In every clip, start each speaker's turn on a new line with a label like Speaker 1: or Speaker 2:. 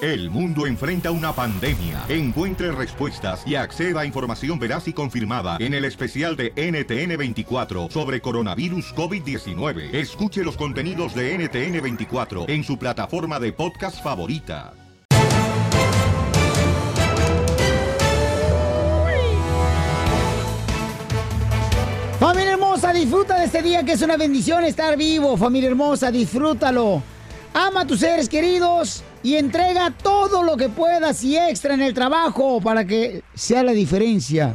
Speaker 1: El mundo enfrenta una pandemia. Encuentre respuestas y acceda a información veraz y confirmada en el especial de NTN24 sobre coronavirus COVID-19. Escuche los contenidos de NTN24 en su plataforma de podcast favorita.
Speaker 2: Familia hermosa, disfruta de este día que es una bendición estar vivo. Familia hermosa, disfrútalo. Ama a tus seres queridos y entrega todo lo que puedas y extra en el trabajo para que sea la diferencia.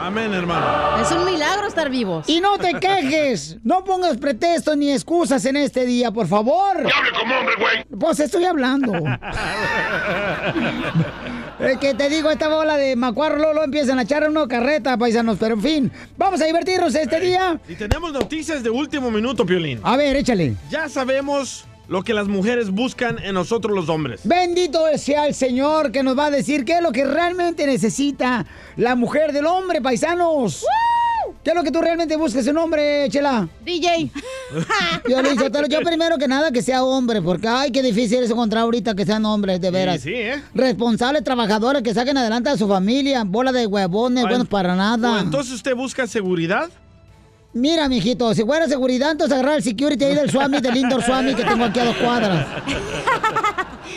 Speaker 3: Amén, hermano.
Speaker 4: Es un milagro estar vivos.
Speaker 2: Y no te quejes, no pongas pretextos ni excusas en este día, por favor.
Speaker 5: hable como hombre, güey!
Speaker 2: Pues estoy hablando. Es que te digo, esta bola de Macuarro Lolo empiezan a echar una carreta, paisanos, pero en fin, vamos a divertirnos este día.
Speaker 3: Y tenemos noticias de último minuto, Piolín.
Speaker 2: A ver, échale.
Speaker 3: Ya sabemos lo que las mujeres buscan en nosotros los hombres.
Speaker 2: Bendito sea el Señor que nos va a decir qué es lo que realmente necesita la mujer del hombre, paisanos. ¿Qué es lo que tú realmente buscas en un hombre, Chela?
Speaker 4: DJ.
Speaker 2: Yo, Lin Sotelo, yo primero que nada que sea hombre, porque ay, qué difícil es encontrar ahorita que sean hombres, de veras.
Speaker 3: Sí, sí, ¿eh?
Speaker 2: Responsables, trabajadores que saquen adelante a su familia, bola de huevones,
Speaker 3: Ah,
Speaker 2: buenos para
Speaker 3: ¿O
Speaker 2: nada.
Speaker 3: entonces usted busca seguridad?
Speaker 2: Mira, mijito, si fuera seguridad, entonces agarrar el security ahí del Swami, del indoor Swami que tengo aquí a dos cuadras.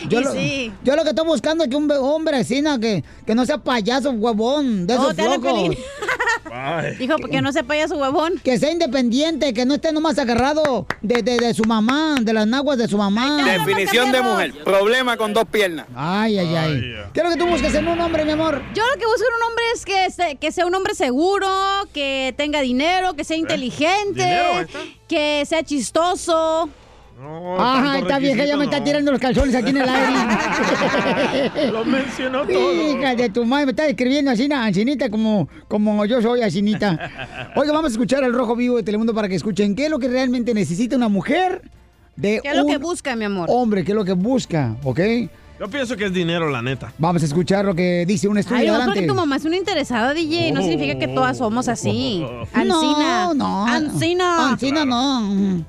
Speaker 2: Yo,
Speaker 4: Y
Speaker 2: lo,
Speaker 4: sí.
Speaker 2: yo lo que estoy buscando es que un be- hombre vecina que, que no sea payaso, huevón, de
Speaker 4: No,
Speaker 2: esos
Speaker 4: te hablo,
Speaker 2: flojos.
Speaker 4: Piolín. Oh, Dijo, porque no se paya su huevón.
Speaker 2: Que sea independiente, que no esté nomás agarrado de, de- de su mamá, de las naguas de su mamá.
Speaker 6: Definición de mujer. Problema con dos piernas.
Speaker 2: Ay, ay, ay.
Speaker 3: Ay, ya.
Speaker 2: ¿Qué es lo que tú buscas en un hombre, mi amor?
Speaker 4: Yo lo que busco en un hombre es que, se- que sea un hombre seguro, que tenga dinero, que sea inteligente,
Speaker 3: Dinero, ahí está.
Speaker 4: que sea chistoso.
Speaker 3: No,
Speaker 2: Ajá,
Speaker 3: tanto
Speaker 2: esta vieja ya me
Speaker 3: requisito,
Speaker 2: está
Speaker 3: no.
Speaker 2: tirando los calzones aquí en el aire.
Speaker 3: Lo mencionó todo.
Speaker 2: Hija de tu madre, me está describiendo así, Ancinita, como, como yo soy Ancinita. Oiga, vamos a escuchar al Rojo Vivo de Telemundo para que escuchen qué es lo que realmente necesita una mujer de
Speaker 4: ¿Qué es lo que
Speaker 2: un
Speaker 4: busca, mi amor?
Speaker 2: hombre, qué es lo que busca, ¿ok?
Speaker 3: Yo pienso que es dinero, la neta.
Speaker 2: Vamos a escuchar lo que dice un estudio
Speaker 4: Ay, no,
Speaker 2: adelante.
Speaker 4: porque tu mamá es una interesada, DJ. No significa que todas somos así. Ancina.
Speaker 2: No, no.
Speaker 4: Ancina.
Speaker 2: Ancina no.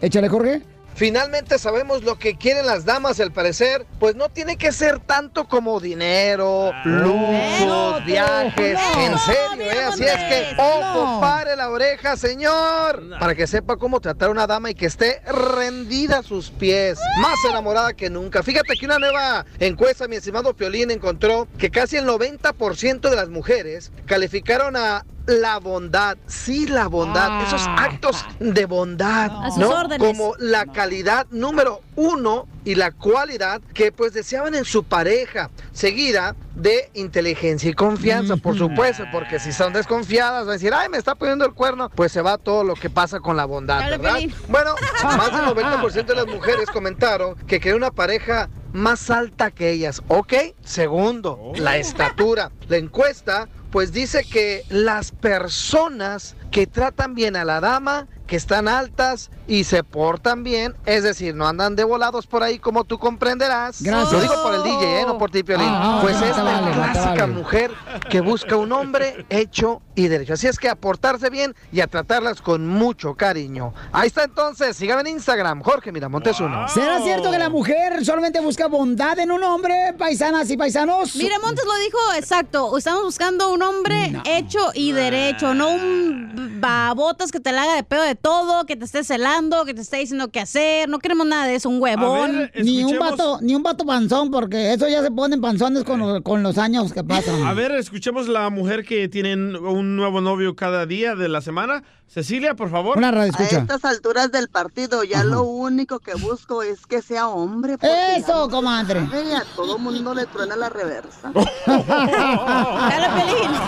Speaker 2: Échale, Jorge.
Speaker 7: Finalmente sabemos lo que quieren las damas, al parecer, pues no tiene que ser tanto como dinero,
Speaker 2: Ah. no,
Speaker 7: lujos, viajes,
Speaker 2: no,
Speaker 7: en
Speaker 4: no,
Speaker 7: serio, ¿eh?
Speaker 4: Diego
Speaker 7: así es
Speaker 4: Andrés,
Speaker 7: que
Speaker 2: no.
Speaker 7: ojo, pare la oreja, señor, para que sepa cómo tratar a una dama y que esté rendida a sus pies, más
Speaker 2: Ah.
Speaker 7: enamorada que nunca. Fíjate que una nueva encuesta, mi estimado Piolín, encontró que casi el 90% de las mujeres calificaron a la bondad, sí, la bondad,
Speaker 2: Ah.
Speaker 7: esos actos de bondad,
Speaker 4: A sus
Speaker 7: ¿no?
Speaker 4: órdenes.
Speaker 7: Como la calidad número uno y la cualidad que pues deseaban en su pareja, seguida de inteligencia y confianza, por supuesto, porque si son desconfiadas van a decir, ay, me está poniendo el cuerno, pues se va todo lo que pasa con la bondad,
Speaker 4: Dale,
Speaker 7: ¿verdad?
Speaker 4: Pelín.
Speaker 7: Bueno, más del 90% de las mujeres comentaron que querían una pareja más alta que ellas, ¿ok? Segundo, la estatura. La encuesta pues dice que las personas que tratan bien a la dama, que están altas y se portan bien, es decir, no andan de volados por ahí como tú comprenderás.
Speaker 2: Gracias.
Speaker 7: Lo digo por el DJ, ¿eh? no por ti, Piolín.
Speaker 2: Ah, ah,
Speaker 7: pues
Speaker 2: no te
Speaker 7: es la
Speaker 2: vale, no te
Speaker 7: clásica
Speaker 2: vale.
Speaker 7: mujer que busca un hombre hecho y derecho. Así es que a portarse bien y a tratarlas con mucho cariño. Ahí está entonces, síganme en Instagram, Jorge Miramontes uno.
Speaker 2: ¿Será cierto que la mujer solamente busca bondad en un hombre, paisanas y paisanos?
Speaker 4: Mira, Montes lo dijo exacto. Estamos buscando un hombre hecho y derecho, no un babotas que te la haga de pedo de todo, que te esté celando, que te esté diciendo qué hacer. No queremos nada de eso, un
Speaker 3: A
Speaker 4: huevón.
Speaker 3: ver,
Speaker 2: Ni un,
Speaker 3: escuchemos-
Speaker 2: vato, ni un vato panzón, porque eso ya se ponen panzones con, lo- con los años que pasan.
Speaker 3: A ver, escuchemos la mujer que tiene un nuevo novio cada día de la semana. Cecilia, por favor.
Speaker 2: Una radio
Speaker 8: A
Speaker 2: escucha.
Speaker 8: estas alturas del partido ya lo único que busco es que sea hombre. porque ya
Speaker 2: Eso,
Speaker 8: no
Speaker 2: comadre.
Speaker 8: sabe, a todo mundo le truena la reversa.
Speaker 4: Dale, Pelín.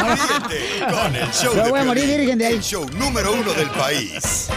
Speaker 9: Ríete con el show
Speaker 2: Me
Speaker 9: de
Speaker 2: voy a morir
Speaker 9: Piolín,
Speaker 2: virgen de ahí.
Speaker 9: El show número uno del país.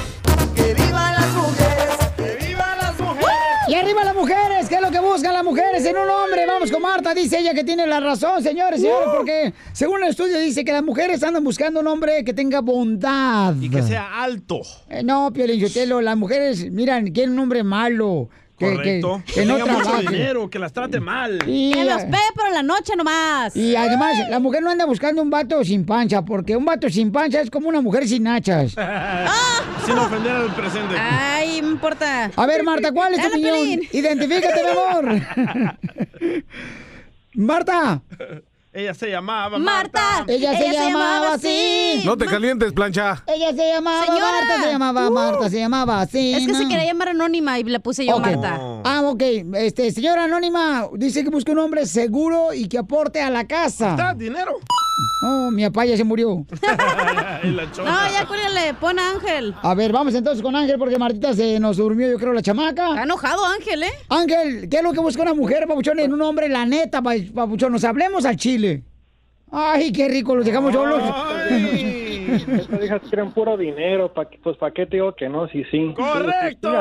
Speaker 2: Y arriba las mujeres, ¿qué es lo que buscan las mujeres en un hombre? Vamos con Marta, dice ella que tiene la razón, señores, señores, porque según el estudio dice que las mujeres andan buscando un hombre que tenga bondad.
Speaker 3: Y que sea alto.
Speaker 2: Eh, no, Piolín Sotelo, las mujeres, miran, quieren un hombre malo, que-
Speaker 3: Correcto.
Speaker 2: que, que no
Speaker 3: tenga mucho
Speaker 2: trabaje.
Speaker 3: dinero, que las trate mal.
Speaker 2: Y-
Speaker 4: Que los ve, pero en la noche nomás.
Speaker 2: Y además, la mujer no anda buscando un vato sin pancha, porque un vato sin pancha es como una mujer sin hachas.
Speaker 3: Sin ofender al presente.
Speaker 4: Ay, me importa.
Speaker 2: A ver, Marta, ¿cuál es tu
Speaker 4: Dale,
Speaker 2: opinión?
Speaker 4: Pelín.
Speaker 2: Identifícate, mi amor. Marta,
Speaker 3: Ella se llamaba
Speaker 4: Marta.
Speaker 2: ella se llamaba
Speaker 4: Ah,
Speaker 2: así.
Speaker 5: No te calientes, plancha.
Speaker 2: Ella se llamaba
Speaker 4: Señora. Uh.
Speaker 2: Marta, se llamaba Marta, se llamaba así.
Speaker 4: Es que se
Speaker 2: ¿no?
Speaker 4: quería llamar anónima y le puse yo
Speaker 2: Ok.
Speaker 4: Marta.
Speaker 2: Ah, ok. Este, señora anónima, dice que busque un hombre seguro y que aporte a la
Speaker 3: Da
Speaker 2: casa.
Speaker 3: dinero.
Speaker 2: Oh, mi papá ya se murió.
Speaker 3: Y la chota.
Speaker 4: No, ya cuélgale, pon a Ángel.
Speaker 2: A ver, vamos entonces con Ángel, porque Martita se nos durmió, yo creo, la chamaca.
Speaker 4: Está enojado Ángel, ¿eh?
Speaker 2: Ángel, ¿qué es lo que busca una mujer, papuchón, en un hombre? La neta, pa- papuchón, nos hablemos al chile. Ay, qué rico, los dejamos solos.
Speaker 3: Ay,
Speaker 10: Pues,
Speaker 11: Estas hijas quieren puro dinero, pa, que- pues ¿para qué te digo que no? Sí, sí.
Speaker 3: ¡Correcto!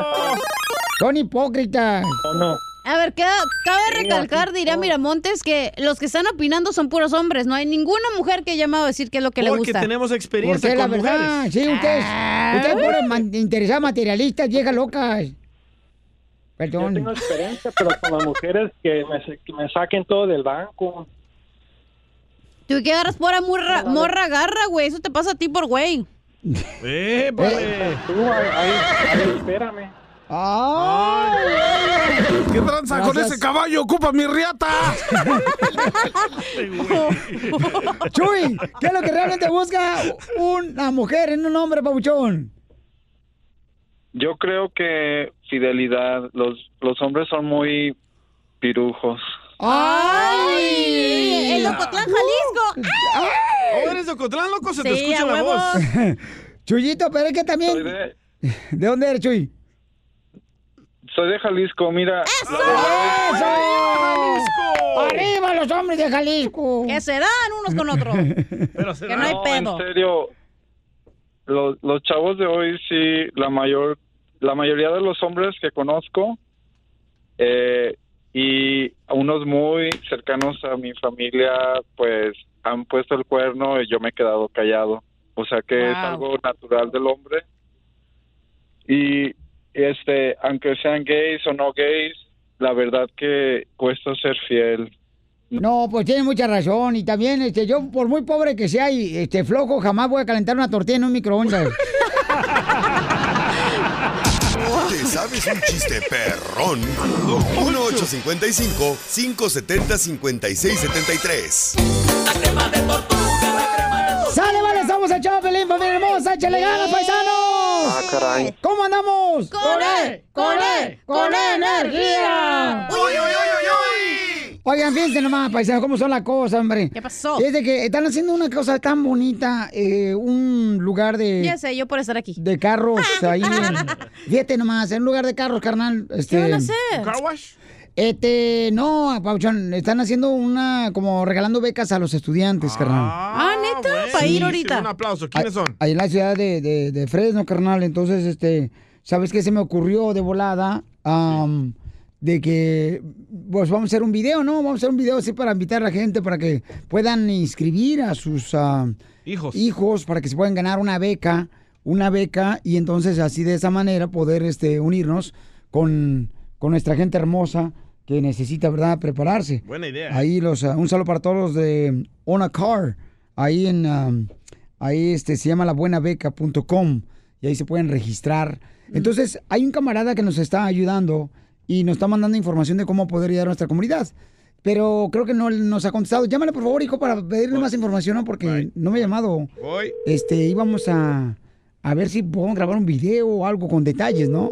Speaker 2: Son hipócritas.
Speaker 10: "Oh,
Speaker 11: ¿O no?
Speaker 4: A ver, queda- cabe recalcar, diría Miramontes, que los que están opinando son puros hombres. No hay ninguna mujer que haya llamado a decir qué es lo que le
Speaker 3: Porque
Speaker 4: gusta.
Speaker 3: tenemos experiencia
Speaker 2: Porque la
Speaker 3: con
Speaker 2: verdad,
Speaker 3: mujeres. Ah.
Speaker 2: sí, ustedes, ustedes puras man- interesadas materialistas, viejas locas.
Speaker 11: Yo
Speaker 2: Perdón.
Speaker 11: tengo experiencia, pero con las mujeres que me, sa- que me saquen todo del banco.
Speaker 4: Tú que agarras pura murra- morra garra, güey. Eso te pasa a ti por güey.
Speaker 2: Eh,
Speaker 3: ¡Épale!
Speaker 11: Tú, ahí, ahí- ahí, espérame.
Speaker 2: Ay,
Speaker 5: ¿Qué tranza con
Speaker 2: Gracias.
Speaker 5: ese caballo? ¡Ocupa mi riata!
Speaker 2: Chuy, ¿qué es lo que realmente busca una mujer en un hombre, papuchón?
Speaker 12: Yo creo que fidelidad. Los, los hombres son muy pirujos.
Speaker 4: ¡Ay! ¡El Ocotlán, Jalisco!
Speaker 3: ¿O Uh. Oh, eres de Ocotlán, loco? Se te
Speaker 4: Sí,
Speaker 3: escucha
Speaker 4: a
Speaker 3: la
Speaker 4: huevo.
Speaker 3: voz.
Speaker 2: Chuyito, pero es que
Speaker 12: Soy
Speaker 2: también...
Speaker 12: de,
Speaker 2: ¿De dónde eres, Chuy?
Speaker 12: soy de Jalisco, mira. la
Speaker 2: ¡Eso!
Speaker 12: verdad
Speaker 3: ¡Jalisco!
Speaker 2: ¡Arriba los hombres de Jalisco!
Speaker 4: Que se dan unos con otros.
Speaker 3: Pero se
Speaker 4: Que
Speaker 3: da-
Speaker 4: no hay
Speaker 12: No,
Speaker 4: pedo.
Speaker 12: en serio, los, los chavos de hoy sí, la mayor, la mayoría de los hombres que conozco eh, y unos muy cercanos a mi familia, pues han puesto el cuerno y yo me he quedado callado. O sea que es
Speaker 4: Wow.
Speaker 12: algo natural del hombre. Y este, aunque sean gays o no gays, la verdad que cuesta ser fiel.
Speaker 2: No, pues tiene mucha razón. Y también, este, yo, por muy pobre que sea y este, flojo, jamás voy a calentar una tortilla en un microondas.
Speaker 9: ¿Te sabes un chiste perrón? 1-855-570-5673.
Speaker 2: ¡Sale, vale! ¡Somos el Chavo Pelín, familia hermosa! ¡Échale ganas, paisanos!
Speaker 6: caray.
Speaker 2: ¿Cómo andamos?
Speaker 4: Ah, ¡Con E! ¡Con E! ¡Con E energía!
Speaker 2: Oigan, fíjense nomás, paisanos, cómo son las cosas, hombre.
Speaker 4: ¿Qué pasó?
Speaker 2: Desde que están haciendo una cosa tan bonita, eh, un lugar de...
Speaker 4: Ya sé, yo por estar aquí.
Speaker 2: de carros
Speaker 4: Ah.
Speaker 2: ahí. Fíjate nomás, en lugar de carros, carnal. Este,
Speaker 4: ¿Qué van a hacer?
Speaker 3: ¿Car wash?
Speaker 2: Este, no, Pauchón, están haciendo una, como regalando becas a los estudiantes, carnal.
Speaker 4: Ah, ¿neta?
Speaker 3: bueno.
Speaker 4: Pa' ir
Speaker 3: Sí,
Speaker 4: ahorita.
Speaker 3: sí, Un aplauso. ¿Quiénes son?
Speaker 2: Ah, Ahí en la ciudad de, de- de Fresno, carnal. Entonces, este, ¿sabes qué se me ocurrió de volada? Am, De que, pues vamos a hacer un video, ¿no? Vamos a hacer un video así para invitar a la gente para que puedan inscribir a sus... am,
Speaker 3: Hijos.
Speaker 2: hijos para que se puedan ganar una beca, una beca y entonces así de esa manera poder este unirnos con, con nuestra gente hermosa que necesita, ¿verdad?, prepararse.
Speaker 3: Buena idea.
Speaker 2: Ahí los ah, un saludo para todos los de On a Car, ahí en am, ahí este se llama labuenabeca.com y ahí se pueden registrar. Entonces, hay un camarada que nos está ayudando y nos está mandando información de cómo poder ayudar a nuestra comunidad. Pero creo que no nos ha contestado. Llámale, por favor, hijo, para pedirle más información, ¿no? porque
Speaker 3: Right.
Speaker 2: no me ha llamado
Speaker 3: Voy.
Speaker 2: este, íbamos a, a ver si podemos grabar un video o algo con detalles, ¿no?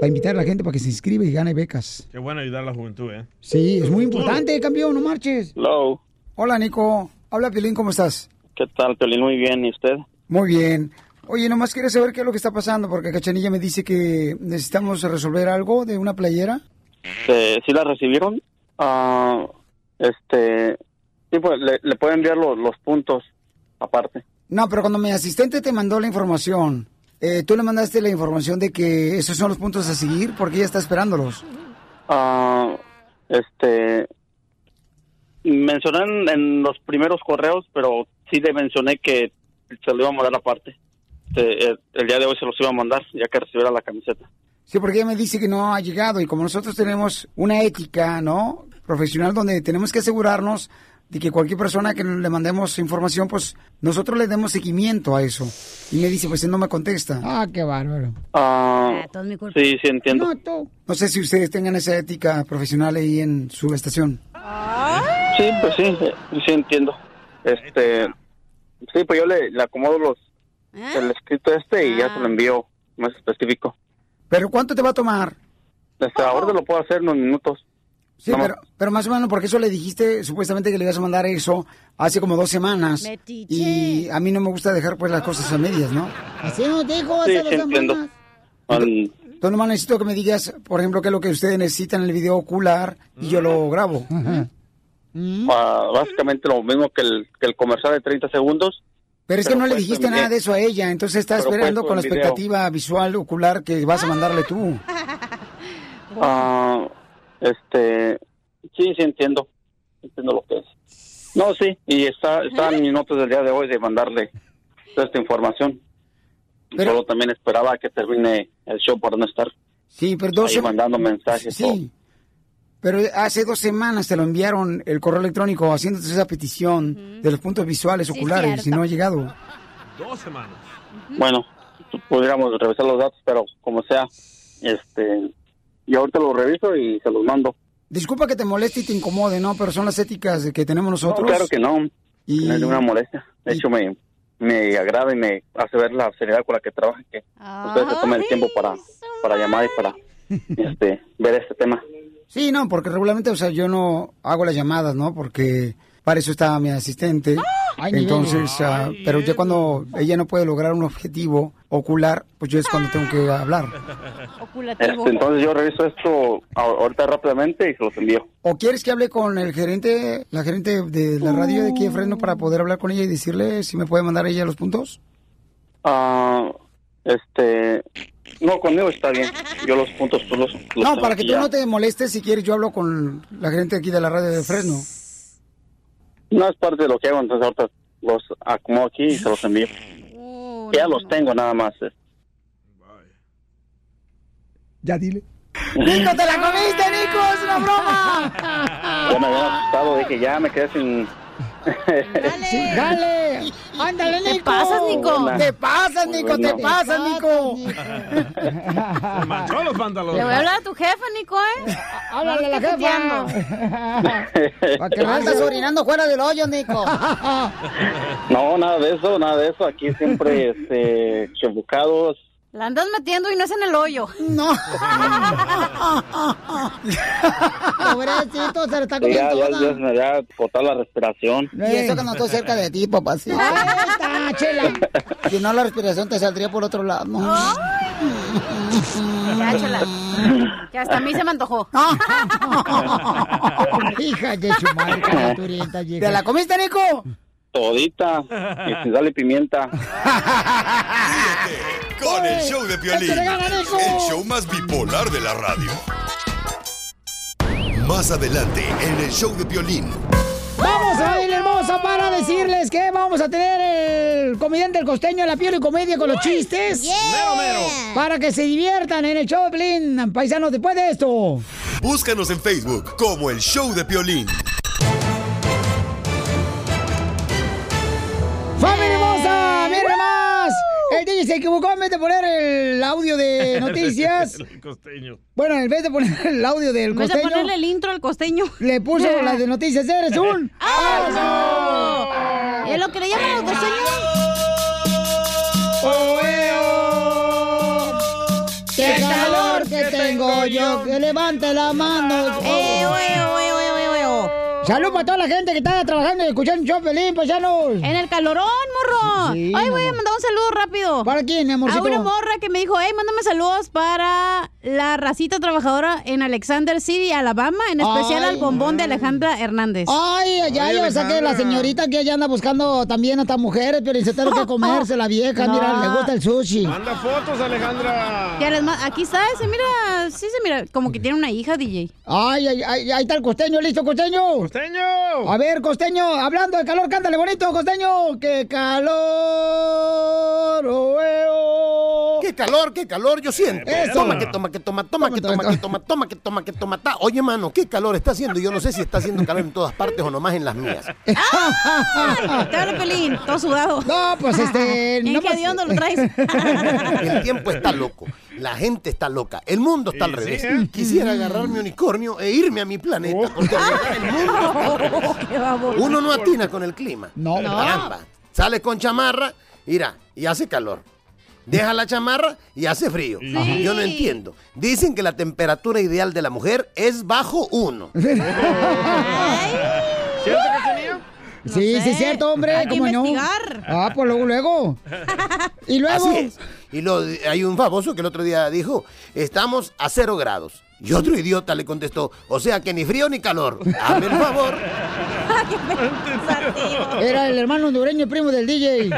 Speaker 2: Para invitar a la gente para que se inscriba y gane becas.
Speaker 3: Qué bueno ayudar a la juventud, ¿eh?
Speaker 2: Sí, es muy importante, campeón, no marches.
Speaker 12: Hello,
Speaker 2: Hola, Nico. Habla, Piolín, ¿cómo estás?
Speaker 12: ¿qué tal, Pelín? Muy bien, ¿y usted?
Speaker 2: Muy bien. Oye, nomás quería saber qué es lo que está pasando, porque Cachanilla me dice que necesitamos resolver algo de una playera.
Speaker 12: Este, sí la recibieron. Ah, este, sí, pues le, le puedo enviar lo- los puntos aparte.
Speaker 2: No, pero cuando mi asistente te mandó la información, eh, tú le mandaste la información de que esos son los puntos a seguir, porque ella está esperándolos.
Speaker 12: Ah, este, mencioné en, en los primeros correos, pero sí le mencioné que se lo iba a mandar aparte. Este, el, el día de hoy se los iba a mandar, ya que recibiera la camiseta.
Speaker 2: Sí, porque ella me dice que no ha llegado y como nosotros tenemos una ética, ¿no? Profesional donde tenemos que asegurarnos de que cualquier persona que le mandemos información, pues nosotros le demos seguimiento a eso. Y me dice, pues él no me contesta.
Speaker 13: Ah, qué bárbaro.
Speaker 12: Ah,
Speaker 2: todo es mi culpa.
Speaker 12: sí, sí entiendo.
Speaker 2: No sé si ustedes tengan esa ética profesional ahí en su estación.
Speaker 12: Sí, pues sí, sí, sí entiendo. Este, sí, pues yo le, le acomodo los el escrito este y ya se lo envío más específico.
Speaker 2: ¿Pero cuánto te va a tomar?
Speaker 12: Hasta ahora lo puedo hacer en unos minutos.
Speaker 2: Sí, pero, pero más o menos porque eso le dijiste supuestamente que le ibas a mandar eso hace como dos semanas.
Speaker 13: Metiche.
Speaker 2: Y a mí no me gusta dejar pues las cosas a medias, ¿no?
Speaker 13: Así no dijo hace
Speaker 2: Sí,
Speaker 13: dos
Speaker 2: sí, entiendo.
Speaker 13: semanas.
Speaker 2: Entonces nomás necesito que me digas, por ejemplo, qué es lo que ustedes necesitan en el video ocular y yo
Speaker 12: Mm.
Speaker 2: lo grabo.
Speaker 12: Ah, básicamente lo mismo que el, que el comercial de 30 segundos.
Speaker 2: Pero es que no le
Speaker 12: puesto
Speaker 2: dijiste
Speaker 12: en
Speaker 2: nada de
Speaker 12: video.
Speaker 2: eso a ella, entonces está
Speaker 12: pues, Pero
Speaker 2: esperando
Speaker 12: puesto
Speaker 2: con la
Speaker 12: en video.
Speaker 2: expectativa visual ocular que vas a mandarle tú.
Speaker 12: Ah, este, sí, sí entiendo. Entiendo lo que es. No, sí, y está, están mis notas del día de hoy de mandarle toda esta información. Solo también esperaba que termine el show para no estar
Speaker 2: Sí, pero dos
Speaker 12: ahí
Speaker 2: semanas.
Speaker 12: mandando mensajes.
Speaker 2: Sí. Pero hace dos semanas te lo enviaron el correo electrónico haciéndote esa petición de los puntos visuales
Speaker 3: Sí,
Speaker 2: oculares y
Speaker 3: cierto.
Speaker 2: no ha llegado.
Speaker 3: Dos semanas.
Speaker 12: Bueno, pudiéramos revisar los datos, pero como sea, este, yo ahorita lo reviso y se los mando.
Speaker 2: Disculpa que te moleste y te incomode, ¿no? Pero son las éticas que tenemos
Speaker 12: No,
Speaker 2: nosotros.
Speaker 12: claro que no, no es ninguna molestia. De hecho, me, me agrada y me hace ver la seriedad con la que trabaja, que ustedes se tomen el tiempo para, para llamar y para este, ver este tema.
Speaker 2: Sí, no, porque regularmente, o sea, yo no hago las llamadas, ¿no? Porque para eso está mi
Speaker 3: Ah,
Speaker 2: asistente.
Speaker 13: Ay, ni
Speaker 2: Entonces, ah, pero ya cuando ella no puede lograr un objetivo ocular, pues yo es cuando tengo que
Speaker 3: Ah.
Speaker 2: hablar.
Speaker 12: Este, entonces yo reviso esto a- ahorita rápidamente y se los envío.
Speaker 2: ¿O quieres que hable con el gerente, la gerente de la radio de aquí de Fresno para poder hablar con ella y decirle si me puede mandar ella los puntos?
Speaker 12: Ah, este, no, conmigo está bien. Yo los puntos tú los... los
Speaker 2: No,
Speaker 12: tengo
Speaker 2: para que
Speaker 12: aquí
Speaker 2: tú
Speaker 12: ya.
Speaker 2: no te molestes, si quieres yo hablo con la gerente aquí de la radio de Fresno.
Speaker 12: No es parte de lo que hago, entonces ahorita los acomodo aquí y se los envío. ya los tengo nada más. eh.
Speaker 2: Ya dile. ¡Nico, te la comiste, Nico! ¡Es una broma!
Speaker 12: Ya me habían asustado de que ya me quedé sin...
Speaker 2: Sí, ¡Dale! ¡Ándale, Nico!
Speaker 13: ¿Te pasas, Nico?
Speaker 2: ¡Te pasas,
Speaker 13: Muy
Speaker 2: Nico! ¡Te
Speaker 13: buena.
Speaker 2: pasas, Nico!
Speaker 3: Se manchó los pantalones.
Speaker 4: Le voy a hablar a tu jefa, Nico, ¿eh?
Speaker 13: Háblale a la jefa.
Speaker 2: Para que no andas orinando fuera del hoyo, Nico.
Speaker 12: No, nada de eso, nada de eso. Aquí siempre, este, chabucados.
Speaker 4: La andas metiendo y no es en el hoyo.
Speaker 2: No.
Speaker 13: Pobrecito, se le está
Speaker 12: Ya, ya,
Speaker 13: comiendo toda.
Speaker 12: ya se me había cortado la respiración.
Speaker 2: Y eso que no estoy cerca de ti, papacito.
Speaker 13: Ahí está, chela.
Speaker 2: Si no, la respiración te saldría por otro lado.
Speaker 4: Ya, chela. Que hasta a mí se me antojó.
Speaker 13: Hija de su madre, caricaturita,
Speaker 2: ¿Te la comiste, Nico?
Speaker 12: Todita. Y sin sal y pimienta.
Speaker 9: Con el show de Piolín.
Speaker 13: ¡Échale ganas, Nico!
Speaker 9: El show más bipolar de la radio. Más adelante en el show de Piolín.
Speaker 13: Vamos a ir hermosa para decirles que vamos a tener el comediante el costeño la piel y comedia con los chistes.
Speaker 9: Mero, mero.
Speaker 13: Para que se diviertan en el show de Blin, paisanos, después de esto.
Speaker 9: Búscanos en Facebook como el show de Piolín.
Speaker 13: ¡Familia hermosa! ¡Miren nomás! El DJ se equivocó en vez de poner el audio
Speaker 2: Eh,
Speaker 13: de noticias.
Speaker 3: El costeño.
Speaker 13: Bueno, en vez de poner el audio del
Speaker 4: En vez de
Speaker 13: costeño.
Speaker 4: ponerle el intro al costeño.
Speaker 13: Le puso la de noticias. ¡Eres un
Speaker 4: ¡Asno! Es lo que le llaman al costeño.
Speaker 13: ¡Qué calor que tengo yo! ¡Que levante la mano!
Speaker 4: Eh, oe, oe, oe, oe, oe, oe.
Speaker 13: Salud para toda la gente que está trabajando y escuchando el show, Pelín, paisanos.
Speaker 4: En el calorón, morro.
Speaker 13: Sí,
Speaker 4: Ay, güey,
Speaker 13: mamá.
Speaker 4: mandar un saludo rápido.
Speaker 13: ¿Para quién, amorcito?
Speaker 4: A una morra que me dijo, hey, mándame saludos para la racita trabajadora en Alexander City, Alabama, en especial
Speaker 13: Ay.
Speaker 4: al bombón de Alejandra Hernández.
Speaker 13: Ay, ay, ay, o sea que la señorita que allá anda buscando también hasta mujeres, pero se tiene que comerse la vieja,
Speaker 4: No.
Speaker 13: mira, le gusta el sushi.
Speaker 3: Manda fotos, Alejandra.
Speaker 4: Ya, además, aquí está, se mira, sí se mira, como que tiene una hija, DJ.
Speaker 13: Ay, ay, ay, ahí está el costeño, listo, costeño.
Speaker 3: Costeño.
Speaker 13: A ver, costeño, hablando de calor, cántale bonito, costeño. ¡Qué calor! oh, eh, oh!
Speaker 14: Qué calor, qué calor yo siento.
Speaker 2: Eh,
Speaker 7: Eso.
Speaker 14: Eh, Toma, que toma, que toma, toma, que toma, que toma, toma, que toma, que toma. ta. Oye, mano, qué calor está haciendo. Yo no sé si está haciendo calor en todas partes o nomás en las mías.
Speaker 4: ¡Ay! Te hablo, Pelín, todo sudado.
Speaker 2: No, pues este.
Speaker 4: Bien que lo traes.
Speaker 14: El tiempo está loco. La gente está loca. El mundo está al
Speaker 7: Sí,
Speaker 14: revés.
Speaker 7: sí, ¿eh? Oh.
Speaker 14: Quisiera agarrar mi unicornio e irme a mi planeta. porque ahorita el mundo está al revés. Uno no atina con el clima.
Speaker 2: No.
Speaker 7: No.
Speaker 14: Caramba. Sales con chamarra, mira, y hace calor. Deja la chamarra y hace frío.
Speaker 7: Sí.
Speaker 14: Yo no entiendo. Dicen que la temperatura ideal de la mujer es bajo uno.
Speaker 3: ¿Cierto, Cachanilla?
Speaker 2: sí, sí, es cierto, hombre.
Speaker 14: Hay que
Speaker 2: ¿Cómo no?
Speaker 14: investigar.
Speaker 2: Ah, pues luego, luego. Y luego.
Speaker 14: Así es. Y lo, hay un famoso que el otro día dijo, estamos a cero grados. Y otro idiota le contestó, o sea que ni frío ni calor. Hazme el favor.
Speaker 2: Era el hermano hondureño, el primo del DJ.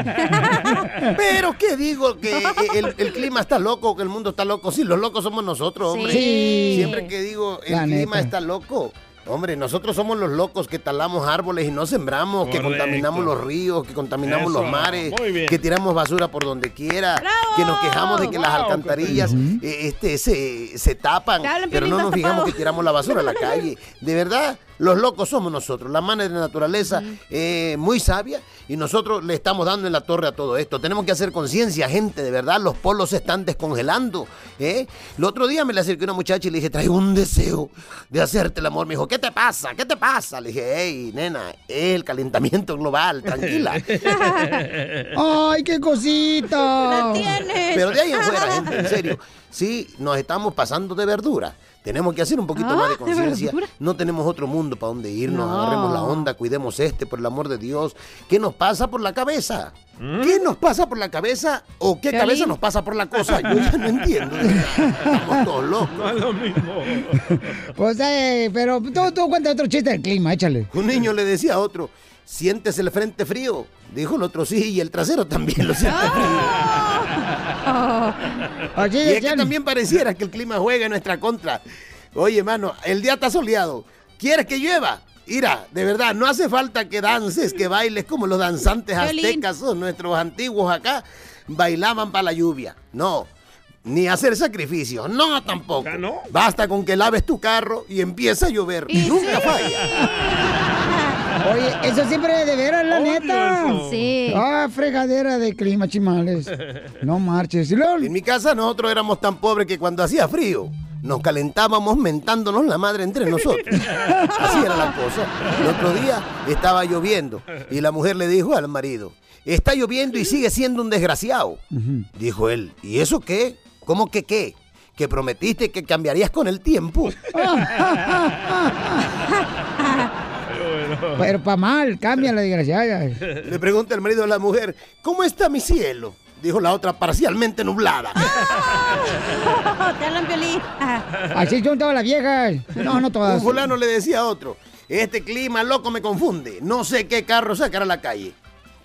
Speaker 14: Pero qué digo, que eh, el, el clima está loco, que el mundo está loco. Sí, los locos somos nosotros, hombre.
Speaker 2: Sí.
Speaker 14: Siempre que digo, el
Speaker 2: La
Speaker 14: clima
Speaker 2: neta.
Speaker 14: está loco. Hombre, nosotros somos los locos que talamos árboles y no sembramos, que contaminamos los ríos, que contaminamos
Speaker 7: Eso,
Speaker 14: los mares,
Speaker 7: muy bien.
Speaker 14: que tiramos basura por donde quiera, que nos quejamos de que las alcantarillas eh, este, se, se tapan,
Speaker 7: Te hablan,
Speaker 14: pero
Speaker 7: Piolín,
Speaker 14: no nos
Speaker 7: estás
Speaker 14: fijamos
Speaker 7: tapado.
Speaker 14: que tiramos la basura a la calle. De verdad, los locos somos nosotros, la madre de la naturaleza eh, muy sabia y nosotros le estamos dando en la torre a todo esto. Tenemos que hacer conciencia, gente, de verdad, los polos se están descongelando. ¿eh? El otro día me le acerqué a una muchacha y le dije, traigo un deseo de hacerte el amor. Me dijo, ¿qué te pasa? ¿Qué te pasa? Le dije, hey, nena, es el calentamiento global, tranquila.
Speaker 2: ¡Ay, qué cosita!
Speaker 14: Pero de ahí en fuera, gente, en serio. Sí, nos estamos pasando de verdura. Tenemos que hacer un poquito
Speaker 7: Ah,
Speaker 14: más de
Speaker 7: ¿de
Speaker 14: conciencia.
Speaker 7: verdura?
Speaker 14: No tenemos otro mundo para donde irnos.
Speaker 7: No.
Speaker 14: Agarremos la onda, cuidemos este, por el amor de Dios. ¿Qué nos pasa por la cabeza? ¿Qué nos pasa por la cabeza o qué
Speaker 7: ¿Mm? Piolín.
Speaker 14: cabeza nos pasa por la cosa? Yo ya no entiendo. de verdad. Estamos todos locos.
Speaker 2: Pues, eh, pero tú, tú cuenta otro chiste del clima, échale.
Speaker 14: Un niño le decía a otro, ¿sientes el frente frío? Dijo el otro sí y el trasero también lo siente
Speaker 7: Ah.
Speaker 14: frío.
Speaker 2: Así
Speaker 14: y es que
Speaker 2: decían.
Speaker 14: también pareciera que el clima juega en nuestra contra. Oye, mano, el día está soleado. ¿Quieres que llueva? Mira, de verdad, no hace falta que dances, que bailes como los danzantes
Speaker 7: Violín.
Speaker 14: aztecas o nuestros antiguos acá bailaban para la lluvia. No, ni hacer sacrificios, no tampoco. Basta con que laves tu carro y empieza a llover. Nunca falla.
Speaker 2: Oye, eso siempre de veras, la
Speaker 14: Odio
Speaker 2: neta.
Speaker 14: eso. Sí.
Speaker 2: Ah, fregadera de clima, chimales. No marches. Y luego-
Speaker 14: En mi casa nosotros éramos tan pobres que cuando hacía frío nos calentábamos mentándonos la madre entre nosotros. Así era la cosa. El otro día estaba lloviendo y la mujer le dijo al marido, está lloviendo y sigue siendo un desgraciado. Dijo él, ¿y eso qué? ¿Cómo que qué? Que prometiste que cambiarías con el tiempo.
Speaker 2: Pero pa' mal, cambia la desgraciada.
Speaker 14: Le pregunta el marido a la mujer, ¿cómo está mi cielo? Dijo la otra, parcialmente nublada.
Speaker 4: Te hablan, Pelín.
Speaker 2: Así yo todas las viejas. No, no todas.
Speaker 14: Un fulano le decía a otro, este clima loco me confunde, no sé qué carro sacar a la calle.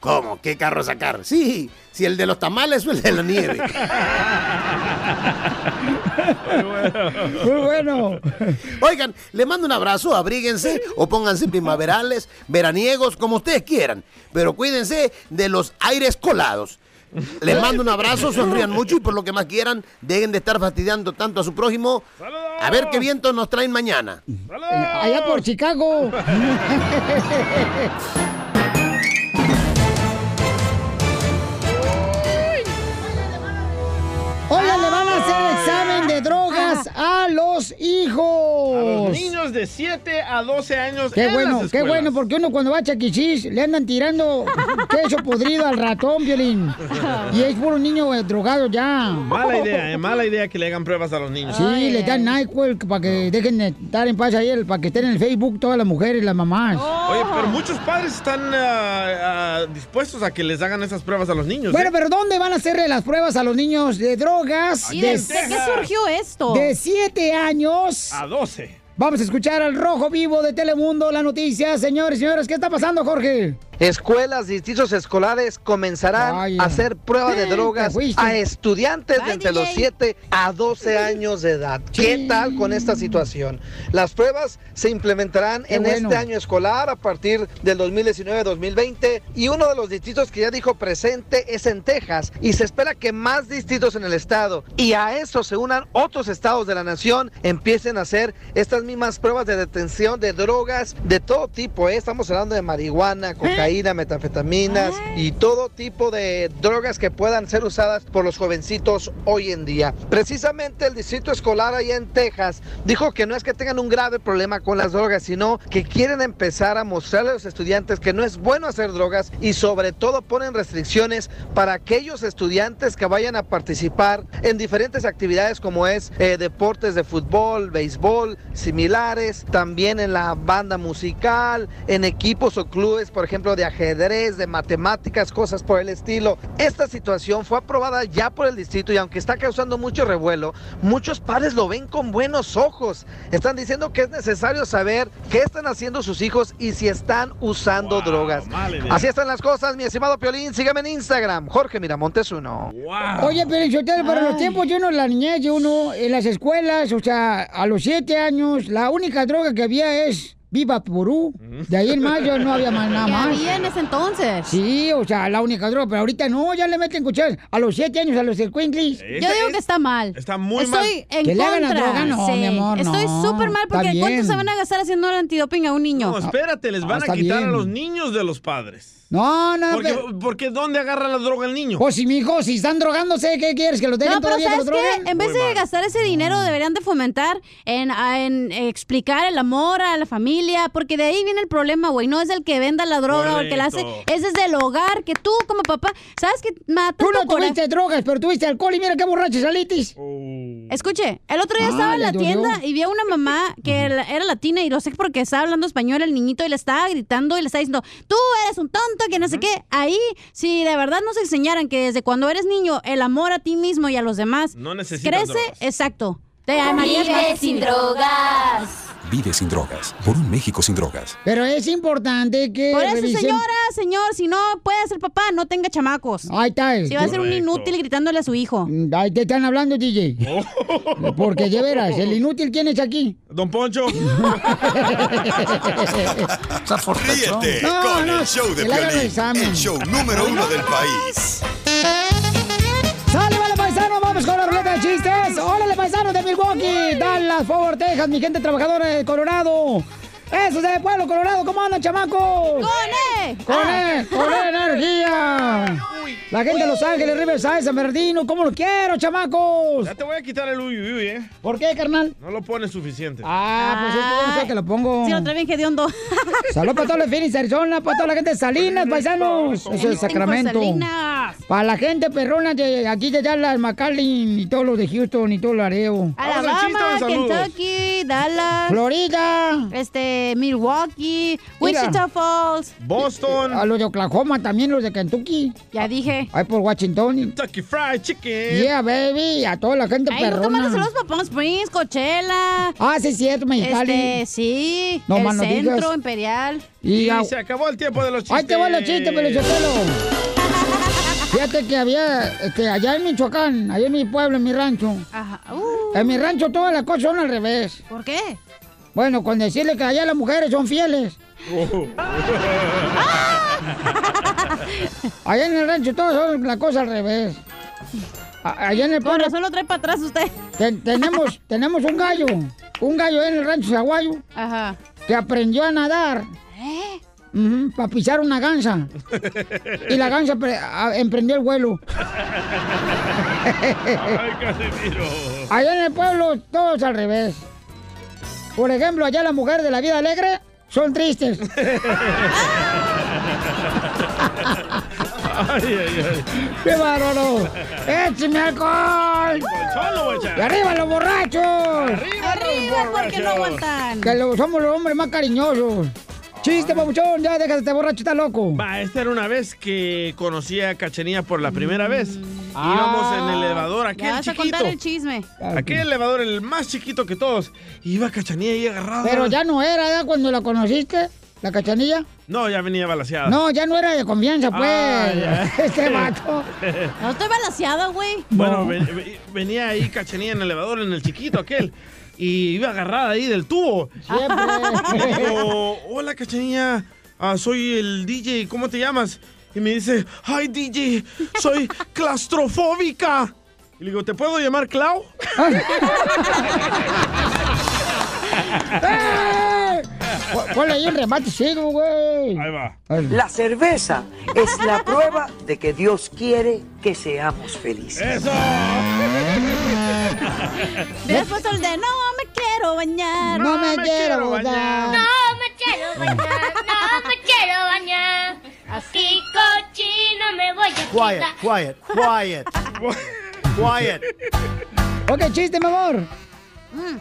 Speaker 14: ¿Cómo? ¿Qué carro sacar? Sí, si el de los tamales o el de la nieve.
Speaker 2: Muy bueno.
Speaker 14: Oigan, le mando un abrazo, abríguense o pónganse primaverales, veraniegos, como ustedes quieran, pero cuídense de los aires colados. Les mando un abrazo, sonrían mucho y por lo que más quieran, dejen de estar fastidiando tanto a su prójimo. A ver qué vientos nos traen mañana.
Speaker 2: Allá por Chicago. Hola, le van a hacer examen de drogas a los hijos.
Speaker 3: A los niños de 7 a 12 años.
Speaker 2: Qué
Speaker 3: en
Speaker 2: bueno,
Speaker 3: las
Speaker 2: qué
Speaker 3: escuelas.
Speaker 2: bueno, porque uno cuando va a Chaquichis le andan tirando queso podrido al ratón, violín. Y es puro niño eh, drogado ya.
Speaker 3: Mala idea, eh, mala idea que le hagan pruebas a los niños.
Speaker 2: Sí, le dan NyQuil para que dejen de estar en paz ahí, para que estén en el Facebook todas las mujeres, las mamás.
Speaker 4: Oh.
Speaker 3: Oye, pero muchos padres están ah, ah, dispuestos a que les hagan esas pruebas a los niños.
Speaker 2: Bueno,
Speaker 3: ¿eh?
Speaker 2: pero ¿dónde van a hacerle las pruebas a los niños de drogas?
Speaker 3: ¿Y de- de qué surgió
Speaker 4: esto?
Speaker 2: De 7 años.
Speaker 3: A 12.
Speaker 2: Vamos a escuchar al Rojo Vivo de Telemundo, la noticia, señores y señores. ¿Qué está pasando, Jorge?
Speaker 7: Escuelas, distritos escolares comenzarán a hacer prueba de
Speaker 2: Eh,
Speaker 7: drogas
Speaker 2: te fuiste.
Speaker 7: a estudiantes de entre los 7 a 12 años de edad. ¿Qué tal con esta situación? Las pruebas se implementarán
Speaker 2: Qué
Speaker 7: en
Speaker 2: bueno.
Speaker 7: este año escolar a partir del 2019-2020 y uno de los distritos que ya dijo presente es en Texas y se espera que más distritos en el estado y a eso se unan otros estados de la nación empiecen a hacer estas mismas pruebas de detención de drogas de todo tipo. ¿eh? Estamos hablando de
Speaker 2: ¿Eh?
Speaker 7: marihuana, cocaína, metanfetaminas y todo tipo de drogas que puedan ser usadas por los jovencitos hoy en día. Precisamente el distrito escolar allá en Texas dijo que no es que tengan un grave problema con las drogas, sino que quieren empezar a mostrarle a los estudiantes que no es bueno hacer drogas y sobre todo ponen restricciones para aquellos estudiantes que vayan a participar en diferentes actividades como es eh, deportes de fútbol, béisbol, similares, también en la banda musical, en equipos o clubes, por ejemplo, de ajedrez, de matemáticas, cosas por el estilo. Esta situación fue aprobada ya por el distrito y aunque está causando mucho revuelo, muchos padres lo ven con buenos ojos. Están diciendo que es necesario saber qué están haciendo sus hijos y si están usando drogas. Así están las cosas, mi estimado Piolín. Sígueme en Instagram, Jorge Miramontes uno.
Speaker 2: Oye, pero Sotelo, para los
Speaker 7: Ay.
Speaker 2: tiempos de uno, la niñez de uno, en las escuelas, o sea, a los siete años, la única droga que había es Viva Purú. De ahí en mayo no había más nada
Speaker 4: ¿Qué
Speaker 2: más.
Speaker 4: había en ese entonces?
Speaker 2: Sí, o sea, la única droga, pero ahorita no, ya le meten cucharas. A los siete años, a los escuinclis.
Speaker 4: Yo digo que está mal.
Speaker 3: Está
Speaker 2: muy
Speaker 4: Estoy
Speaker 2: mal.
Speaker 4: en
Speaker 2: Que le hagan la
Speaker 4: contra.
Speaker 2: droga, no, mi amor,
Speaker 4: Estoy
Speaker 2: no.
Speaker 4: súper mal
Speaker 2: Está
Speaker 4: porque ¿cuánto
Speaker 2: bien.
Speaker 4: se van a gastar haciendo el antidoping a un niño?
Speaker 2: Ah,
Speaker 3: No, espérate, les van a quitar a los niños de los padres.
Speaker 2: No, no,
Speaker 3: Porque,
Speaker 2: pero-
Speaker 3: porque ¿dónde agarra la droga el niño?
Speaker 2: Pues si, mijo, si están drogándose, ¿qué quieres? ¿Que los dejen
Speaker 4: No, pero
Speaker 2: todavía que
Speaker 4: ¿sabes
Speaker 2: los droguen?
Speaker 4: qué? En vez de gastar ese dinero, deberían de fomentar en, a- en explicar el amor a la familia, porque de ahí viene el problema, güey. No es el que venda la droga o el que la hace,
Speaker 2: Correcto.
Speaker 4: es desde el hogar, que tú como papá, ¿sabes qué? Mata
Speaker 2: Tú no
Speaker 4: tu coraje.
Speaker 2: tuviste drogas, pero tuviste alcohol y mira qué borracho salitis.
Speaker 4: Escuche, el otro día
Speaker 2: Ah,
Speaker 4: estaba en
Speaker 2: le
Speaker 4: la
Speaker 2: dolió.
Speaker 4: tienda y vi a una mamá que la- era latina y lo sé porque estaba hablando español el niñito y le estaba gritando y le estaba diciendo, tú eres un tonto, que no sé qué. Ahí, si de verdad nos enseñaran que desde cuando eres niño el amor a ti mismo y a los demás
Speaker 14: No necesitas
Speaker 4: crece,
Speaker 14: drogas.
Speaker 4: exacto. Te amarías
Speaker 2: Vive
Speaker 4: más.
Speaker 2: sin drogas.
Speaker 14: Vive sin drogas. Por un México sin drogas.
Speaker 2: Pero es importante que.
Speaker 4: Por eso,
Speaker 2: revisen-
Speaker 4: señora, señor, si no puede ser papá, no tenga chamacos.
Speaker 2: Ahí está. Mm,
Speaker 4: Si va a ser un inútil gritándole a su hijo.
Speaker 2: Ahí te están hablando, DJ. Porque de veras, el inútil, ¿quién es aquí?
Speaker 3: Oh. Don Poncho.
Speaker 9: Ríete
Speaker 2: No,
Speaker 9: con
Speaker 2: no,
Speaker 9: el show de
Speaker 2: que le hagan el
Speaker 9: Piolín,
Speaker 2: examen.
Speaker 9: el show número uno del país.
Speaker 2: ¡Sale, vale, paisano! ¡Vamos con la ruleta de chistes! ¡Órale, paisano de Milwaukee! ¡Dallas, Forward, Texas, mi gente trabajadora de Colorado! ¡Eso es de Pueblo Colorado! ¿Cómo andan, chamacos?
Speaker 4: ¡Con E!
Speaker 2: ¡Con E! ¡Con E energía! La gente de Los Ángeles, Riverside, San Bernardino, ¿cómo los quiero, chamacos?
Speaker 3: Ya te voy a quitar el uy, uy, uy, ¿eh?
Speaker 2: ¿Por qué, carnal?
Speaker 3: No lo pones suficiente.
Speaker 2: Ah, pues es que vamos a que lo pongo.
Speaker 4: Sí, lo trae bien hediondo.
Speaker 2: Saludos para todos los de Phoenix, Arizona, para toda la gente de Salinas, paisanos. Eso es Sacramento.
Speaker 4: Salinas.
Speaker 2: Para la gente perrona de aquí de Dallas, McAllen y todos los de Houston y todo el areo.
Speaker 4: Alabama, Kentucky, Dallas.
Speaker 2: Florida.
Speaker 4: Este, Milwaukee, Wichita Falls.
Speaker 3: Boston.
Speaker 2: A los de Oklahoma también, los de Kentucky.
Speaker 4: Ya dije.
Speaker 2: Ahí por Washington.
Speaker 3: Kentucky Fried Chicken.
Speaker 2: Yeah, baby. A toda la gente
Speaker 4: Ay, no te
Speaker 2: perrona.
Speaker 4: mandes saludos para Palm Springs, Coachella.
Speaker 2: Ah, sí, es cierto, Mexicali.
Speaker 4: Este, sí.
Speaker 2: No
Speaker 4: el
Speaker 2: más no
Speaker 4: centro,
Speaker 2: digas.
Speaker 4: Imperial.
Speaker 2: Y a-
Speaker 3: Se acabó el tiempo de los chistes.
Speaker 2: Ahí te va los chistes, pero Fíjate que había, este, allá en Michoacán, allá en mi pueblo, en mi rancho.
Speaker 4: Ajá. Uh,
Speaker 2: En mi rancho todas las cosas son al revés.
Speaker 4: ¿Por qué?
Speaker 2: Bueno, con decirle que allá las mujeres son fieles. Allá en el rancho todas son las cosas al revés. A- Allá en el pueblo.
Speaker 4: Solo trae para atrás usted.
Speaker 2: Ten- tenemos, tenemos un gallo. Un gallo en el rancho Zaguayo.
Speaker 4: Ajá.
Speaker 2: Que aprendió a nadar. para pisar una gansa. Y la gansa pre- a- emprendió el vuelo.
Speaker 14: Ay, Casimiro.
Speaker 2: Allá en el pueblo todo es al revés. Por ejemplo, allá las mujeres de la vida alegre son tristes.
Speaker 14: Ay, ay, ay.
Speaker 2: ¡Qué bárbaro! Eh. ¡Écheme alcohol!
Speaker 14: Solo,
Speaker 2: ¡Y arriba los borrachos!
Speaker 4: Arriba, porque no aguantan.
Speaker 2: Que lo- somos los hombres más cariñosos. Chiste, papuchón, ya déjate de este borracho, está loco.
Speaker 3: Va, Ah, esta era una vez que conocí a Cachenía por la primera vez.
Speaker 2: Ah.
Speaker 3: Íbamos en el elevador, aquel
Speaker 4: Ya vas a
Speaker 3: chiquito.
Speaker 4: contar el chisme.
Speaker 3: Aquel elevador, el más chiquito que todos. Iba Cachanía ahí agarrada.
Speaker 2: Pero ya no era, ¿ya? Cuando la conociste. ¿La cachanilla?
Speaker 3: No, ya venía balaseada.
Speaker 2: No, ya no era de confianza, pues.
Speaker 3: Ah, ya.
Speaker 2: Este vato.
Speaker 4: No estoy balanceada, güey.
Speaker 3: Bueno, ven- ven- venía ahí cachanilla en el elevador, en el chiquito aquel. Y iba agarrada ahí del tubo.
Speaker 2: Siempre.
Speaker 3: Y digo, hola cachanilla, ah, soy el DJ, ¿cómo te llamas? Y me dice, ay DJ, soy claustrofóbica. Y le digo, ¿te puedo llamar Clau?
Speaker 2: ¡Eh! Pon- Ponle ahí el remate ciego, güey. Ahí
Speaker 3: va.
Speaker 10: La cerveza es la prueba de que Dios quiere que seamos felices.
Speaker 4: Después el de no me quiero bañar.
Speaker 2: No me quiero bañar.
Speaker 15: No me quiero bañar, no me quiero bañar. Así cochino me voy a
Speaker 16: Quiet,
Speaker 15: quitar.
Speaker 16: quiet, quiet. quiet.
Speaker 2: Ok, chiste, mi amor.
Speaker 4: Mm,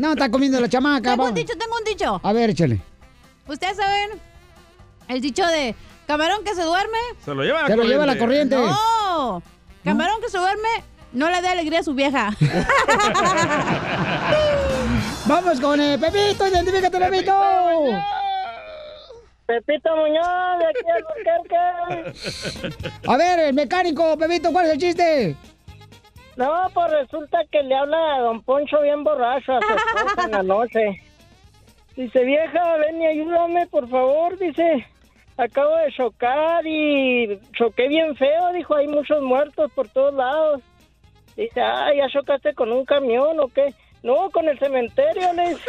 Speaker 2: No, está comiendo la chamaca.
Speaker 4: Tengo
Speaker 2: va.
Speaker 4: un dicho, tengo un dicho.
Speaker 2: A ver, échale.
Speaker 4: Ustedes saben el dicho de camarón que se duerme.
Speaker 3: Se lo lleva la
Speaker 2: Se lo lleva la corriente.
Speaker 4: No. Camarón que se duerme no le da alegría a su vieja.
Speaker 2: Vamos con eh, Pepito, identifícate, Pepito.
Speaker 17: Pepito Muñoz, de aquí al Burquerque.
Speaker 2: A ver, el mecánico, Pepito, ¿cuál es el chiste?
Speaker 17: No, pues resulta que le habla a don Poncho bien borracho a su esposa en la noche. Dice, vieja, ven y ayúdame, por favor. Dice, acabo de chocar y choqué bien feo. Dijo, hay muchos muertos pues, por todos lados. Dice, ah, ¿ya chocaste con un camión o qué? No, con el cementerio, le dice.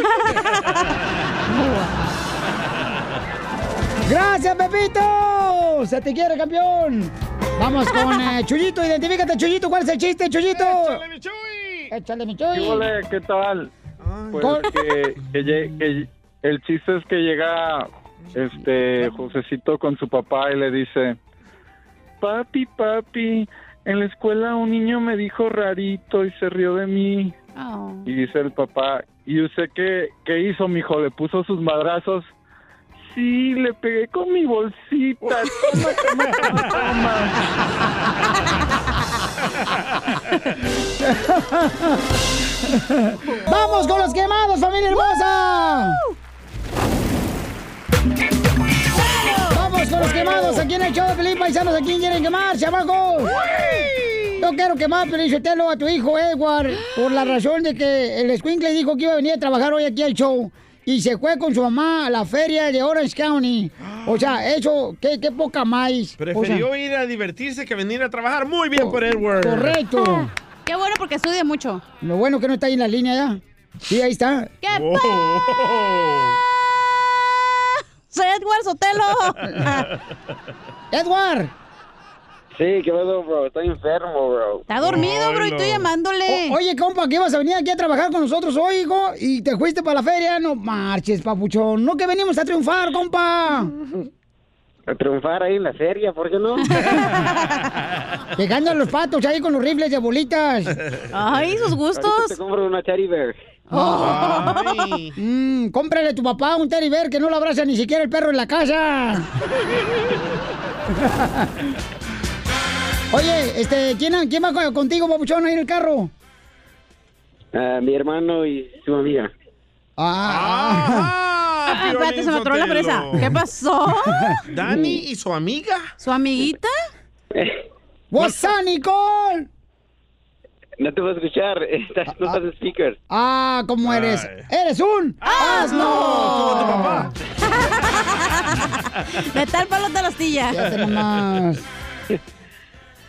Speaker 2: Gracias, Pepito. Se te quiere, campeón. Vamos con eh, Chuyito, identifícate, Chuyito, ¿cuál es el chiste, Chuyito? Échale mi Chuy. Échale mi Chuy.
Speaker 12: ¿Qué ole? ¿Qué tal? Pues que, que lle- que- el chiste es que llega este Josecito con su papá y le dice, papi, papi, en la escuela un niño me dijo rarito y se rió de mí. Y dice el papá, ¿y usted qué, qué hizo, mijo? ¿Le puso sus madrazos? Sí, le pegué con mi bolsita. Toma, toma, toma,
Speaker 2: Vamos con los quemados, familia hermosa. Vamos con los quemados. Aquí en el show de Pelín Paisanos, ¿a quién quieren quemar, chamacos? Yo quiero quemar, Pelín Sotelo, a tu hijo Edward por la razón de que el escuincle dijo que iba a venir a trabajar hoy aquí al show y se fue con su mamá a la feria de Orange County. O sea, eso, qué, qué poca más.
Speaker 3: Prefirió ir a divertirse que venir a trabajar. Muy bien por Edward.
Speaker 2: Correcto.
Speaker 3: Ah.
Speaker 4: Qué bueno porque estudia mucho.
Speaker 2: Lo bueno que no está ahí en la línea ya. Sí, ahí está.
Speaker 4: ¡Qué
Speaker 3: Oh.
Speaker 4: Soy Edward Sotelo.
Speaker 3: Ah,
Speaker 2: Edward.
Speaker 11: Sí, qué pedo, bro. Estoy enfermo, bro.
Speaker 4: Está dormido, bro, y tú llamándole.
Speaker 2: O- oye, compa, que ibas a venir aquí a trabajar con nosotros hoy, hijo, y te fuiste para la feria. No marches, papuchón. No que venimos a triunfar, compa.
Speaker 11: A triunfar ahí en la feria, ¿por qué no?
Speaker 2: Pegando a los patos ahí con los rifles de bolitas.
Speaker 11: Ay, sus gustos. Ahorita te compro una Teddy Bear.
Speaker 4: Oh.
Speaker 2: Mm, cómprale a tu papá un teddy bear que no lo abraza ni siquiera el perro en la casa. Oye, este, ¿quién, quién va co- contigo, papuchón, ahí en el carro?
Speaker 11: Ah, mi hermano y su amiga.
Speaker 4: Ah, espérate, se me atoró la fresa. ¿Qué pasó?
Speaker 3: Dani y su amiga.
Speaker 4: ¿Su amiguita?
Speaker 2: What's up, Nicole?
Speaker 11: No te voy a escuchar, estás, no estás en speaker.
Speaker 2: Ah, ¿cómo eres? ¡Eres un
Speaker 4: Ah, Como
Speaker 2: ah.
Speaker 4: tu
Speaker 2: asno!
Speaker 4: De tal palo de la
Speaker 2: Fíjate
Speaker 4: astilla.
Speaker 2: nomás.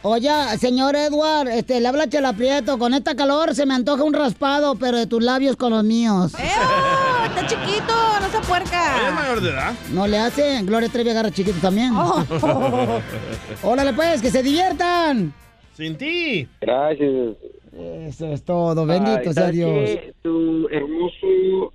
Speaker 2: Oye, señor Edward, este, le habla Chela Prieto. Con esta calor se me antoja un raspado, pero de tus labios con los míos.
Speaker 4: Está chiquito, no se
Speaker 3: ¿Es
Speaker 4: puerca.
Speaker 3: mayor de edad?
Speaker 2: No le hacen. Gloria Trevi agarra chiquito también.
Speaker 4: Oh.
Speaker 2: Órale, pues, que se diviertan.
Speaker 3: Sin ti.
Speaker 11: Gracias.
Speaker 2: Eso es todo, bendito sea Dios.
Speaker 11: Eh, Tu hermoso,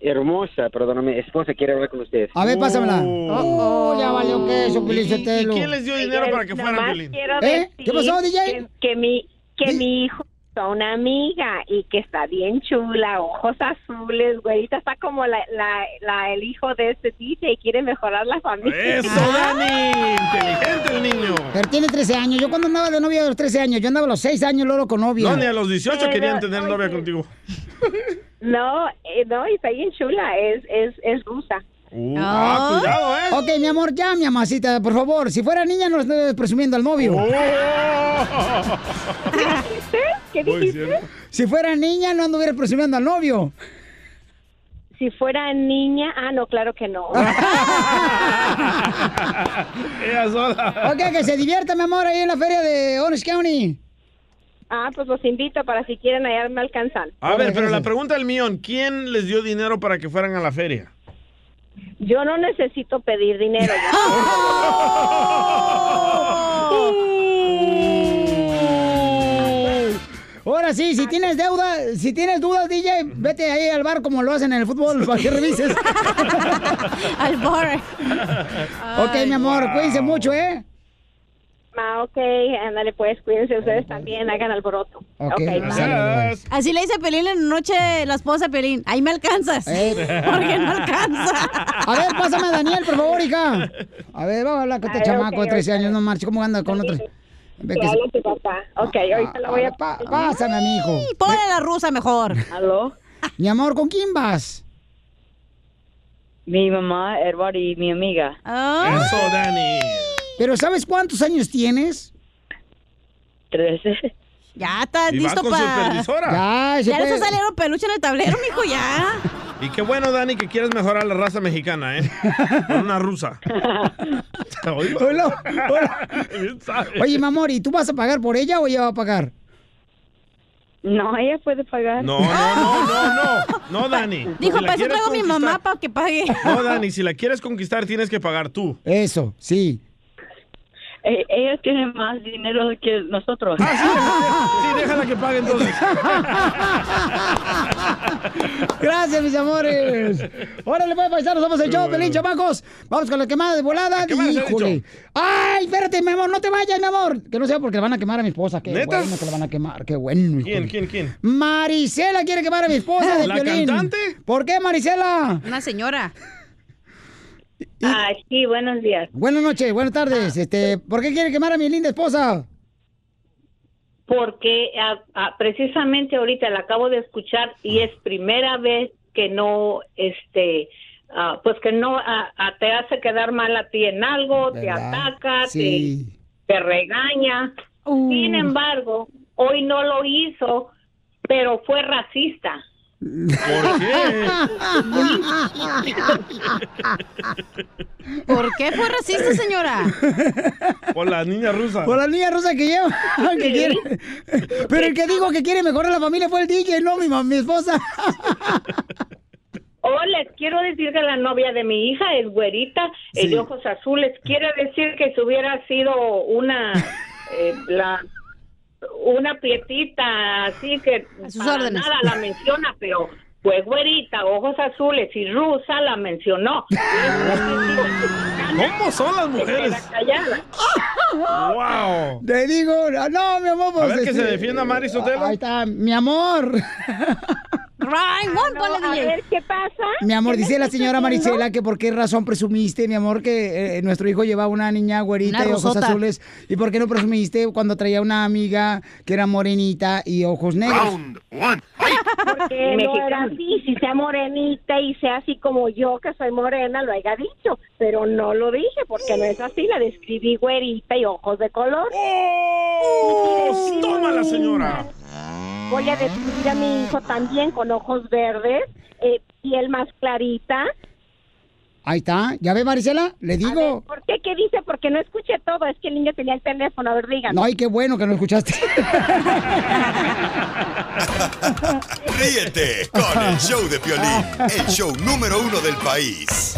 Speaker 11: hermosa, perdóname, esposa quiere hablar con ustedes. Uh.
Speaker 2: A ver, pásamela. Oh, ya valió queso, Felicitelo.
Speaker 11: dinero para
Speaker 2: que
Speaker 11: fueran,
Speaker 18: Nomás
Speaker 11: Piolín?
Speaker 18: quiero
Speaker 2: ¿Eh?
Speaker 18: decir
Speaker 2: ¿Qué pasó, DJ?
Speaker 18: Que, que mi, que mi hijo es una amiga y que está bien chula, ojos azules, güerita, está como la, la, la- el hijo de este DJ, quiere mejorar la familia.
Speaker 3: ¡Eso, Dani! Inteligente el niño.
Speaker 2: Pero tiene 13 años. Yo cuando andaba de novia a los 13 años, yo andaba a los 6 años loro con novia.
Speaker 3: No, ni a los 18
Speaker 18: Pero,
Speaker 3: querían tener novia contigo.
Speaker 18: eh. No, eh, no, y está bien chula, es, es, es rusa.
Speaker 3: ah, cuidado, ¿eh?
Speaker 2: Ok, mi amor, ya, mi amacita, por favor. Si fuera niña, no le estés presumiendo al novio.
Speaker 3: Oh.
Speaker 18: ¿Qué dijiste?
Speaker 2: Si fuera niña, no anduvieras presumiendo al novio.
Speaker 18: Si fuera niña, ah, no, claro que no.
Speaker 3: Ella sola.
Speaker 2: Ok, que se divierta, mi amor, ahí en la feria de Orange County.
Speaker 18: Ah, pues los invito para si quieren hallarme me alcanzan.
Speaker 3: A ver, pero la pregunta del millón, ¿quién les dio dinero para que fueran a la feria?
Speaker 18: Yo no necesito pedir dinero.
Speaker 2: Ahora sí, si tienes deuda, si tienes dudas, DJ, vete ahí al bar como lo hacen en el fútbol para que revises.
Speaker 4: al bar.
Speaker 2: ok, mi amor,
Speaker 18: wow.
Speaker 2: cuídense mucho, ¿eh?
Speaker 18: Ah, ok, ándale pues, cuídense ustedes también, hagan alboroto.
Speaker 2: Ok,
Speaker 18: Ok, bye.
Speaker 2: gracias.
Speaker 4: Así le dice a Pelín en la noche la esposa a Pelín. Ahí me alcanzas. Porque no alcanza.
Speaker 2: Eh. A ver, pásame a Daniel, por favor, hija. A ver, vamos a hablar con
Speaker 18: A
Speaker 2: este
Speaker 18: ver,
Speaker 2: chamaco
Speaker 18: Ah, ok,
Speaker 2: de 13
Speaker 18: ahorita.
Speaker 2: años, no marches, ¿cómo anda con otros? Ve que se- Ah,
Speaker 18: Habla tu papá. Ok, ahorita lo voy a...
Speaker 2: Pa- pásame a mi hijo.
Speaker 4: Ponle la rusa mejor.
Speaker 19: ¿Aló?
Speaker 2: Mi amor, ¿con quién vas?
Speaker 19: Mi mamá, Edward y mi amiga.
Speaker 20: Ah.
Speaker 3: Eso, Dani.
Speaker 2: Pero ¿sabes cuántos años tienes?
Speaker 19: Trece.
Speaker 4: Ya está
Speaker 3: Y va
Speaker 4: listo
Speaker 3: con
Speaker 4: para.
Speaker 3: supervisora.
Speaker 2: Ya, se
Speaker 4: Ya les
Speaker 2: puede-
Speaker 4: ha salido peluche en el tablero, mijo, ya.
Speaker 3: Y qué bueno, Dani, que quieres mejorar la raza mexicana, ¿eh? Con una rusa. Oye,
Speaker 2: Hola,
Speaker 3: bien sabe.
Speaker 2: Oye, mi amor, ¿y tú vas a pagar por ella o ella va a pagar?
Speaker 19: No, ella puede pagar.
Speaker 3: No, no, no, no, no. No, Dani.
Speaker 4: Dijo,
Speaker 3: Si la
Speaker 2: "Pues,
Speaker 4: para eso
Speaker 3: quieres
Speaker 4: traigo a mi mamá
Speaker 3: conquistar-
Speaker 4: para que pague.
Speaker 3: No, Dani, si la quieres conquistar, tienes que pagar tú.
Speaker 2: Eso, sí.
Speaker 19: Eh, ella tiene más dinero que nosotros.
Speaker 3: Ah, Sí, déjala que pague entonces.
Speaker 2: Gracias, mis amores. Órale, pues, paisanos, somos el show, Pelín, chamacos. Vamos con la quemada de volada.
Speaker 3: quemada se ha
Speaker 2: Híjole.
Speaker 3: dicho.
Speaker 2: Ay, espérate, mi amor, no te vayas, mi amor. Que no sea porque la van a quemar a mi esposa. Qué
Speaker 3: ¿Neta?
Speaker 2: bueno que la van a quemar, qué bueno.
Speaker 3: ¿Quién,
Speaker 2: híjole.
Speaker 3: quién, quién?
Speaker 2: Marisela quiere quemar a mi esposa de
Speaker 3: ¿La
Speaker 2: Piolín.
Speaker 3: cantante?
Speaker 2: ¿Por qué, Marisela?
Speaker 4: Una señora.
Speaker 19: Ah, sí, buenos días. Ah.
Speaker 2: Buenas noches, buenas tardes. Este, ¿Por qué quiere quemar a mi linda esposa?
Speaker 21: porque ah, ah, precisamente ahorita la acabo de escuchar y es primera vez que no, este, ah, pues que no ah, ah, te hace quedar mal a ti en algo, te
Speaker 13: ¿Verdad?
Speaker 21: ataca,
Speaker 13: Sí.
Speaker 21: te, te regaña. Sin embargo, hoy no lo hizo, pero fue racista.
Speaker 3: ¿Por
Speaker 4: ¿Por qué fue racista, señora?
Speaker 3: Por la niña rusa.
Speaker 2: Por la niña rusa que lleva, que quiere. Pero el que dijo que quiere mejorar la familia fue el DJ, no mi, mam- mi esposa.
Speaker 21: Oh, les quiero decir que la novia de mi hija es güerita, eh,
Speaker 2: Sí.
Speaker 21: de ojos azules. Quiere decir que si hubiera sido una, eh, la, una prietita, así que
Speaker 4: sus
Speaker 21: para
Speaker 4: órdenes.
Speaker 21: nada la menciona, pero fue güerita, ojos azules y rusa la mencionó.
Speaker 3: ¿Cómo son las mujeres? ¡Wow!
Speaker 2: Te digo, no, mi amor.
Speaker 3: Oh. A
Speaker 2: pues,
Speaker 3: ver que
Speaker 2: este,
Speaker 3: se defienda Mari Sotelo.
Speaker 2: Ahí está, mi amor.
Speaker 21: No, a ver qué pasa.
Speaker 2: Mi amor,
Speaker 21: ¿Qué
Speaker 2: dice
Speaker 21: me
Speaker 2: la
Speaker 21: estás
Speaker 2: señora
Speaker 21: diciendo?
Speaker 2: Marisela que por qué razón presumiste, mi amor, que eh, nuestro hijo lleva una niña güerita
Speaker 4: Una
Speaker 2: y ojos
Speaker 4: rusota.
Speaker 2: azules. ¿Y por qué no presumiste cuando traía una amiga que era morenita y ojos negros?
Speaker 21: Porque
Speaker 18: no
Speaker 21: Mexicano.
Speaker 18: era así, si sea morenita y sea así como yo, que soy morena, lo haya dicho, pero no lo dije porque no es así, la describí güerita y ojos de color.
Speaker 3: ¡Toma la señora!
Speaker 18: Voy a describir a mi hijo también con ojos verdes, eh, piel más clarita.
Speaker 2: Ahí está, ¿ya ve Marisela? Le digo.
Speaker 18: ¿Por qué? ¿Qué dice? Porque no escuché todo, es que el niño tenía el teléfono, a ver, díganme.
Speaker 2: No, ay, qué bueno que no escuchaste.
Speaker 9: Ríete con el show de Piolín, el show número uno del país.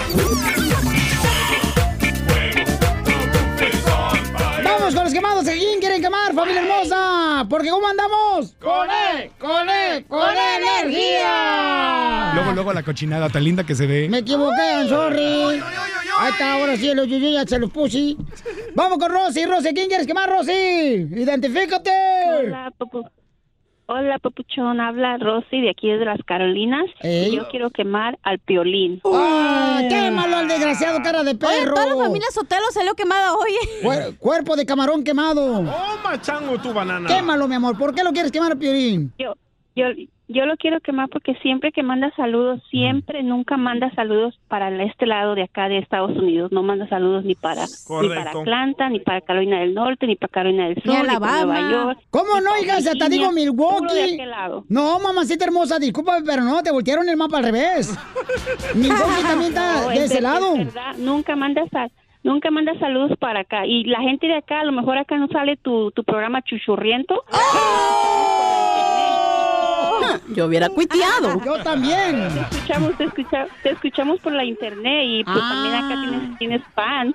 Speaker 2: Vamos con los quemados. ¿A quién quieren quemar, familia hermosa? Porque ¿cómo andamos? Con él, con él, con E energía.
Speaker 5: Luego, luego la cochinada tan linda que se
Speaker 2: Me
Speaker 5: ve.
Speaker 2: equivoqué, sorry. Ahí está, ahora sí, los yuyos ya se los puse. Vamos con Rosy, Rosy, ¿quién quieres quemar, Rosy? Identifícate.
Speaker 22: Hola, papu- Hola, papuchón. Habla Rosy de aquí desde las Carolinas. Y yo quiero quemar al piolín.
Speaker 2: ¡Ah! ¡Quémalo al desgraciado, cara de perro!
Speaker 4: Oye, toda la familia Sotelo salió quemada hoy.
Speaker 2: Cuer- cuerpo de camarón quemado.
Speaker 3: ¡Toma, chango, tu banana!
Speaker 2: Quémalo, mi amor. ¿Por qué lo quieres quemar, Piorín?
Speaker 22: Yo, yo, Yo lo quiero quemar porque siempre que manda saludos, siempre, nunca manda saludos para el- este lado de acá de Estados Unidos. No manda saludos ni para, ni
Speaker 2: Correcto.
Speaker 22: para Atlanta, ni para Carolina del Norte, ni para Carolina del Sur, ni, para Nueva York.
Speaker 2: ¿Cómo
Speaker 22: ni
Speaker 2: no,
Speaker 22: para
Speaker 2: hija? Si hasta
Speaker 22: Virginia,
Speaker 2: digo
Speaker 22: puro de
Speaker 2: Milwaukee.
Speaker 22: aquel lado.
Speaker 2: No, mamacita hermosa, discúlpame, pero no, te voltearon el mapa al revés. Milwaukee también está
Speaker 22: No,
Speaker 2: de
Speaker 21: este
Speaker 22: es
Speaker 2: ese
Speaker 22: ver-
Speaker 2: lado.
Speaker 22: es verdad, nunca manda sal- nunca manda saludos para acá y la gente de acá, a lo mejor acá no sale tu, tu programa chuchurriento.
Speaker 1: Yo hubiera cuiteado.
Speaker 2: ¡Oh! Yo también.
Speaker 22: Te escuchamos, te escucha- te escuchamos por la internet y pues también acá tienes, tienes fan.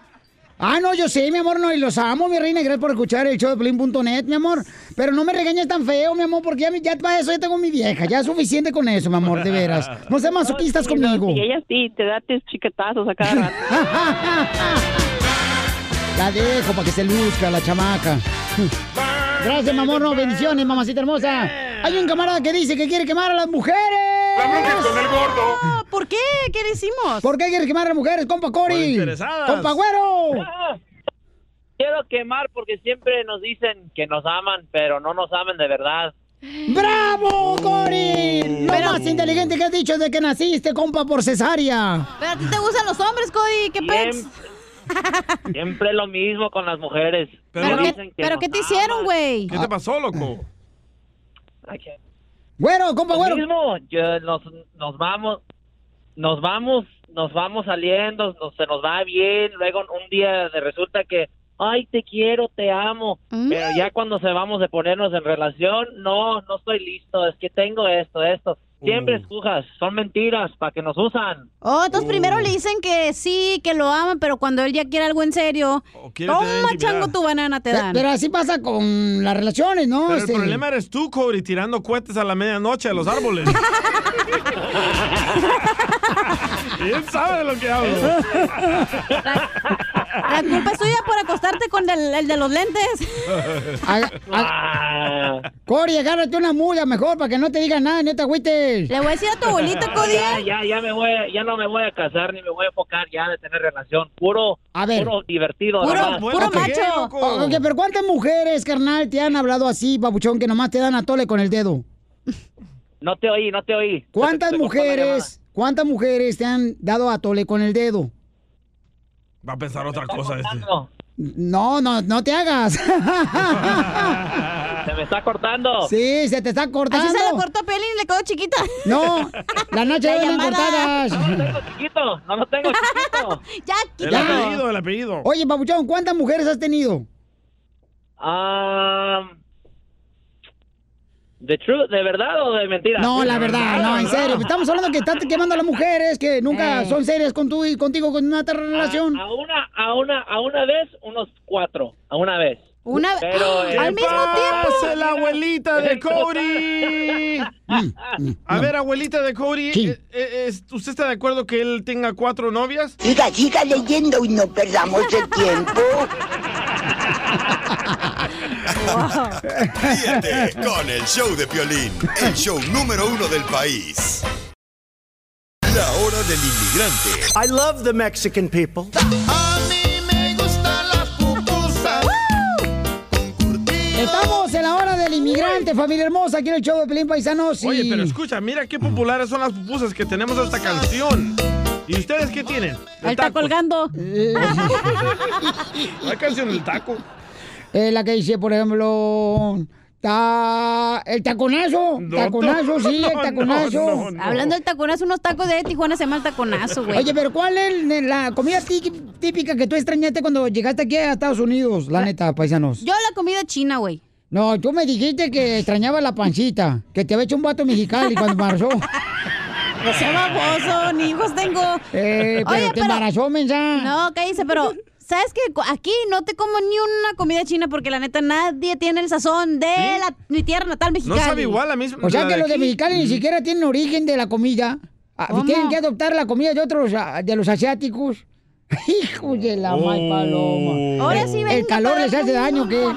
Speaker 2: Ah, no, yo sé, mi amor, no, y los amo, mi reina, gracias por escuchar el show de Plin.net, mi amor. Pero no me regañes tan feo, mi amor, porque ya, mi- ya para eso ya tengo mi vieja, ya es suficiente con eso, mi amor, de veras. No seas masoquistas conmigo.
Speaker 22: Y ella sí, te da tus chiquetazos a cada rato.
Speaker 2: La dejo para que se luzca la chamaca. Gracias, mi amor, no, bendiciones, mamacita hermosa. Hay un camarada que dice que quiere quemar a las mujeres.
Speaker 4: con
Speaker 2: el gordo. Ah, ¿Por qué? ¿Qué le hicimos? ¿Por qué quiere quemar a las mujeres, compa Cori?
Speaker 8: interesadas.
Speaker 2: Compa Güero.
Speaker 8: Quiero quemar porque siempre nos dicen que nos aman, pero no nos aman de verdad.
Speaker 2: ¡Bravo, Cori! Lo más inteligente que has dicho desde que naciste, compa, por cesárea.
Speaker 4: Pero a ti te gustan los hombres, Cody. ¿Qué pens?
Speaker 8: Siempre lo mismo con las mujeres.
Speaker 4: ¿Pero,
Speaker 8: Nos
Speaker 4: qué,
Speaker 8: dicen que
Speaker 4: pero
Speaker 8: nos
Speaker 4: qué te hicieron, güey?
Speaker 3: ¿Qué te pasó, loco?
Speaker 2: Güero, compa,
Speaker 8: güero. mismo, yo- nos, nos vamos, nos vamos, nos vamos saliendo, nos- se nos va bien, luego un día de- resulta que, ay, te quiero, te amo,
Speaker 4: Mm.
Speaker 8: pero ya cuando se vamos de ponernos en relación, no, no estoy listo, es que tengo esto, esto. Siempre
Speaker 3: Mm.
Speaker 8: escujas, son mentiras para que nos usan.
Speaker 4: Oh, entonces primero le dicen que sí, que lo aman, pero cuando él ya quiere algo en serio,
Speaker 3: quiere tener
Speaker 4: toma
Speaker 3: intimidad.
Speaker 4: chango tu banana, te
Speaker 3: Pe-
Speaker 4: dan.
Speaker 3: pero
Speaker 2: así pasa con las relaciones,
Speaker 4: Oh,
Speaker 2: ¿no? Este-
Speaker 3: Pero el problema eres tú, Cody, tirando cohetes a la medianoche a los árboles. Y Él sabe de lo que hablo.
Speaker 4: La culpa es tuya por acostarte con el, el de los lentes.
Speaker 2: Aga-
Speaker 21: Ah.
Speaker 2: Cori, agárrate una muda mejor para que no te diga nada, no te agüites.
Speaker 4: Le voy a decir a tu
Speaker 2: ¿eh?
Speaker 8: Ya, ya, ya me voy, ya no me voy a casar ni me voy a enfocar ya de tener relación. Puro, puro divertido. nada más.
Speaker 2: Ok. O- Oh, ok, pero ¿cuántas mujeres, carnal, te han hablado así, papuchón, que nomás te dan a tole con el dedo?
Speaker 8: No te oí, no te oí.
Speaker 2: ¿Cuántas
Speaker 8: Se te cortó la
Speaker 2: mujeres, cuántas mujeres te han dado a tole con el dedo?
Speaker 3: Va a pensar otra cosa este.
Speaker 2: No, no, no te hagas.
Speaker 8: llamada. Se me está cortando.
Speaker 2: sí, se te está cortando.
Speaker 4: Así se le cortó Pelín y le quedó chiquita.
Speaker 2: No, la nacha ya vienen cortadas.
Speaker 8: Chiquito, no lo tengo chiquito.
Speaker 4: ya,
Speaker 3: El
Speaker 2: Ya.
Speaker 3: apellido, el apellido.
Speaker 2: Oye, papuchón, ¿cuántas mujeres has tenido?
Speaker 8: Ah, ¿De true, de verdad o de mentira?
Speaker 2: No, la verdad, no, en serio. pues, Estamos hablando que estás quemando a las mujeres que nunca
Speaker 8: Eh.
Speaker 2: son serias con tú y contigo con una otra
Speaker 8: A,
Speaker 2: relación.
Speaker 3: Ah,
Speaker 8: a una, a una, a una vez, unos cuatro, a una vez. Pero,
Speaker 2: ¡Ah!
Speaker 8: eh,
Speaker 3: ¡Al mismo tiempo! la abuelita de Cody! A ver, abuelita de Cody, eh, eh, es- ¿usted está de acuerdo que él tenga cuatro novias?
Speaker 13: Siga, siga leyendo y no perdamos el tiempo.
Speaker 9: Ríete con el show de Piolín, el show número uno del país. La hora del inmigrante
Speaker 16: I love the Mexican people.
Speaker 2: Estamos en la hora del inmigrante, familia hermosa, aquí en el show de Pelín Paisanos. y-
Speaker 3: Oye, pero escucha, mira qué populares son las pupusas que tenemos esta canción. ¿Y ustedes qué tienen?
Speaker 4: Ahí está colgando.
Speaker 3: La canción del taco.
Speaker 2: Eh, la que dice, por ejemplo, ta- el taconazo. taconazo, sí, el taconazo.
Speaker 4: Hablando del taconazo, unos tacos de Tijuana se llama el taconazo, güey.
Speaker 2: Oye, pero ¿cuál es la comida tí- típica que tú extrañaste cuando llegaste aquí a Estados Unidos, la neta, paisanos?
Speaker 4: Yo la comida china, güey.
Speaker 2: No, tú me dijiste que extrañaba la pancita, que te había hecho un vato mexicano y cuando embarazó.
Speaker 4: No sea baboso, ni hijos tengo.
Speaker 2: Eh, pero te embarazó, mensa.
Speaker 4: No, cállese, pero... ¿Sabes qué? Cu- Aquí no te como ni una comida china porque la neta nadie tiene el sazón de la, mi tierra natal mexicana.
Speaker 2: O sea que los de Mexicali ni siquiera tienen origen de la comida. Ah,
Speaker 4: ¿Cómo?
Speaker 2: Tienen que adoptar la comida de otros, ah, de los asiáticos. Hijo de la mal paloma.
Speaker 3: Ahora sí
Speaker 2: El
Speaker 3: vengo
Speaker 2: calor
Speaker 3: para
Speaker 2: les hace daño, ¿qué?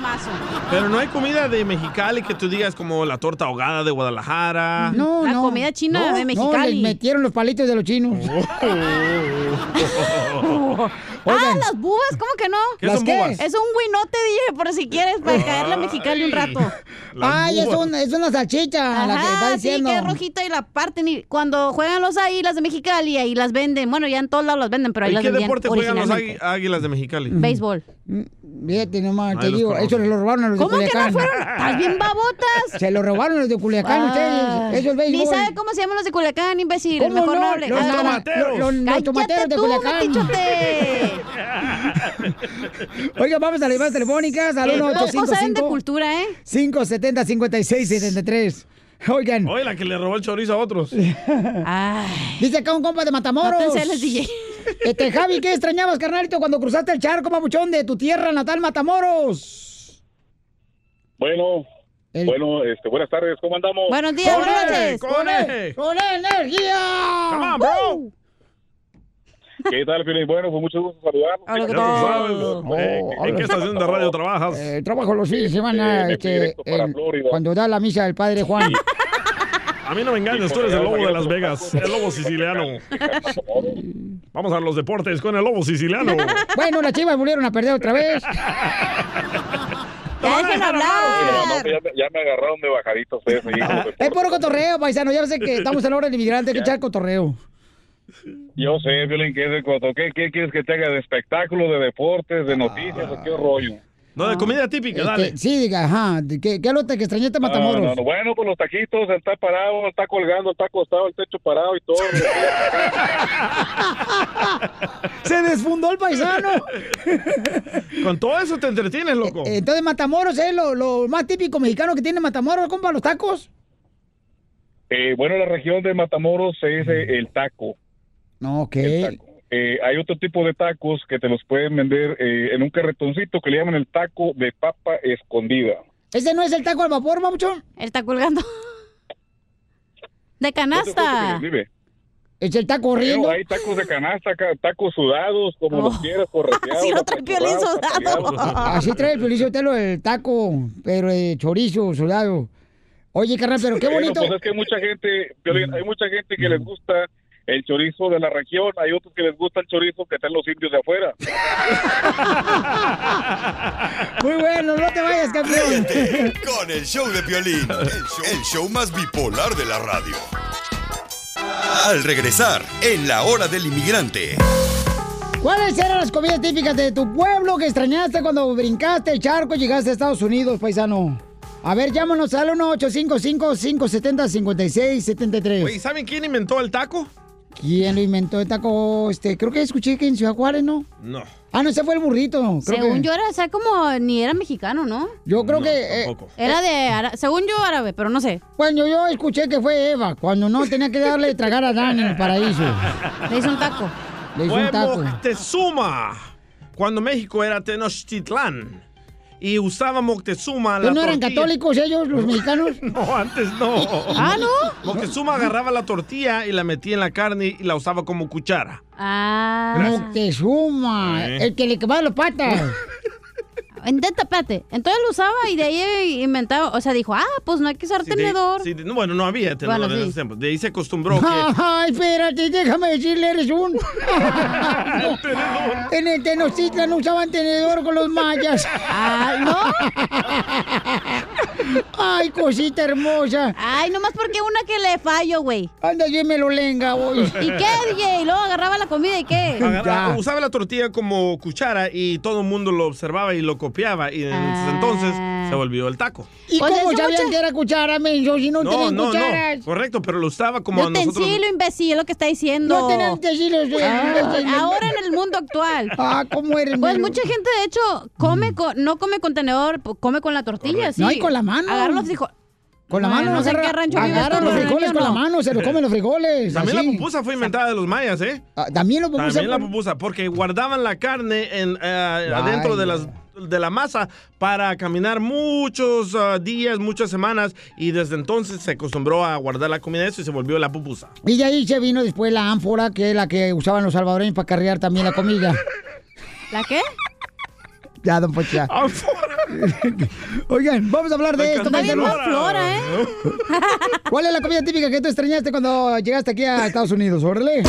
Speaker 3: Pero no hay comida de Mexicali que tú digas como la torta ahogada de Guadalajara.
Speaker 2: No,
Speaker 4: La
Speaker 2: no.
Speaker 4: comida china
Speaker 2: No,
Speaker 4: de
Speaker 2: No,
Speaker 4: Mexicali.
Speaker 2: les metieron los palitos de los chinos.
Speaker 4: ah,
Speaker 2: Oh. Oigan.
Speaker 4: las bubas, ¿cómo que no?
Speaker 2: ¿Qué ¿Las son qué? bubas?
Speaker 4: Es un guinote, dije, por si quieres, para caerle a Mexicali un rato.
Speaker 2: Ay, es, un- es una salchicha la que está
Speaker 4: Ajá, sí,
Speaker 2: diciendo.
Speaker 4: que es rojita y la parten. Y cuando juegan los águilas de Mexicali, ahí las venden. Bueno, ya en todos lados las venden, pero ahí
Speaker 3: ¿En
Speaker 4: las
Speaker 3: qué
Speaker 4: vendían
Speaker 3: deporte juegan los
Speaker 4: originalmente.
Speaker 3: águi- águilas de Mexicali?
Speaker 4: Béisbol.
Speaker 2: Mm, Fíjate nomás,
Speaker 3: Ay,
Speaker 2: te
Speaker 3: los
Speaker 2: digo,
Speaker 3: conozco.
Speaker 2: eso lo robaron a los
Speaker 4: ¿Cómo que
Speaker 2: de
Speaker 4: no
Speaker 2: Culiacán.
Speaker 4: fueron? ¿Estás bien babotas?
Speaker 2: Se lo robaron los de Culiacán,
Speaker 4: Ah.
Speaker 2: ustedes. Eso es
Speaker 4: Ni
Speaker 2: béisbol.
Speaker 4: sabe cómo se llaman los de Culiacán, imbécil.
Speaker 2: ¿Cómo
Speaker 4: Mejor
Speaker 2: no?
Speaker 4: no, hable.
Speaker 2: Los
Speaker 4: Ah,
Speaker 2: tomateros. Los- los
Speaker 4: cállate
Speaker 2: tomateros de
Speaker 4: tú,
Speaker 2: Culiacán.
Speaker 4: metichote.
Speaker 2: Oiga, vamos a las llamadas telefónicas al
Speaker 4: Qué pocos saben de
Speaker 2: 1855
Speaker 4: cultura, ¿eh?
Speaker 2: 570 5673. Oigan.
Speaker 3: Oye, la que le robó el chorizo a otros.
Speaker 2: Dice acá un compa de Matamoros.
Speaker 3: No te enceles, DJ.
Speaker 2: Este, Javi, ¿qué extrañabas, carnalito, cuando cruzaste el charco, mamuchón, de tu tierra natal, Matamoros?
Speaker 6: Bueno, bueno, este, buenas tardes, ¿cómo andamos?
Speaker 2: ¡Con él, ¡Con él! ¡Con él, energía!
Speaker 3: Come on,
Speaker 2: bro!
Speaker 6: ¿Qué tal, Piolín? Bueno, fue mucho gusto saludarnos.
Speaker 2: Hola, ¿qué
Speaker 6: Ya
Speaker 2: tal?
Speaker 6: tú sabes, eh,
Speaker 2: Oh,
Speaker 3: ¿En qué estación de radio trabajas?
Speaker 2: Eh, trabajo los fines de semana
Speaker 3: me fui
Speaker 2: este,
Speaker 3: directo para
Speaker 2: en-
Speaker 3: Florida.
Speaker 2: cuando da la misa el padre Juan.
Speaker 3: A mí no me engañes, tú eres el lobo de Las Vegas, el lobo siciliano. Vamos a los deportes con el lobo siciliano.
Speaker 2: bueno, las chivas volvieron a perder otra vez.
Speaker 4: ¡Dejen hablar!
Speaker 6: no, pues ya, me, ya me agarraron de bajadito pues, ustedes ahí
Speaker 3: Ah.
Speaker 6: con los deportes.
Speaker 2: Es puro cotorreo, paisano. Ya sé que estamos en la hora del inmigrante, hay que echar cotorreo.
Speaker 6: Yo sé, Piolín, que es de coto. ¿Qué, ¿Qué quieres que te haga? ¿De espectáculo, de deportes, de noticias o qué rollo?
Speaker 3: Ah. No, de comida típica,
Speaker 2: Este,
Speaker 3: dale.
Speaker 2: Sí, diga, ajá. ¿de ¿Qué, qué es lo que extrañaste,
Speaker 6: No,
Speaker 2: Matamoros?
Speaker 6: no, no. Bueno, pues los taquitos, el está parado, está colgando, está acostado, el techo parado y todo.
Speaker 2: Se desfundó el paisano.
Speaker 3: Con todo eso te entretienes, loco.
Speaker 2: Entonces, Matamoros es lo, lo más típico mexicano que tiene Matamoros, compa, los tacos.
Speaker 6: Eh, bueno, la región de Matamoros se dice el taco.
Speaker 2: No, ok.
Speaker 6: Eh, hay otro tipo de tacos que te los pueden vender eh, en un carretoncito que le llaman el taco de papa escondida.
Speaker 2: ¿Ese no es el taco al vapor, mamuchón?
Speaker 4: Él está colgando. De canasta.
Speaker 6: Vive.
Speaker 2: Es el taco
Speaker 6: Pero
Speaker 2: riendo.
Speaker 6: hay tacos de canasta, ca- tacos sudados, como los
Speaker 2: Oh.
Speaker 6: quieras, correteados.
Speaker 2: Así lo
Speaker 6: trae
Speaker 2: Piolín Eh, Así trae el Piolín Sotelo el taco, pero eh, chorizo, soldado. Oye, carnal, pero qué bonito.
Speaker 6: pues es que mucha gente, Piolín, hay mucha gente que les gusta el chorizo de la región, hay otros que les gusta el chorizo que están los indios de afuera.
Speaker 2: Muy bueno, no te vayas, campeón.
Speaker 9: Ríete con el show de Piolín, el show, el show más bipolar de la radio. Al regresar, en la hora del inmigrante.
Speaker 2: ¿Cuáles eran las comidas típicas de tu pueblo que extrañaste cuando brincaste el charco y llegaste a Estados Unidos, paisano? A ver, llámanos al 1-855-570-5673.
Speaker 3: Oye, ¿saben quién inventó el taco?
Speaker 2: ¿Quién lo inventó el taco? Este, creo que escuché que en Ciudad Juárez, ¿no?
Speaker 3: No.
Speaker 2: Ah, no, ese fue el burrito. Creo
Speaker 4: Según
Speaker 2: que-
Speaker 4: yo era, o sea, como ni era mexicano, ¿no?
Speaker 2: Yo creo que. eh,
Speaker 4: Era de, ara- según yo, árabe, pero no sé.
Speaker 2: Bueno, yo escuché que fue Eva, cuando no tenía que darle de tragar a Adán en el paraíso.
Speaker 4: Le hizo un taco.
Speaker 2: Le hizo un taco.
Speaker 3: Moctezuma. Cuando México era Tenochtitlán. Y usaba Moctezuma la
Speaker 2: ¿Pero Pues no eran
Speaker 3: tortilla.
Speaker 2: católicos ellos, los mexicanos?
Speaker 3: No, antes no.
Speaker 2: ¿Ah, no?
Speaker 3: Moctezuma agarraba la tortilla y la metía en la carne y la usaba como cuchara.
Speaker 4: Ah.
Speaker 2: Moctezuma,
Speaker 3: Sí.
Speaker 2: el que le quemaba las patas.
Speaker 4: Intenta, espérate. Entonces lo usaba y de ahí inventaba. O sea, dijo, ah, pues no hay que usar
Speaker 3: Sí, de-
Speaker 4: tenedor.
Speaker 3: sí, de- no, bueno, no había tenedor
Speaker 4: Bueno,
Speaker 3: en
Speaker 4: sí.
Speaker 3: esos tiempos. De ahí se acostumbró que...
Speaker 2: Ay, espérate, déjame decirle, eres un... en el Tenochtitlan usaban tenedor con los mayas.
Speaker 4: Ah,
Speaker 2: ¿no? Ay, cosita hermosa.
Speaker 4: Ay, nomás porque una que le fallo, güey.
Speaker 2: Anda, yo me lo lenga, hoy.
Speaker 4: ¿Y qué, DJ? Y luego agarraba la comida y qué.
Speaker 3: agarra- usaba la tortilla como cuchara y todo el mundo lo observaba y lo copiaba. Y en- desde entonces se volvió el taco.
Speaker 2: Ah. ¿Y cómo sabían que era cuchara, menso, si no, tenían cucharas?
Speaker 3: Correcto, pero lo usaba como
Speaker 4: No
Speaker 3: a nosotros.
Speaker 4: utensilio, imbécil, es lo que está diciendo. Ah.
Speaker 2: No tenían utensilios, eh, imbécil.
Speaker 4: ahora en el mundo actual.
Speaker 2: Ah, ¿cómo eres?
Speaker 4: Pues
Speaker 2: mero?
Speaker 4: mucha gente, de hecho, come con- no come con tenedor, po- come con la tortilla, sí.
Speaker 2: No, y con la mano.
Speaker 4: Agarra los frijoles.
Speaker 2: Con la
Speaker 4: Bueno,
Speaker 2: mano,
Speaker 4: no sé en
Speaker 2: agarra,
Speaker 4: qué rancho este vives
Speaker 2: agarra
Speaker 4: tú,
Speaker 2: los
Speaker 4: pero en el
Speaker 2: frijoles
Speaker 4: mío
Speaker 2: con la
Speaker 4: no.
Speaker 2: mano, se lo comen los frijoles.
Speaker 3: También
Speaker 2: así.
Speaker 3: la pupusa fue inventada de los mayas, ¿eh?
Speaker 2: Ah, También la pupusa
Speaker 3: También la
Speaker 2: fue-
Speaker 3: pupusa, porque guardaban la carne en, eh, adentro de las, de la masa para caminar muchos ah, días, muchas semanas y desde entonces se acostumbró a guardar la comida de eso y se volvió la pupusa.
Speaker 2: Y de ahí se vino después la ánfora, que es la que usaban los salvadoreños para carrear también la comida.
Speaker 4: ¿La qué?
Speaker 2: Ya, don Pocho, ya. Oigan, vamos a hablar de
Speaker 4: La
Speaker 2: esto.
Speaker 4: candelora.
Speaker 2: paisanos.
Speaker 4: Flora,
Speaker 13: ¿eh?
Speaker 17: ¿eh?
Speaker 2: ¿Cuál es la comida típica que tú extrañaste cuando llegaste aquí a Estados Unidos? Órale.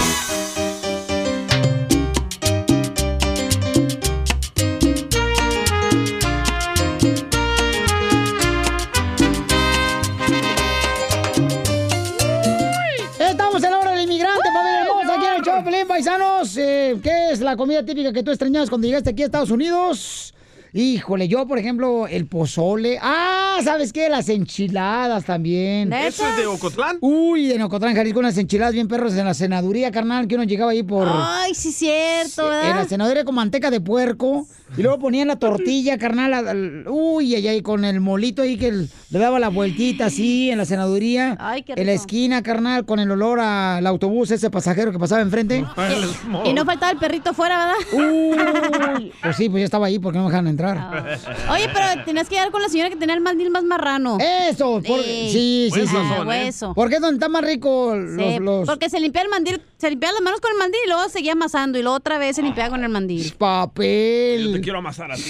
Speaker 2: Estamos en la hora del inmigrante, familia hermosa, aquí en el show, Pelín, paisanos. Eh, ¿Qué es la comida típica que tú extrañabas cuando llegaste aquí a Estados Unidos? Híjole, yo, por ejemplo, el pozole. Ah, ¿sabes qué? Las enchiladas también.
Speaker 3: ¿Eso es de Ocotlán?
Speaker 2: Uy, de Ocotlán, Jalisco, unas enchiladas bien perros en la cenaduría, carnal, que uno llegaba ahí por...
Speaker 4: Ay, sí, cierto,
Speaker 2: En la
Speaker 4: ¿verdad?
Speaker 2: cenaduría con manteca de puerco. Y luego ponían la tortilla, carnal. al- al- uy, ay, ay, con el molito ahí que el- le daba la vueltita así en la cenaduría.
Speaker 4: Ay, qué
Speaker 2: En la
Speaker 4: rico.
Speaker 2: esquina, carnal, con el olor al autobús, ese pasajero que pasaba enfrente.
Speaker 4: Eh, Y no faltaba el perrito fuera, ¿verdad?
Speaker 2: Pues sí, pues yo estaba ahí porque no me dejaban entrar.
Speaker 4: Ah. Oye, pero tenías que llegar con la señora que tenía el mandil más marrano.
Speaker 2: Eso, por- sí, sí, sí.
Speaker 4: Ah, hueso.
Speaker 2: Porque es donde está más rico los...
Speaker 4: Sí,
Speaker 2: los-
Speaker 4: Porque se limpia el mandil, se limpiaba las manos con el mandil y luego seguía amasando y luego otra vez se limpiaba con el mandil.
Speaker 2: Pues, Papel.
Speaker 3: Yo te quiero amasar a ti.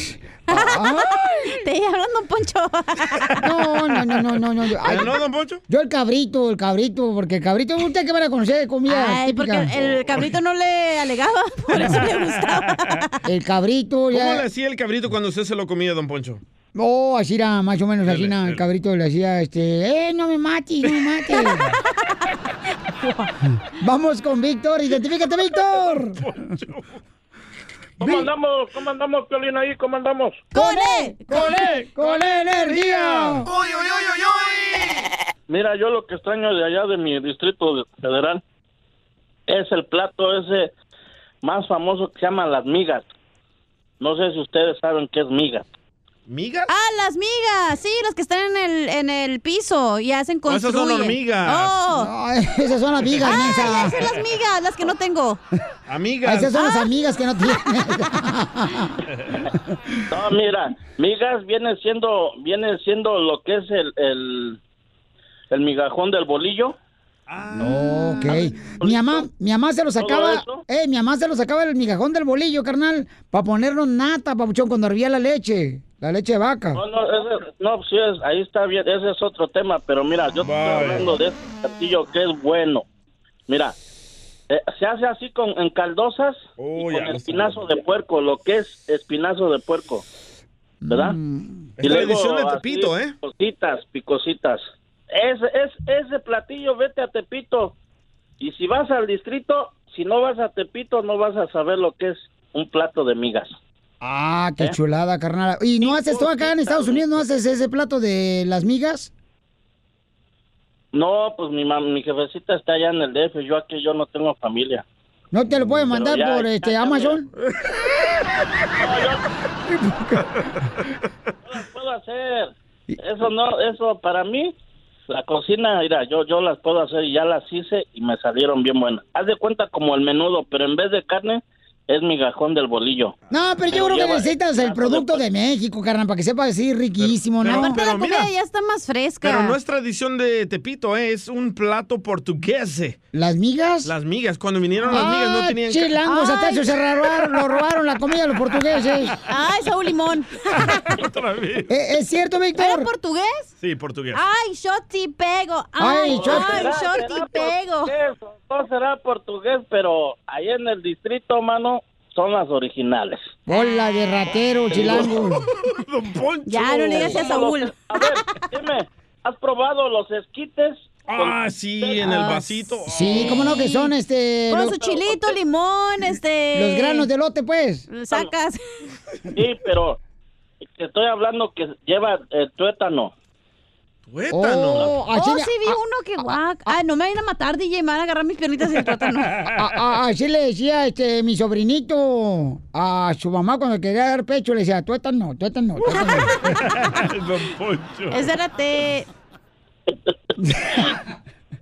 Speaker 4: Te dije hablando, Poncho.
Speaker 2: No, no, no, no, no, no. yo- ay,
Speaker 3: ¿No, don Poncho?
Speaker 2: Yo el cabrito, el cabrito, porque el cabrito, ¿usted qué van a conocer de comida?
Speaker 4: Ay, porque
Speaker 2: típica?
Speaker 4: el cabrito no le alegaba, por eso le gustaba.
Speaker 2: El cabrito,
Speaker 3: ¿Cómo le
Speaker 2: Oh, ya.
Speaker 3: hacía el cabrito cuando usted se lo comía, don Poncho?
Speaker 2: Oh, así era, más o menos, así era, el cabrito le hacía, este, ¡eh, no me mates, no me mates! Vamos con Víctor, identifícate, Víctor.
Speaker 17: ¿Cómo andamos? ¿Cómo andamos, Piolín, ahí? ¿Cómo andamos?
Speaker 4: ¡Con él!
Speaker 2: ¡Con
Speaker 17: él!
Speaker 2: ¡Con energía!
Speaker 17: Mira, yo lo que extraño de allá de mi distrito federal es el plato ese más famoso que se llama las migas. No sé si ustedes saben qué es migas.
Speaker 3: ¿Migas?
Speaker 4: Ah, las migas, sí, las que están en el, en el piso y hacen
Speaker 17: Oh, esas
Speaker 4: construyen.
Speaker 17: son hormigas.
Speaker 4: Oh.
Speaker 2: No, esas son las migas,
Speaker 4: Ah,
Speaker 2: mensa.
Speaker 4: ya sé las migas, las que no tengo. Ah.
Speaker 3: Amigas.
Speaker 2: Esas son las amigas que no tienen.
Speaker 17: No, mira, migas viene siendo viene siendo lo que es el el, el migajón del bolillo.
Speaker 2: Ok. Mi mamá, mi mamá se lo sacaba, eh, mi mamá se lo sacaba el migajón del bolillo, carnal, para ponernos nata, papuchón, cuando hervía la leche, la leche de vaca.
Speaker 17: No, no, ese- no, sí es, ahí está bien, ese es otro tema, pero mira, yo te estoy hablando de este platillo que es bueno. Mira, eh, se hace así con en caldosas y con espinazo de puerco, lo que es espinazo de puerco, ¿verdad?
Speaker 3: Mm. Es la edición de
Speaker 17: así,
Speaker 3: Tepito, ¿eh?
Speaker 17: Picositas, picositas. Ese, es, ese platillo, vete a Tepito. Y si vas al distrito, si no vas a Tepito, no vas a saber lo que es un plato de migas.
Speaker 2: Ah, qué
Speaker 17: ¿Eh?
Speaker 2: chulada, carnal. ¿Y no haces tú acá en Estados Unidos, no haces ese plato de las migas?
Speaker 17: No, pues mi mam- mi jefecita está allá en el DF, yo aquí yo no tengo familia.
Speaker 2: ¿No te lo puedes mandar
Speaker 17: ya,
Speaker 2: por
Speaker 17: ya,
Speaker 2: este Amazon?
Speaker 17: Puedo hacer. Eso no, eso para mí la cocina, mira, yo yo las puedo hacer y ya las hice y me salieron bien buenas. Haz de cuenta como el menudo, pero en vez de carne es migajón del bolillo.
Speaker 2: No, pero yo creo que
Speaker 17: lleva-
Speaker 2: necesitas el producto de México, carnal, para que sepa decir riquísimo, ¿no?
Speaker 3: Aparte la pero mira, comida
Speaker 4: ya está más fresca.
Speaker 3: Pero
Speaker 2: Ah.
Speaker 3: no es tradición de Tepito, ¿eh? es un plato portugués.
Speaker 2: ¿Las migas?
Speaker 3: Las migas. Cuando vinieron las migas no
Speaker 2: Ah,
Speaker 3: tenían... ca-
Speaker 2: chilangos, hasta eso se robaron, lo robaron la comida a los portugueses.
Speaker 4: Ay, Saúl Limón.
Speaker 3: Otra vez.
Speaker 2: Eh, ¿Es cierto, Víctor?
Speaker 4: ¿Era portugués?
Speaker 3: Sí, portugués.
Speaker 4: Ay, yo te pego.
Speaker 17: Ay,
Speaker 4: Ay,
Speaker 17: yo-
Speaker 4: ay, yo te pego.
Speaker 17: No será portugués, pero ahí en el distrito, mano, son las originales.
Speaker 2: Hola de ratero, chilango.
Speaker 17: Ya, no le digas a Saúl. A ver, dime, ¿has probado los esquites?
Speaker 3: Ah, sí, en el vasito.
Speaker 2: Sí, cómo no, que son este.
Speaker 4: Con
Speaker 2: los-
Speaker 4: su chilito, limón, este...
Speaker 2: Los granos de lote, pues.
Speaker 4: Sacas.
Speaker 17: Sí, pero te estoy hablando que lleva eh, tuétano.
Speaker 4: ¿Tuétano? Oh, sí vi uno que guac. Ay, no me vayan a matar, DJ. Me van a agarrar mis piernitas y el plátano.
Speaker 2: A- a- así ah, le decía este mi sobrinito a su mamá cuando quería dar pecho, le decía, tú estás no, tú estás no. tú estás no".
Speaker 4: Ese era té.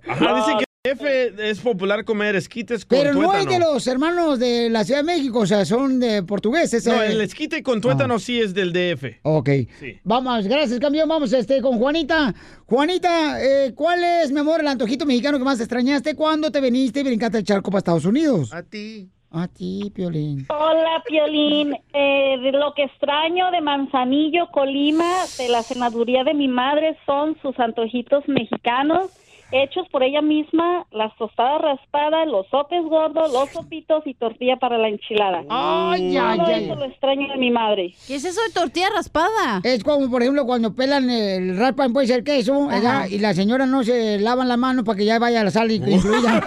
Speaker 3: Ajá, dicen que F es popular comer esquites con
Speaker 2: Ah. Pero no
Speaker 3: tuétano.
Speaker 2: es de los hermanos de la Ciudad de México, o sea, son de portugueses.
Speaker 3: No,
Speaker 2: eh.
Speaker 3: el esquite con tuétano sí es del DF.
Speaker 2: Ok.
Speaker 3: Sí.
Speaker 2: Vamos, gracias, campeón. Vamos este, con Juanita. Juanita, eh, ¿cuál es, mi amor, el antojito mexicano que más extrañaste cuando te viniste y brincaste el charco para Estados Unidos?
Speaker 3: A ti.
Speaker 2: A ti, Piolín.
Speaker 20: Hola, Piolín. Eh, de lo que extraño de Manzanillo, Colima, de la senaduría de mi madre, son sus antojitos mexicanos hechos por ella misma, las tostadas raspadas, los sopes gordos, los sopitos y tortilla para la enchilada.
Speaker 2: Ay, ay,
Speaker 20: Todo
Speaker 2: ay.
Speaker 20: eso lo extraño de mi madre.
Speaker 4: ¿Qué es eso de tortilla raspada?
Speaker 2: Es como, por ejemplo, cuando pelan el raspan, pues el queso,
Speaker 4: Ajá.
Speaker 2: ¿verdad? y las señoras no se lavan las manos para que ya vaya la sal incluida.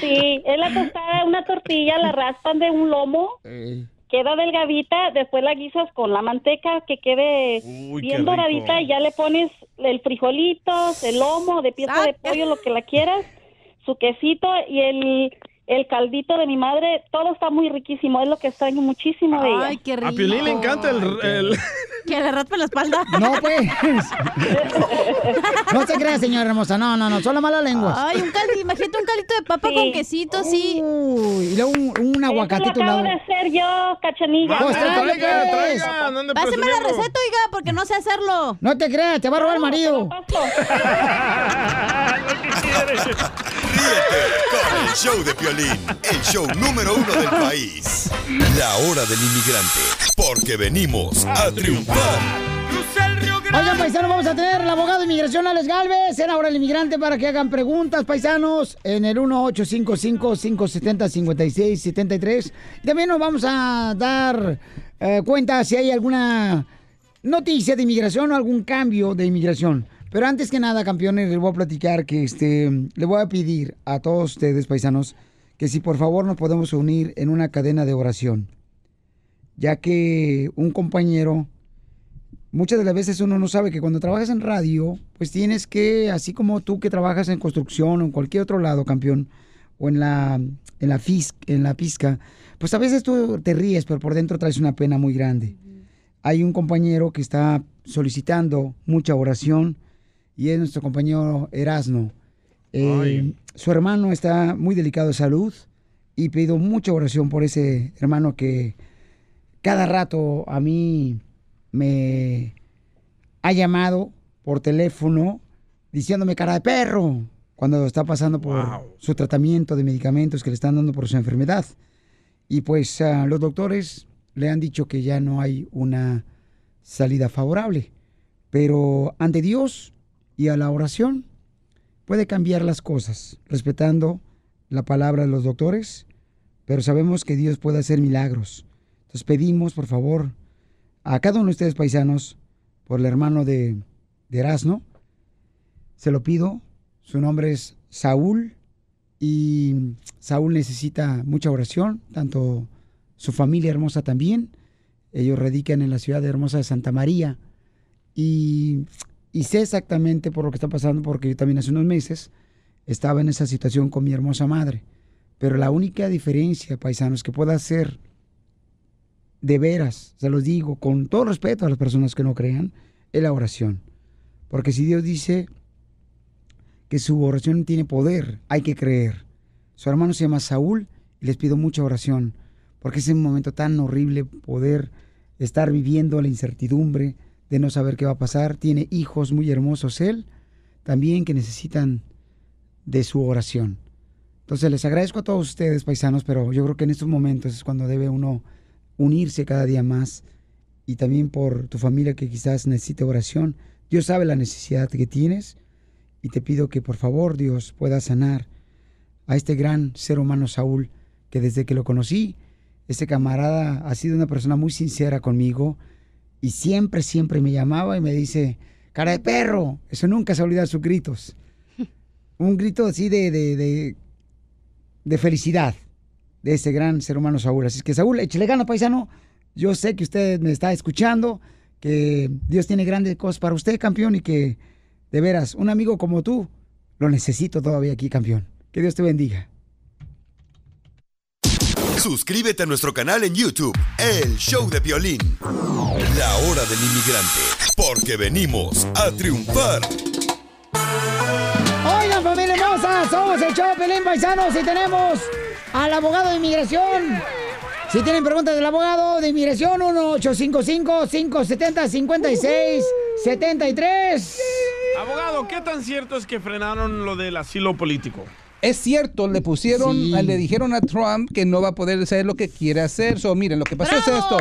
Speaker 20: Sí, es la tostada, una tortilla, la raspan de un lomo, queda delgadita, después la guisas con la manteca que quede bien
Speaker 23: rico.
Speaker 20: doradita y ya le pones el frijolitos, el lomo de pieza de pollo, lo que la quieras, su quesito y el, el caldito de mi madre, todo está muy riquísimo, es lo que extraño muchísimo de ella.
Speaker 4: Ay, qué rico.
Speaker 3: A Piolín le encanta el... el-
Speaker 4: Que le raspa la espalda.
Speaker 2: No, pues. No se crea, señora hermosa. No, no, no. Son las malas lenguas.
Speaker 4: Ay, un caldito, imagínate un caldito de papa
Speaker 20: Sí.
Speaker 4: con quesito, sí.
Speaker 2: Uy, y luego un, un aguacatito.
Speaker 20: acabo
Speaker 2: al lado.
Speaker 20: de hacer yo, cachanilla.
Speaker 2: Pues, Mande, tráelo, traiga, pues. traiga, no ande
Speaker 4: Páseme la
Speaker 2: presumiendo.
Speaker 4: receta, oiga, porque no sé hacerlo.
Speaker 2: No te creas, te va a robar el marido.
Speaker 9: Con el show de Piolín, el show número uno del país. La hora del inmigrante, porque venimos a triunfar.
Speaker 2: Oigan, paisanos, vamos a tener al abogado de inmigración Alex Galvez en Ahora el Inmigrante para que hagan preguntas, paisanos, en el 1-855-570-5673. Y también nos vamos a dar eh, cuenta si hay alguna noticia de inmigración o algún cambio de inmigración. Pero antes que nada, campeones, les voy a platicar que este, le voy a pedir a todos ustedes, paisanos, que si por favor nos podemos unir en una cadena de oración. Ya que un compañero muchas de las veces uno no sabe que cuando trabajas en radio, pues tienes que, así como tú que trabajas en construcción o en cualquier otro lado, campeón, o en la, en la, fis- en la pizca, pues a veces tú te ríes, pero por dentro traes una pena muy grande. Hay un compañero que está solicitando mucha oración y es nuestro compañero Erasno. Eh,
Speaker 14: Ay.
Speaker 2: su hermano está muy delicado de salud y pido mucha oración por ese hermano que cada rato a mí me ha llamado por teléfono diciéndome cara de perro cuando está pasando por su tratamiento de medicamentos que le están dando por su enfermedad. Y pues ah, los doctores le han dicho que ya no hay una salida favorable. Pero ante Dios y a la oración puede cambiar las cosas, respetando la palabra de los doctores, pero sabemos que Dios puede hacer milagros. Entonces pedimos, por favor, a cada uno de ustedes paisanos, por el hermano de, de Erasno, se lo pido. Su nombre es Saúl y Saúl necesita mucha oración, tanto su familia hermosa también. Ellos radican en la ciudad hermosa de Santa María y, y sé exactamente por lo que está pasando porque yo también hace unos meses estaba en esa situación con mi hermosa madre. Pero la única diferencia, paisanos, que pueda hacer de veras, se los digo, con todo respeto a las personas que no crean, es la oración. Porque si Dios dice que su oración tiene poder, hay que creer. Su hermano se llama Saúl y les pido mucha oración, porque es un momento tan horrible poder estar viviendo la incertidumbre de no saber qué va a pasar. Tiene hijos muy hermosos él, también que necesitan de su oración. Entonces les agradezco a todos ustedes, paisanos, pero yo creo que en estos momentos es cuando debe uno unirse cada día más y también por tu familia que quizás necesite oración. Dios sabe la necesidad que tienes y te pido que por favor Dios pueda sanar a este gran ser humano Saúl, que desde que lo conocí, este camarada ha sido una persona muy sincera conmigo y siempre, siempre me llamaba y me dice, cara de perro, eso nunca se olvida sus gritos. Un grito así de, de, de, de felicidad de este gran ser humano Saúl. Así es que Saúl, échale ganas, paisano. Yo sé que usted me está escuchando, que Dios tiene grandes cosas para usted, campeón, y que de veras, un amigo como tú, lo necesito todavía aquí, campeón. Que Dios te bendiga.
Speaker 9: Suscríbete a nuestro canal en YouTube, El Show de Piolín. La hora del inmigrante, porque venimos a triunfar.
Speaker 2: Oigan, familia hermosa, somos el show de Pelín Paisanos y tenemos al abogado de inmigración. Si tienen preguntas del abogado de inmigración, 1-855-570-5673.
Speaker 3: Abogado, ¿qué tan cierto es que frenaron lo del asilo político?
Speaker 23: Es cierto, le pusieron, le dijeron a Trump que no va a poder hacer lo que quiere hacer. So, miren, lo que pasó es esto.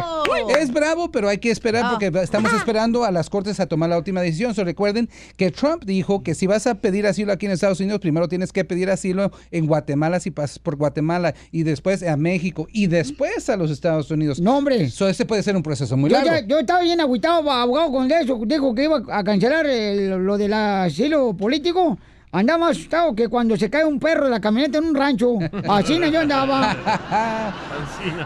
Speaker 23: Es bravo, pero hay que esperar
Speaker 2: Ah.
Speaker 23: porque estamos esperando a las cortes a tomar la última decisión. So, recuerden que Trump dijo que si vas a pedir asilo aquí en Estados Unidos, primero tienes que pedir asilo en Guatemala si pasas por Guatemala y después a México y después a los Estados Unidos.
Speaker 2: No, hombre.
Speaker 23: So, ese puede ser un proceso muy
Speaker 2: Yo,
Speaker 23: largo.
Speaker 2: ya- yo estaba bien agüitado, abogado, con eso. Dijo que iba a cancelar el- lo del asilo político. Andaba más asustado que cuando se cae un perro de la camioneta en un rancho. Así no yo andaba.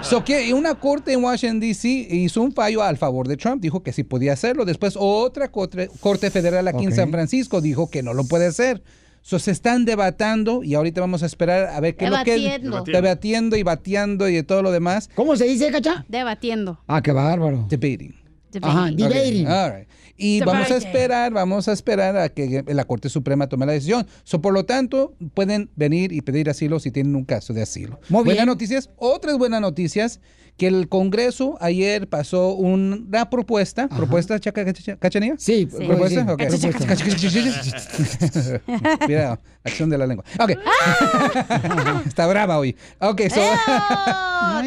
Speaker 23: So que una corte en Washington, D.C. hizo un fallo al favor de Trump, dijo que sí podía hacerlo. Después otra corte, corte federal aquí en
Speaker 14: Ok.
Speaker 23: San Francisco dijo que no lo puede hacer. So, se están debatando y ahorita vamos a esperar a ver qué es lo que...
Speaker 4: Debatiendo. Debatiendo.
Speaker 23: Debatiendo y bateando y de todo lo demás.
Speaker 2: ¿Cómo se dice, Cacha?
Speaker 4: Debatiendo.
Speaker 2: Ah, qué bárbaro.
Speaker 23: Debating.
Speaker 4: Debating. Ajá, debating.
Speaker 23: Ok, all right. Y vamos a
Speaker 4: Debating.
Speaker 23: esperar, vamos a esperar a que la Corte Suprema tome la decisión. So, por lo tanto, pueden venir y pedir asilo si tienen un caso de asilo.
Speaker 14: Muy
Speaker 23: Buenas
Speaker 14: bien.
Speaker 23: noticias, otras buenas noticias, que el Congreso ayer pasó una propuesta, propuesta, chaca- cacha- cachanilla?
Speaker 2: Sí,
Speaker 13: pues,
Speaker 23: propuesta,
Speaker 14: sí.
Speaker 23: ok.
Speaker 14: Cacha-
Speaker 23: Propuesta. Cuidado, acción de la lengua. Ok. Está brava hoy. Ok, so...
Speaker 14: ¡Eh!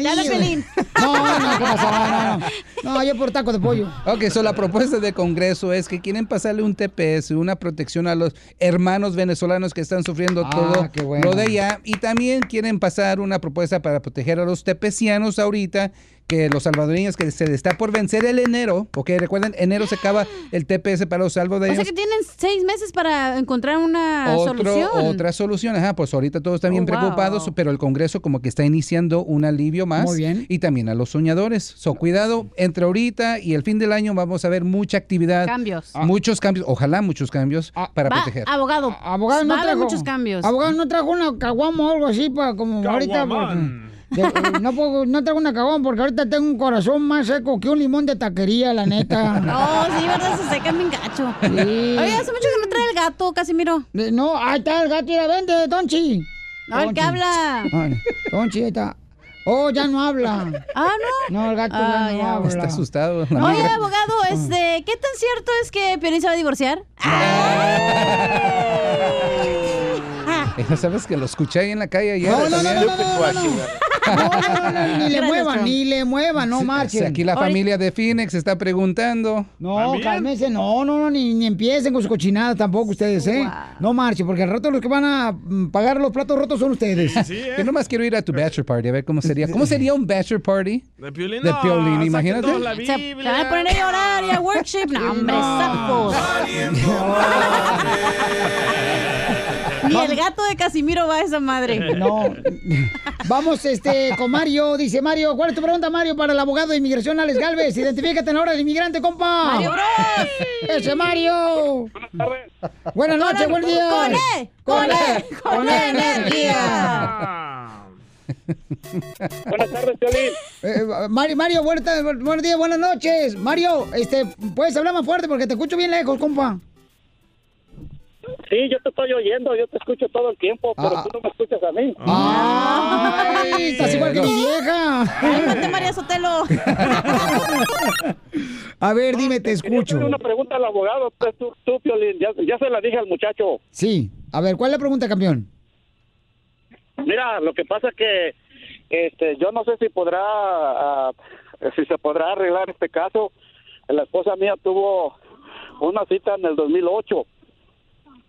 Speaker 2: Dale, Pelín. No, no, ¿qué pasó? No, no. No, yo por taco de pollo.
Speaker 23: Ok, so la propuesta del Congreso es que quieren pasarle un TPS, una protección a los hermanos venezolanos que están sufriendo
Speaker 14: Ah,
Speaker 23: todo
Speaker 14: qué bueno.
Speaker 23: lo de allá. Y también quieren pasar una propuesta para proteger a los tepecianos ahorita, que los salvadoreños que se les está por vencer el enero, ok, recuerden, enero se acaba el TPS para
Speaker 4: O
Speaker 2: Pues
Speaker 23: los salvadoreños.
Speaker 4: sea que tienen seis meses para encontrar una
Speaker 23: Otro-
Speaker 4: solución.
Speaker 23: Otra solución, ajá, pues ahorita todos están bien
Speaker 4: Oh, wow.
Speaker 23: preocupados, pero el Congreso como que está iniciando un alivio más.
Speaker 4: Muy bien.
Speaker 23: Y también a los soñadores. So, cuidado, entre ahorita y el fin del año vamos a ver mucha actividad.
Speaker 4: Cambios.
Speaker 23: Ah. Muchos cambios, ojalá muchos cambios para
Speaker 4: Va,
Speaker 23: proteger.
Speaker 2: ah,
Speaker 4: abogado.
Speaker 2: Abogado no
Speaker 4: va a haber
Speaker 2: trajo.
Speaker 4: muchos cambios.
Speaker 2: Abogado no trajo una caguama o algo así para como ahorita.
Speaker 23: Caguamán.
Speaker 2: porque- de- eh, no, puedo- no traigo una caguama porque ahorita tengo un corazón más seco que un limón de taquería, la neta.
Speaker 4: No, sí, verdad, se seca mi gacho.
Speaker 2: Sí.
Speaker 4: Oye, hace mucho que no trae el gato, Casimiro.
Speaker 2: Eh, No, ahí está el gato y la vende, Donchi.
Speaker 4: No, el que habla.
Speaker 2: Ay, Donchi, ahí está. Oh, ya no habla.
Speaker 4: Ah, no.
Speaker 2: No, el gato ya
Speaker 4: Ah,
Speaker 2: no
Speaker 4: ya.
Speaker 2: habla.
Speaker 23: Está asustado. la
Speaker 4: Oye,
Speaker 23: migra.
Speaker 4: abogado,
Speaker 2: Ah.
Speaker 4: este, ¿qué tan cierto es que Piolín se va a divorciar?
Speaker 23: Ya sabes que lo escuché ahí en la calle ayer.
Speaker 2: No, no, no,
Speaker 23: también.
Speaker 2: no, no, no, no, no. No, no,
Speaker 4: Ah,
Speaker 2: no, ni le
Speaker 23: Gracias,
Speaker 2: muevan,
Speaker 23: Trump.
Speaker 2: ni le muevan, no
Speaker 23: Sí,
Speaker 2: marchen.
Speaker 23: Aquí la familia de Phoenix está preguntando.
Speaker 2: No, cálmense, no, no, no, ni, ni empiecen con su cochinada tampoco ustedes, ¿eh? No marchen, porque al rato los que van a mm, pagar los platos rotos son ustedes.
Speaker 3: eh.
Speaker 23: Yo nomás quiero ir a tu bachelor party, a ver cómo sería. ¿Cómo sería un bachelor party?
Speaker 3: De Piolín.
Speaker 23: De
Speaker 3: No,
Speaker 23: Piolín,
Speaker 3: saquen
Speaker 23: imagínate.
Speaker 3: toda la
Speaker 4: Se se van a poner a llorar y a workshop. No, hombre, sapos. Ni el gato de Casimiro va a esa madre.
Speaker 2: No. Vamos este, con Mario. Dice Mario, ¿cuál es tu pregunta, Mario, para el abogado de inmigración Alex Galvez? Identifícate en la hora del inmigrante, compa.
Speaker 4: Mario
Speaker 2: Bros. Ese Mario. Buenas tardes. Buenas noches, buen día.
Speaker 4: Con E, con E, con E energía.
Speaker 2: Buenas tardes, Mario, Eh, Mario, buenas tardes, bu- buenos días, buenas noches. Mario, este, puedes hablar más fuerte porque te escucho bien lejos, compa.
Speaker 10: Sí, yo te estoy oyendo, yo te escucho todo el tiempo, pero tú no me escuchas a mí.
Speaker 2: Ah, Ay, estás igual que mi vieja.
Speaker 4: Cálmate, María Sotelo.
Speaker 2: A ver, dime, te
Speaker 10: Quería
Speaker 2: escucho.
Speaker 10: hacerle una pregunta al abogado, pues, tú, tú, Piolín, ya, ya se la dije al muchacho.
Speaker 2: Sí. A ver, ¿cuál es la pregunta, campeón?
Speaker 10: Mira, lo que pasa que este, yo no sé si podrá, ah, si se podrá arreglar este caso. La esposa mía tuvo una cita en el 2008,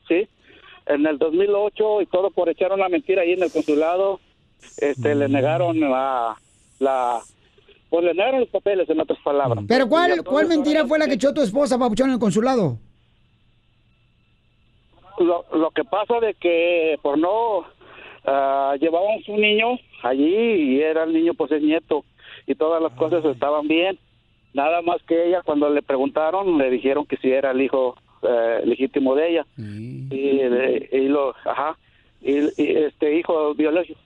Speaker 10: ¿sí? En el 2008 y todo por echar una mentira ahí en el consulado, este, le negaron la, la, pues le negaron los papeles, en otras palabras.
Speaker 2: Pero
Speaker 10: Y
Speaker 2: ¿cuál,
Speaker 10: entonces
Speaker 2: cuál mentira fue la que echó tu esposa, papuchón, en el consulado?
Speaker 10: lo, lo que pasa de que por no ah, llevábamos un niño allí y era el niño pues es nieto y todas las cosas estaban bien nada más que ella cuando le preguntaron le dijeron que si era el hijo eh, legítimo de ella y, de- y lo ajá y, y este hijo biológico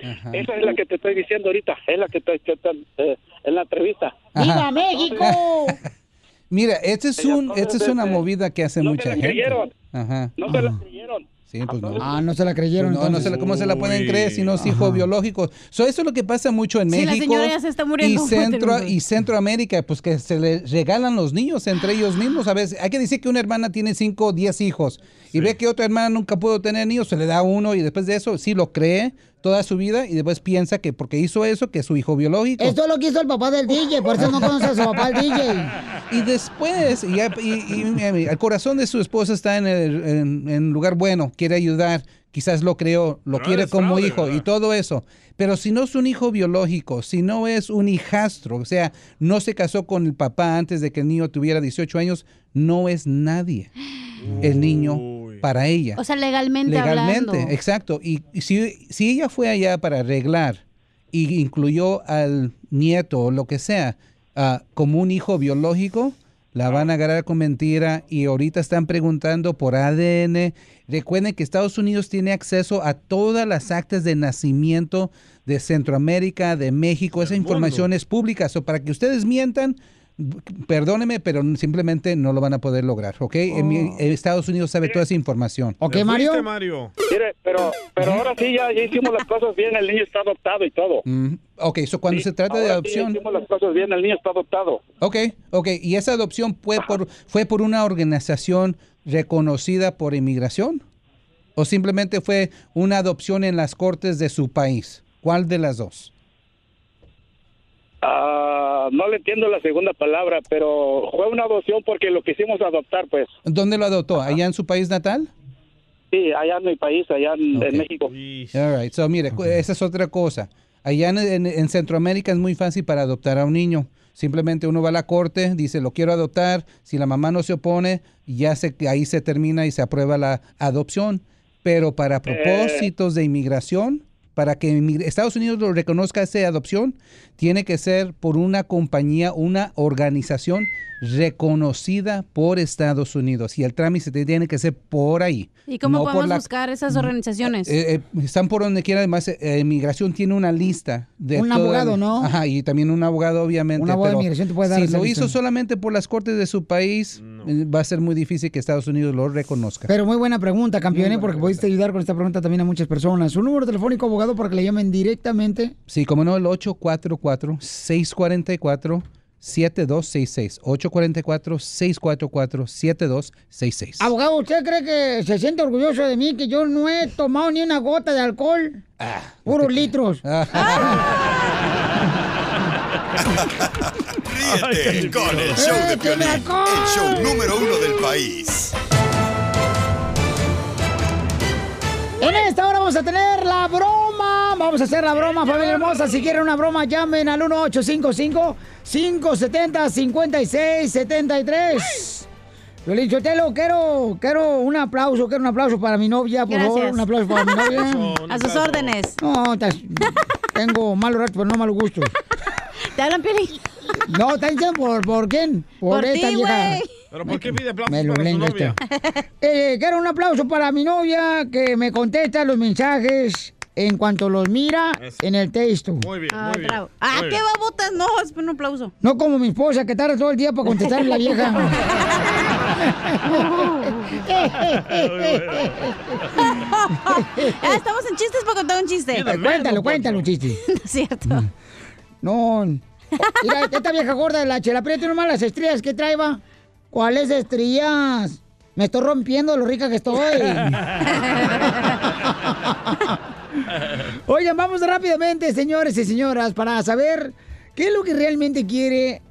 Speaker 10: esa es la que te estoy
Speaker 23: Ah.
Speaker 10: diciendo ahorita es la que te, que te- eh, en la entrevista
Speaker 2: ¡Viva México!
Speaker 23: Mira, este es un, esta es una movida que hace mucha
Speaker 2: la
Speaker 23: gente.
Speaker 2: creyeron.
Speaker 23: Ajá.
Speaker 2: No se la
Speaker 23: Ajá. Sí, pues no.
Speaker 2: Ah, no se la creyeron.
Speaker 23: No, no
Speaker 2: entonces.
Speaker 23: se la- ¿cómo se la pueden creer si no es hijo biológico? So, eso es lo que pasa mucho en
Speaker 4: Sí, la
Speaker 23: México.
Speaker 4: señora ya se está muriendo.
Speaker 23: Y, Centro,
Speaker 4: Mátelo.
Speaker 23: y Centroamérica, pues que se le regalan los niños entre ellos mismos. A veces hay que decir que una hermana tiene cinco o diez hijos y ve que otra hermana nunca pudo tener niños, se le da uno y después de eso sí lo cree toda su vida y después piensa que porque hizo eso, que es su hijo biológico.
Speaker 2: Esto es lo que hizo el papá del DJ, por eso no conoce a su papá el DJ.
Speaker 23: Y después, y, ya- y- y- y el corazón de su esposa está en el en, en lugar bueno, quiere ayudar, quizás lo creó, lo quiere
Speaker 14: es
Speaker 23: como
Speaker 14: fraude,
Speaker 23: hijo y todo eso. Pero si no es un hijo biológico, si no es un hijastro, o sea, no se casó con el papá antes de que el niño tuviera 18 años, no es nadie el niño para ella.
Speaker 4: O sea, legalmente,
Speaker 23: Legalmente,
Speaker 4: hablando.
Speaker 23: exacto. Y, y si, si ella fue allá para arreglar y incluyó al nieto o lo que sea ah, como un hijo biológico, la van a agarrar con mentira y ahorita están preguntando por ADN. Recuerden que Estados Unidos tiene acceso a todas las actas de nacimiento de Centroamérica, de México. Esa información es pública. So, para que ustedes mientan, perdóneme, pero simplemente no lo van a poder lograr, ¿ok? En mi- en Estados Unidos sabe toda esa información.
Speaker 2: ¿Ok,
Speaker 3: Te fuiste, Mario?
Speaker 10: Mire, pero, pero ahora sí ya, ya hicimos las cosas bien, el niño está adoptado y todo.
Speaker 23: Ok, so cuando se trata de
Speaker 10: Ahora sí ya
Speaker 23: adopción...
Speaker 10: hicimos las cosas bien, el niño está adoptado.
Speaker 23: Ok, ok. ¿Y esa adopción fue por, fue por una organización reconocida por inmigración? ¿O simplemente fue una adopción en las cortes de su país? ¿Cuál de las dos?
Speaker 10: Ah, no le entiendo la segunda palabra, pero fue una adopción porque lo quisimos adoptar, pues.
Speaker 23: ¿Dónde lo adoptó? ¿Allá en su país natal?
Speaker 10: Sí, allá en mi país, allá en, en México.
Speaker 23: All right, so mire, cu- esa es otra cosa. Allá en, en- en Centroamérica es muy fácil para adoptar a un niño. Simplemente uno va a la corte, dice lo quiero adoptar. Si la mamá no se opone, ya se, ahí se termina y se aprueba la adopción. Pero para propósitos de inmigración, para que inmi- Estados Unidos lo reconozca esa adopción, tiene que ser por una compañía, una organización reconocida por Estados Unidos. Y el trámite tiene que ser por ahí.
Speaker 4: ¿Y cómo
Speaker 23: no por
Speaker 4: podemos
Speaker 23: la-
Speaker 4: buscar esas organizaciones?
Speaker 23: eh, eh, están por donde quiera. Además, eh, eh, inmigración tiene una lista de
Speaker 4: Un
Speaker 23: toda-
Speaker 4: abogado, ¿no?
Speaker 23: Ajá, y también un abogado, obviamente.
Speaker 2: Un abogado de
Speaker 23: pero
Speaker 2: inmigración te puede dar
Speaker 23: Si
Speaker 2: esa
Speaker 23: lo
Speaker 2: lista.
Speaker 23: hizo solamente por las cortes de su país, eh, va a ser muy difícil que Estados Unidos lo reconozca.
Speaker 2: Pero muy buena pregunta, campeón, ¿eh? porque pudiste ayudar con esta pregunta también a muchas personas. Un número telefónico, abogado, para que le llamen directamente.
Speaker 23: Sí, como no, el 844-644. 7266 844 644 7266
Speaker 2: Abogado, ¿usted cree que se siente orgulloso de mí que yo no he tomado ni una gota de alcohol? Puros litros.
Speaker 9: Ríete con el show de Piolín, el show número uno del país.
Speaker 2: En esta hora vamos a tener la broma. Vamos a hacer la broma, familia hermosa. Si quieren una broma, llamen al 1855-570-5673. Violín Chotelo, quiero, quiero un aplauso, quiero un aplauso para mi novia, por favor.
Speaker 4: Gracias.
Speaker 2: Un aplauso para mi novia.
Speaker 4: Eso, un A sus aplauso. órdenes.
Speaker 2: No, estás- tengo malos ratos, pero no malos gustos.
Speaker 4: ¿Te hablan, Piolín?
Speaker 2: No, te dicen por, por quién. Por,
Speaker 4: Por
Speaker 2: esta
Speaker 4: ti,
Speaker 2: vieja.
Speaker 4: güey.
Speaker 3: ¿Pero por qué pide aplausos
Speaker 2: Me lo
Speaker 3: para su
Speaker 2: brinco
Speaker 3: novia?
Speaker 2: Eh, quiero un aplauso para mi novia que me contesta los mensajes en cuanto los mira en el texto.
Speaker 3: Muy bien,
Speaker 4: Ah,
Speaker 3: muy bien.
Speaker 4: bravo. Ah,
Speaker 3: muy
Speaker 4: qué
Speaker 3: bien.
Speaker 4: babotas. No, es un aplauso.
Speaker 2: No como mi esposa que tarda todo el día para contestar a la vieja.
Speaker 4: Ah, estamos en chistes para contar un chiste.
Speaker 2: Eh, cuéntalo, cuéntalo, chiste.
Speaker 4: cierto.
Speaker 2: No. Oh, Mira, esta vieja gorda de la chela Prieto, nomás las estrías que trae, va. ¿Cuáles estrías? Me estoy rompiendo de lo rica que estoy. Oigan, vamos rápidamente, señores y señoras, para saber qué es lo que realmente quiere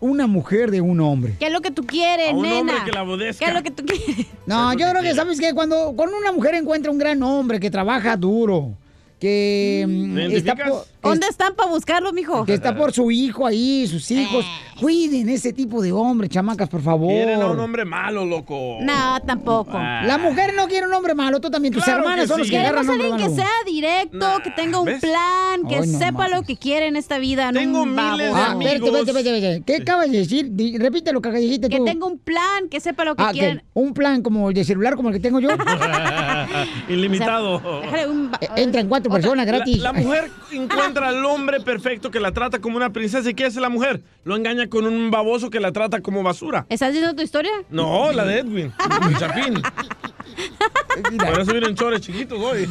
Speaker 2: una mujer de un hombre.
Speaker 4: ¿Qué es lo que tú quieres,
Speaker 2: A un
Speaker 4: nena?
Speaker 2: hombre que la obedezca.
Speaker 4: ¿Qué es lo que tú quieres?
Speaker 2: No, yo creo que sabes que cuando, cuando una mujer encuentra un gran hombre que trabaja duro, que mm, está por,
Speaker 4: ¿Dónde están para buscarlo, mijo? Eh.
Speaker 2: que está por su hijo ahí, sus hijos, cuiden ese tipo de hombre, chamacas, por favor.
Speaker 3: Quieren a un hombre malo, loco.
Speaker 4: No, tampoco.
Speaker 2: La mujer no quiere un hombre malo, tú también, tus
Speaker 3: Claro
Speaker 2: hermanas
Speaker 3: que
Speaker 2: son los
Speaker 3: sí.
Speaker 2: que agarran
Speaker 4: Queremos
Speaker 2: hombre
Speaker 4: alguien que
Speaker 2: malo.
Speaker 4: sea directo, que tenga un
Speaker 2: ¿ves?
Speaker 4: plan, que
Speaker 2: Ay, no
Speaker 4: sepa lo que quiere en esta vida. no un baboso.
Speaker 2: Ah, espérate, espérate, espérate, espérate. ¿Qué acabas de decir? Di- Repite lo que dijiste tú.
Speaker 4: Que tenga un plan, que sepa lo que
Speaker 2: Ah, que
Speaker 4: quieren.
Speaker 2: un plan como el de celular como el que tengo yo.
Speaker 3: Ilimitado.
Speaker 2: Eh, Entran cuatro personas
Speaker 3: La-
Speaker 2: gratis.
Speaker 3: La, mujer encuentra al hombre perfecto que la trata como una princesa. ¿Y qué hace la mujer? Lo engaña con un baboso que la trata como basura.
Speaker 4: ¿Estás diciendo tu historia?
Speaker 3: No, la de Edwin, el chapín. Por eso vienen chores chiquitos hoy.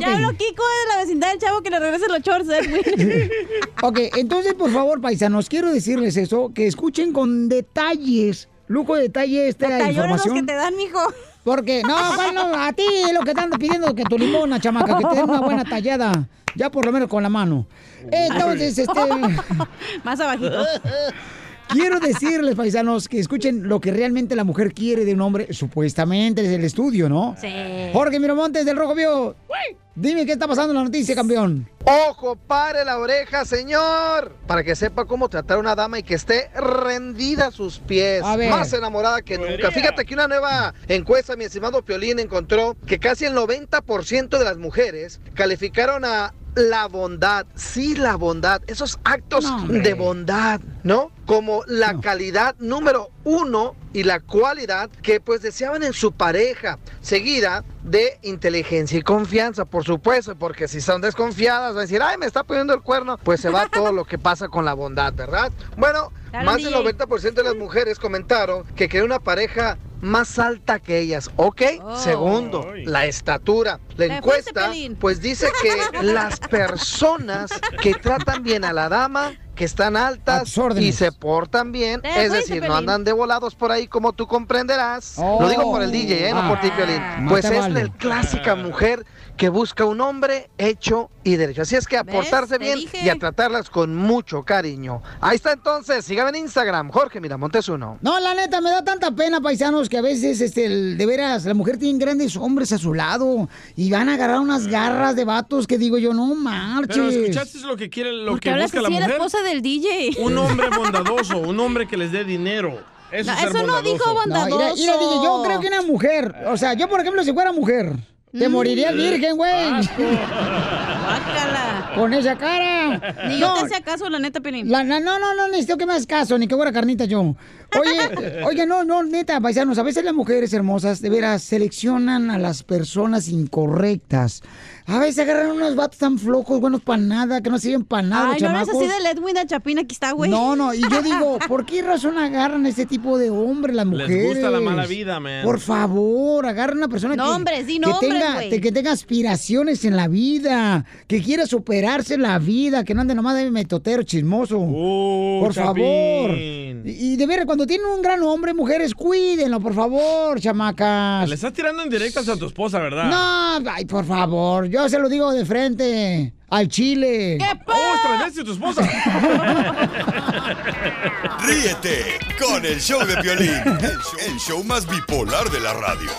Speaker 4: Ya habló Kiko de la vecindad del chavo que le regrese los shorts, eh, Edwin.
Speaker 2: Ok, entonces por favor, paisanos, quiero decirles eso, que escuchen con detalles, lujo de detalle esta
Speaker 4: Tallones los
Speaker 2: información.
Speaker 4: que te dan, mijo.
Speaker 2: Porque, no, bueno, a ti lo que te ando pidiendo que tu limona, chamaca, que te den una buena tallada, ya por lo menos con la mano. Entonces, este...
Speaker 4: Más abajito.
Speaker 2: Quiero decirles, paisanos, que escuchen lo que realmente la mujer quiere de un hombre, supuestamente, desde el estudio, ¿no?
Speaker 4: Sí.
Speaker 2: Jorge Miramontes del Rojo Vivo, dime qué está pasando en la noticia, campeón.
Speaker 7: Ojo, pare la oreja, señor. Para que sepa cómo tratar a una dama y que esté rendida a sus pies.
Speaker 2: A ver.
Speaker 7: Más enamorada que nunca. Fíjate que una nueva encuesta, mi estimado Piolín, encontró que casi el 90% de las mujeres calificaron a la bondad. Sí, la bondad. Esos actos
Speaker 23: No, hombre.
Speaker 7: de bondad, ¿no? Como la calidad número uno y la cualidad que pues deseaban en su pareja, seguida de inteligencia y confianza, por supuesto, porque si son desconfiadas, van a decir, ay, me está poniendo el cuerno, pues se va todo lo que pasa con la bondad, ¿verdad? Bueno, Dale, más del DJ. 90% de las mujeres comentaron que querían una pareja más alta que ellas, ¿ok? Oh. Segundo, la estatura. La Eh, encuesta, fuerte, Pelín. pues dice que las personas que tratan bien a la dama, que están altas y se portan bien, Eh, es fuerte, decir, no Pelín. andan de volados por ahí como tú comprenderás. Oh. Lo digo por el DJ, ¿eh? no por ti, Ah. Piolín. Más Pues te es vale. la clásica mujer que busca un hombre hecho y derecho. Así es que a ¿Ves? portarse Te bien dije. y a tratarlas con mucho cariño. Ahí está entonces, sígame en Instagram, Jorge Miramontes uno.
Speaker 2: No, la neta, me da tanta pena, paisanos, que a veces, este, el- de veras, la mujer tiene grandes hombres a su lado y van a agarrar unas garras de vatos que digo yo, no marches.
Speaker 3: Mm. Pero escuchaste lo que quiere, lo
Speaker 4: ¿Por qué
Speaker 3: que
Speaker 4: hablas
Speaker 3: busca la
Speaker 4: así de la
Speaker 3: mujer.
Speaker 4: esposa del DJ?
Speaker 3: Un hombre bondadoso, un hombre que les dé dinero. Eso,
Speaker 4: No,
Speaker 3: es ser
Speaker 4: eso no
Speaker 3: bondadoso.
Speaker 4: dijo bondadoso.
Speaker 2: No, mira, mira, dije, yo creo que una mujer, o sea, yo por ejemplo, si fuera mujer, te
Speaker 3: Mm.
Speaker 2: moriría virgen, güey.
Speaker 4: Guácala.
Speaker 2: Con esa cara.
Speaker 4: Ni yo te hacía caso, la neta, Pelín.
Speaker 2: La- la- no, no, no necesito que me hagas caso, ni que fuera carnita yo. Oye, oye, no, no, neta, paisanos, a veces las mujeres hermosas, de veras, seleccionan a las personas incorrectas. A veces agarran unos vatos tan flojos, buenos para nada, que no sirven para nada, los
Speaker 4: Ay, no eres así
Speaker 2: chamacos.
Speaker 4: del Edwin de Chapín, aquí está, Ah, güey.
Speaker 2: No, no, y yo digo, ¿por qué razón agarran este tipo de hombre las
Speaker 3: Les
Speaker 2: mujeres?
Speaker 3: gusta la mala vida, man.
Speaker 2: Por favor, agarran una persona que,
Speaker 4: Nombres, di
Speaker 2: que
Speaker 4: nombres,
Speaker 2: tenga,
Speaker 4: güey.
Speaker 2: te- que tenga aspiraciones en la vida, que quiera superarse la vida, que no ande nomás de metotero chismoso. por
Speaker 3: Chapín.
Speaker 2: favor. Y, y de ver, cuando tienen un gran hombre, mujeres, cuídenlo, por favor, chamacas.
Speaker 3: Le estás tirando en directas a tu esposa, ¿verdad?
Speaker 2: No, ay, por favor, yo se lo digo de frente, al chile.
Speaker 3: ¡Oh, extrañaste a tu esposa!
Speaker 9: Ríete con el show de Piolín, el show, el show más bipolar de la radio.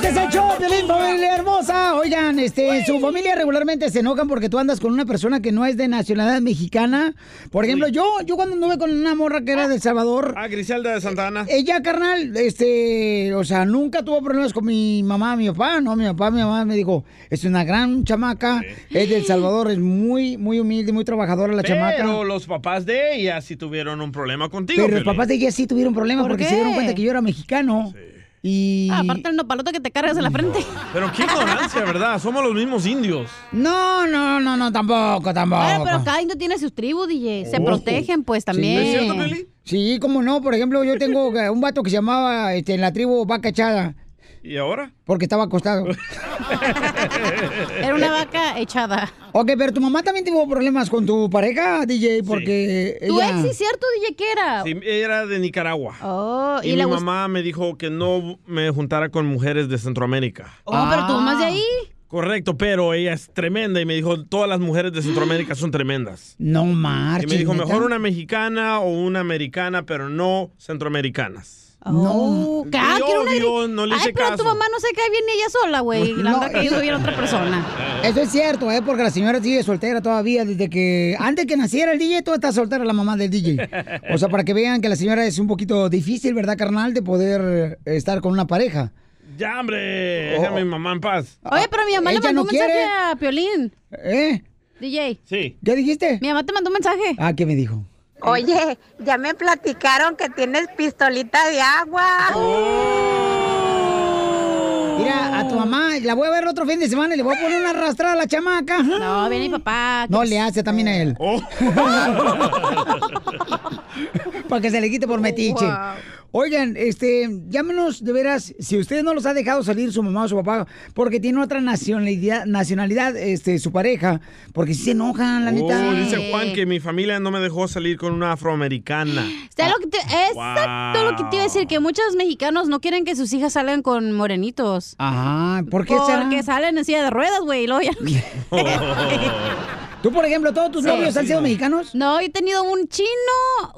Speaker 2: Este es el show, Piolín, familia hermosa. Oigan, este, su familia regularmente se enojan porque tú andas con una persona que no es de nacionalidad mexicana. Por ejemplo, yo, yo cuando anduve con una morra que era de El Salvador,
Speaker 3: Ah, Griselda de Santa Ana.
Speaker 2: ella, carnal, este, o sea, nunca tuvo problemas con mi mamá, mi papá, no, mi papá, mi mamá me dijo, es una gran chamaca, es de El Salvador, es muy, muy humilde, muy trabajadora la
Speaker 3: Pero
Speaker 2: chamaca.
Speaker 3: los papás de ella sí tuvieron un problema contigo.
Speaker 2: Pero los
Speaker 3: Piolín.
Speaker 2: papás de ella sí tuvieron problemas
Speaker 3: ¿Por
Speaker 2: porque
Speaker 3: qué?
Speaker 2: se dieron cuenta que yo era mexicano. Y...
Speaker 4: Ah, aparte el nopalote que te cargas en la frente.
Speaker 3: Pero qué ignorancia, ¿verdad? Somos los mismos indios.
Speaker 2: No, no, no, no, tampoco, tampoco.
Speaker 4: Bueno, pero cada indio tiene sus tribus, DJ. Se
Speaker 2: Ojo.
Speaker 4: protegen, pues, también.
Speaker 2: Sí. Sí, cómo no. Por ejemplo, yo tengo eh, un vato que se llamaba este, en la tribu Vaca Echada,
Speaker 3: ¿Y ahora?
Speaker 2: porque estaba acostado.
Speaker 4: Era una vaca echada.
Speaker 2: ok, pero tu mamá también tuvo problemas con tu pareja, DJ, porque.
Speaker 4: Tu
Speaker 2: ella-
Speaker 4: ex, eh, sí, cierto, DJ, que era.
Speaker 3: Sí, era de Nicaragua.
Speaker 4: Ah, Oh,
Speaker 3: y
Speaker 4: y, la
Speaker 3: mi
Speaker 4: gust-
Speaker 3: mamá me dijo que no me juntara con mujeres de Centroamérica. Ah,
Speaker 4: Oh, pero tu mamá es de
Speaker 2: Ah.
Speaker 4: ahí.
Speaker 3: Correcto, pero ella es tremenda y me dijo, todas las mujeres de Centroamérica son tremendas.
Speaker 2: No
Speaker 3: y
Speaker 2: marches.
Speaker 3: me dijo,
Speaker 2: ¿neta?
Speaker 3: mejor una mexicana o una americana, pero no centroamericanas.
Speaker 2: No.
Speaker 4: Ca-
Speaker 3: Y
Speaker 4: Oh, que era una
Speaker 3: obvio,
Speaker 4: gri-
Speaker 3: no le hice
Speaker 4: Ay, pero
Speaker 3: caso.
Speaker 4: tu mamá no se cae bien ni ella sola, güey. La
Speaker 2: No,
Speaker 4: anda cayendo
Speaker 2: eso-
Speaker 4: bien a otra persona.
Speaker 2: Eso es cierto, ¿eh? Porque la señora sigue soltera todavía. Desde que. Antes que naciera el DJ, todo está soltera la mamá del DJ. O sea, para que vean que la señora es un poquito difícil, ¿verdad, carnal? De poder eh, estar con una pareja.
Speaker 3: Ya, hombre, deja a mi mamá en paz.
Speaker 4: Oye, pero mi mamá le
Speaker 2: Ella
Speaker 4: mandó
Speaker 2: no
Speaker 4: un mensaje
Speaker 2: quiere.
Speaker 4: a Ah, Piolín.
Speaker 2: ¿Eh?
Speaker 4: DJ.
Speaker 3: Sí.
Speaker 2: ¿Qué dijiste?
Speaker 4: Mi mamá te mandó un mensaje.
Speaker 2: Ah, ¿qué me dijo?
Speaker 20: Oye, ya me platicaron que tienes pistolita de agua.
Speaker 13: Oh. Mira, a tu mamá, la voy a ver el otro fin de semana y le voy a poner una arrastrada a la chamaca. No,
Speaker 4: viene mi papá. este.
Speaker 13: No le hace también a él.
Speaker 3: Oh.
Speaker 13: Para que se le quite
Speaker 4: Oh,
Speaker 13: por metiche. Oigan, este, llámenos de veras, si usted no los ha dejado salir su mamá o su papá, porque tiene otra nacionalidad, nacionalidad este, su pareja, porque si se enojan, la neta.
Speaker 3: Oh, dice Juan que mi familia no me dejó salir con una afroamericana.
Speaker 4: Está lo que te- exacto lo que te iba a decir, que muchos mexicanos no quieren que sus hijas salgan con morenitos.
Speaker 13: Ajá, ¿por qué será?
Speaker 4: Porque salen en silla de ruedas, güey, y luego ya no quieren.
Speaker 13: Tú, por ejemplo, todos tus
Speaker 4: Sí.
Speaker 13: novios han sido mexicanos.
Speaker 4: No, yo he tenido un chino,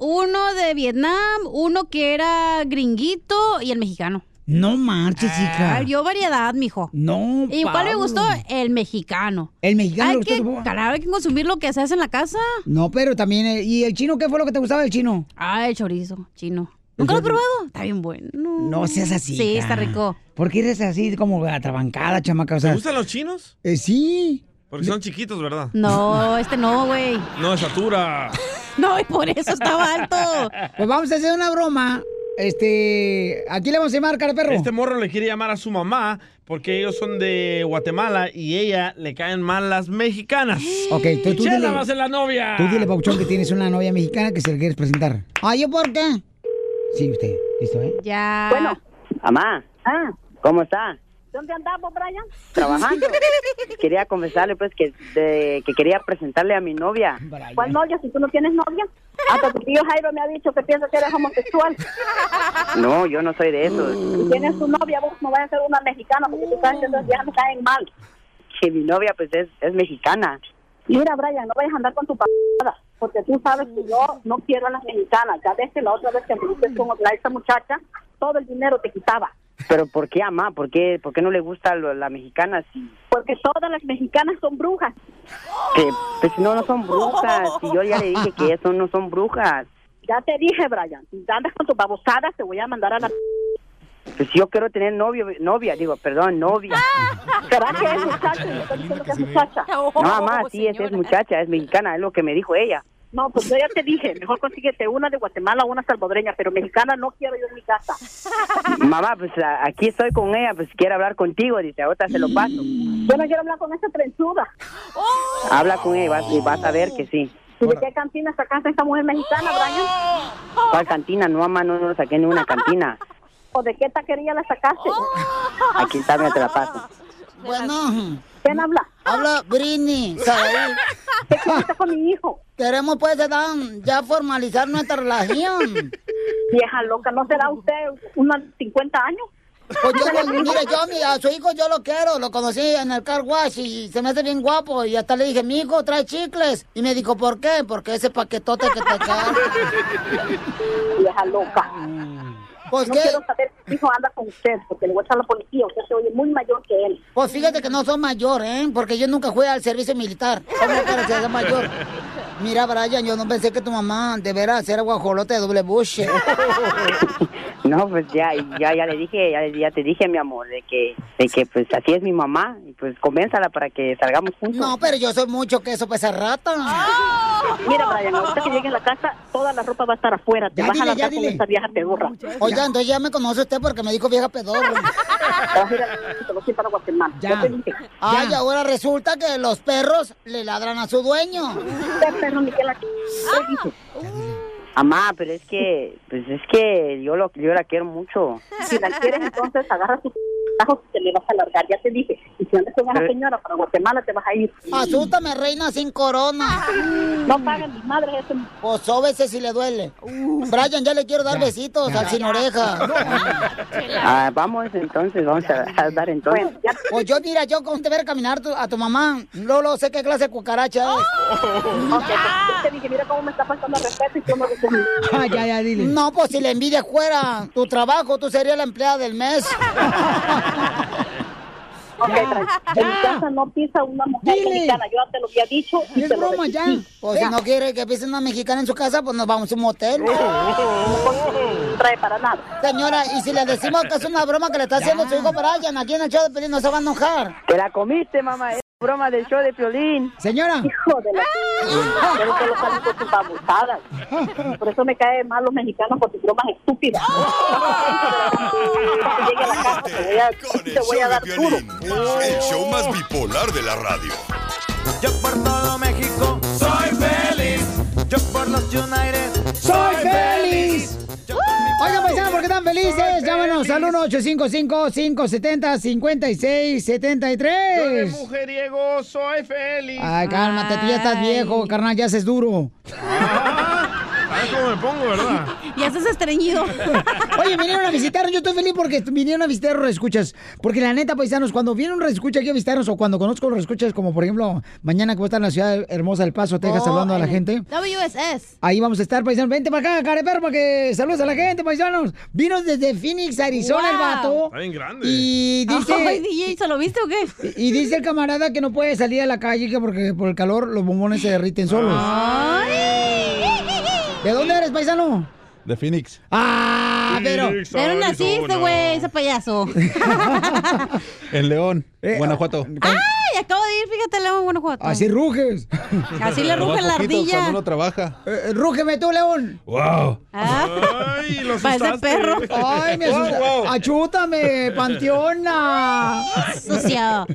Speaker 4: uno de Vietnam, uno que era gringuito y el mexicano.
Speaker 13: No marches, hija.
Speaker 4: Ay, yo variedad, mijo.
Speaker 13: No,
Speaker 4: ¿Y cuál me
Speaker 13: Pablo.
Speaker 4: gustó? El mexicano.
Speaker 13: El mexicano. le
Speaker 4: Hay
Speaker 13: gustó
Speaker 4: que,
Speaker 13: tu papá.
Speaker 4: claro, hay que consumir lo que se hace en la casa.
Speaker 13: No, pero también. eh, ¿Y el chino qué fue lo que te gustaba del chino?
Speaker 4: Ah, el chorizo, chino. ¿Nunca lo he probado? Está bien bueno.
Speaker 13: No seas así.
Speaker 4: Sí,
Speaker 13: hija.
Speaker 4: está rico.
Speaker 13: ¿Por qué eres así como atrabancada, chamaca? O sea,
Speaker 3: ¿Te gustan los chinos?
Speaker 13: eh, sí.
Speaker 3: Porque son chiquitos, ¿verdad?
Speaker 4: No, este no, güey.
Speaker 3: No, satura.
Speaker 4: No, y por eso estaba alto.
Speaker 13: Pues vamos a hacer una broma. Este. Aquí le vamos a llamar, cara de perro.
Speaker 3: Este morro le quiere llamar a su mamá porque ellos son de Guatemala y ella le caen mal las mexicanas.
Speaker 13: Ok, tú- tú
Speaker 3: Chela
Speaker 13: dile-
Speaker 3: va a ser la novia.
Speaker 13: Tú dile, Pauchón, que tienes una novia mexicana que se le quieres presentar. Ay, ¿yo por qué? Sí, usted. ¿Listo, eh?
Speaker 4: Ya.
Speaker 19: Bueno. Mamá,
Speaker 20: Ah.
Speaker 19: ¿cómo está?
Speaker 20: ¿Dónde andamos, Brian?
Speaker 19: Trabajando. quería confesarle pues que, de- que quería presentarle a mi novia.
Speaker 20: ¿Cuál novia? Si tú no tienes novia. Hasta tu tío Jairo me ha dicho que piensa que eres homosexual.
Speaker 19: No, yo no soy de
Speaker 20: Si
Speaker 19: eso.
Speaker 20: tienes tu novia, vos no vayas a ser una mexicana porque tú sabes que esas viejas me caen mal.
Speaker 19: Que mi novia pues es, es mexicana.
Speaker 20: Mira, Brian, no vayas a andar con tu papada, porque tú sabes que yo no quiero a las mexicanas. Ya ves que la otra vez que me con otra, esta muchacha, todo el dinero te quitaba.
Speaker 19: Pero ¿por qué mamá? ¿Por qué, por qué no le gusta lo- la mexicana? Si,
Speaker 20: Porque todas las mexicanas son brujas.
Speaker 19: que, pues no, no son brujas. Si yo ya le dije que eso no son brujas.
Speaker 20: Ya te dije, Brian, si andas con tus babosadas, te voy a mandar a la...
Speaker 19: Pues yo quiero tener novio, novia, digo, perdón, novia.
Speaker 20: Ah. ¿Será que es muchacho? Yo estoy diciendo que es muchacha.
Speaker 19: No, mamá, sí, es, es muchacha, es mexicana, es lo que me dijo ella.
Speaker 20: No, pues yo ya te dije, mejor consíguete una de Guatemala o una salvadoreña, pero mexicana no quiero yo en mi casa.
Speaker 19: Mamá, pues a- aquí estoy con ella, pues quiere hablar contigo, dice, ahorita se lo paso. Oh.
Speaker 20: Yo no quiero hablar con esa trenzuda.
Speaker 19: Habla con ella y vas, y vas a ver que sí.
Speaker 20: ¿Y de qué cantina sacaste a esta mujer mexicana, Brian?
Speaker 19: ¿Cuál cantina? No, mamá, no, no saqué ninguna cantina.
Speaker 20: ¿O de qué taquería la sacaste?
Speaker 19: Aquí está, mira, te la paso.
Speaker 2: Bueno.
Speaker 20: ¿Quién habla?
Speaker 2: Habla Brini, Saúl.
Speaker 20: ¿Qué pasa con mi hijo?
Speaker 2: Queremos, pues, Dan, ya formalizar nuestra relación.
Speaker 20: Vieja loca, ¿no será usted unos 50 años?
Speaker 2: Pues yo, lo- mire, yo a mi- a su hijo yo lo quiero, lo conocí en el car wash y se me hace bien guapo. Y hasta le dije, mi hijo trae chicles. Y me dijo, ¿por qué? Porque ese paquetote que te cae.
Speaker 20: Vieja loca.
Speaker 2: Pues
Speaker 20: no
Speaker 2: qué.
Speaker 20: quiero saber si mi hijo anda con usted, porque le voy a echar a la policía. Usted se oye muy mayor que él.
Speaker 2: Pues fíjate que no soy mayor, ¿eh? Porque yo nunca fui al servicio militar. ¿Cómo para que sea mayor? Mira, Brian, yo no pensé que tu mamá de veras era guajolote de doble buche.
Speaker 19: No, pues ya, ya, ya le dije, ya, ya te dije, mi amor, de que, de que pues así es mi mamá, y pues convénzala para que salgamos juntos.
Speaker 2: No, pero yo soy mucho queso para esa rata.
Speaker 20: Mira, Brian, ahorita que llegue a la casa, toda la ropa va a estar afuera. Te
Speaker 2: Ya
Speaker 20: vas
Speaker 2: dile, ya
Speaker 20: a largar con
Speaker 2: dile.
Speaker 20: esta vieja pedorra.
Speaker 2: Oiga, entonces ya me conoce usted porque me dijo vieja pedorra.
Speaker 20: Te vas a ir para Guatemala.
Speaker 2: Ya.
Speaker 20: Ya te dije.
Speaker 2: Ay, ahora resulta que los perros le ladran a su dueño. Ah.
Speaker 19: Mamá, pero es que, pues es que yo lo, yo la quiero mucho.
Speaker 20: Si la quieres, entonces agarra tus tajos y te le vas a largar. Ya te dije. Y si andas con una
Speaker 19: Eh.
Speaker 20: señora para Guatemala, te vas a ir.
Speaker 2: Asústame, reina sin corona.
Speaker 20: No pagan mis madres ese.
Speaker 2: Pues sóbese si le duele. Brian, Uh. ya le quiero dar besitos al sin oreja.
Speaker 19: Ah, vamos entonces, vamos a, a dar entonces.
Speaker 2: Pues yo, mira, yo con te ver caminar tu- a tu mamá, Lolo, sé qué clase de cucaracha es.
Speaker 20: Oh. Te pues, dije, mira cómo me está faltando el respeto y "Mm". tú no dices
Speaker 13: Ah, ya, ya, dile.
Speaker 2: No, pues si la envidia fuera tu trabajo, tú serías la empleada del mes.
Speaker 20: Ok, tranquilo. En mi casa no pisa una mujer mexicana. Yo ya te lo había dicho. Y te lo repetí.
Speaker 2: Pues si
Speaker 20: Vea,
Speaker 2: no quiere que pise una mexicana en su casa, pues nos vamos a un motel.
Speaker 20: Oh. No trae para nada.
Speaker 2: Señora, y si le decimos que es una broma que le está haciendo su hijo Brian aquí en el show de Pelín, no se va a enojar.
Speaker 19: Te la comiste, mamá.
Speaker 11: broma del show de Piolín.
Speaker 2: Señora.
Speaker 11: Hijo de la... Pero que los amigos son babosadas. Por eso me caen mal los mexicanos por sus bromas estúpidas. Cuando llegue a la casa te voy a, te voy a dar duro.
Speaker 9: El show más bipolar de la radio.
Speaker 17: Yo por todo México soy feliz. Yo por los United
Speaker 2: ¡Soy feliz! Oigan, paisano, ¿por qué tan felices? Llámanos al 1-855-570-5673.
Speaker 3: Mujeriego, soy feliz.
Speaker 2: Ay, cálmate, tú ya estás viejo, carnal, ya haces duro.
Speaker 3: A ver cómo me pongo, ¿verdad?
Speaker 2: Ya estás estreñido. Oye, vinieron a visitarnos. Yo estoy feliz porque vinieron a visitar los reescuchas. Porque la neta, paisanos, cuando viene un reescucha aquí a visitarnos o cuando conozco los reescuchas, como por ejemplo mañana que voy a estar en la ciudad hermosa del Paso, Texas,
Speaker 4: Oh,
Speaker 2: saludando a la
Speaker 4: en
Speaker 2: gente.
Speaker 4: el WSS.
Speaker 2: Ahí vamos a estar, paisanos. Vente para acá, careper, para que saludes a la gente, paisanos. Vino desde Phoenix, Arizona, el
Speaker 4: Wow.
Speaker 2: vato.
Speaker 3: Está bien grande.
Speaker 2: Y dice...
Speaker 4: Ay, DJ, ¿se lo viste o qué?
Speaker 2: Y dice el camarada que no puede salir a la calle que porque por el calor los bombones se derriten solos. ¿De dónde eres, paisano?
Speaker 19: De Phoenix.
Speaker 2: Ah, pero.
Speaker 19: Phoenix, Pero naciste, Arizona.
Speaker 4: güey, ese payaso.
Speaker 19: En León, Guanajuato.
Speaker 4: Ay, acabo de ir, fíjate, León, Guanajuato.
Speaker 19: Así
Speaker 2: ruges.
Speaker 4: Así le ruge
Speaker 19: Nomás
Speaker 4: la
Speaker 19: poquito
Speaker 4: ardilla.
Speaker 19: Cuando uno trabaja.
Speaker 2: Eh, rúgeme tú, León.
Speaker 19: ¡Wow!
Speaker 3: Ay, lo
Speaker 2: Parece
Speaker 3: asustaste.
Speaker 2: perro. Ay, me asusta.
Speaker 3: Wow, wow.
Speaker 2: Achútame, panteona.
Speaker 4: Sucio.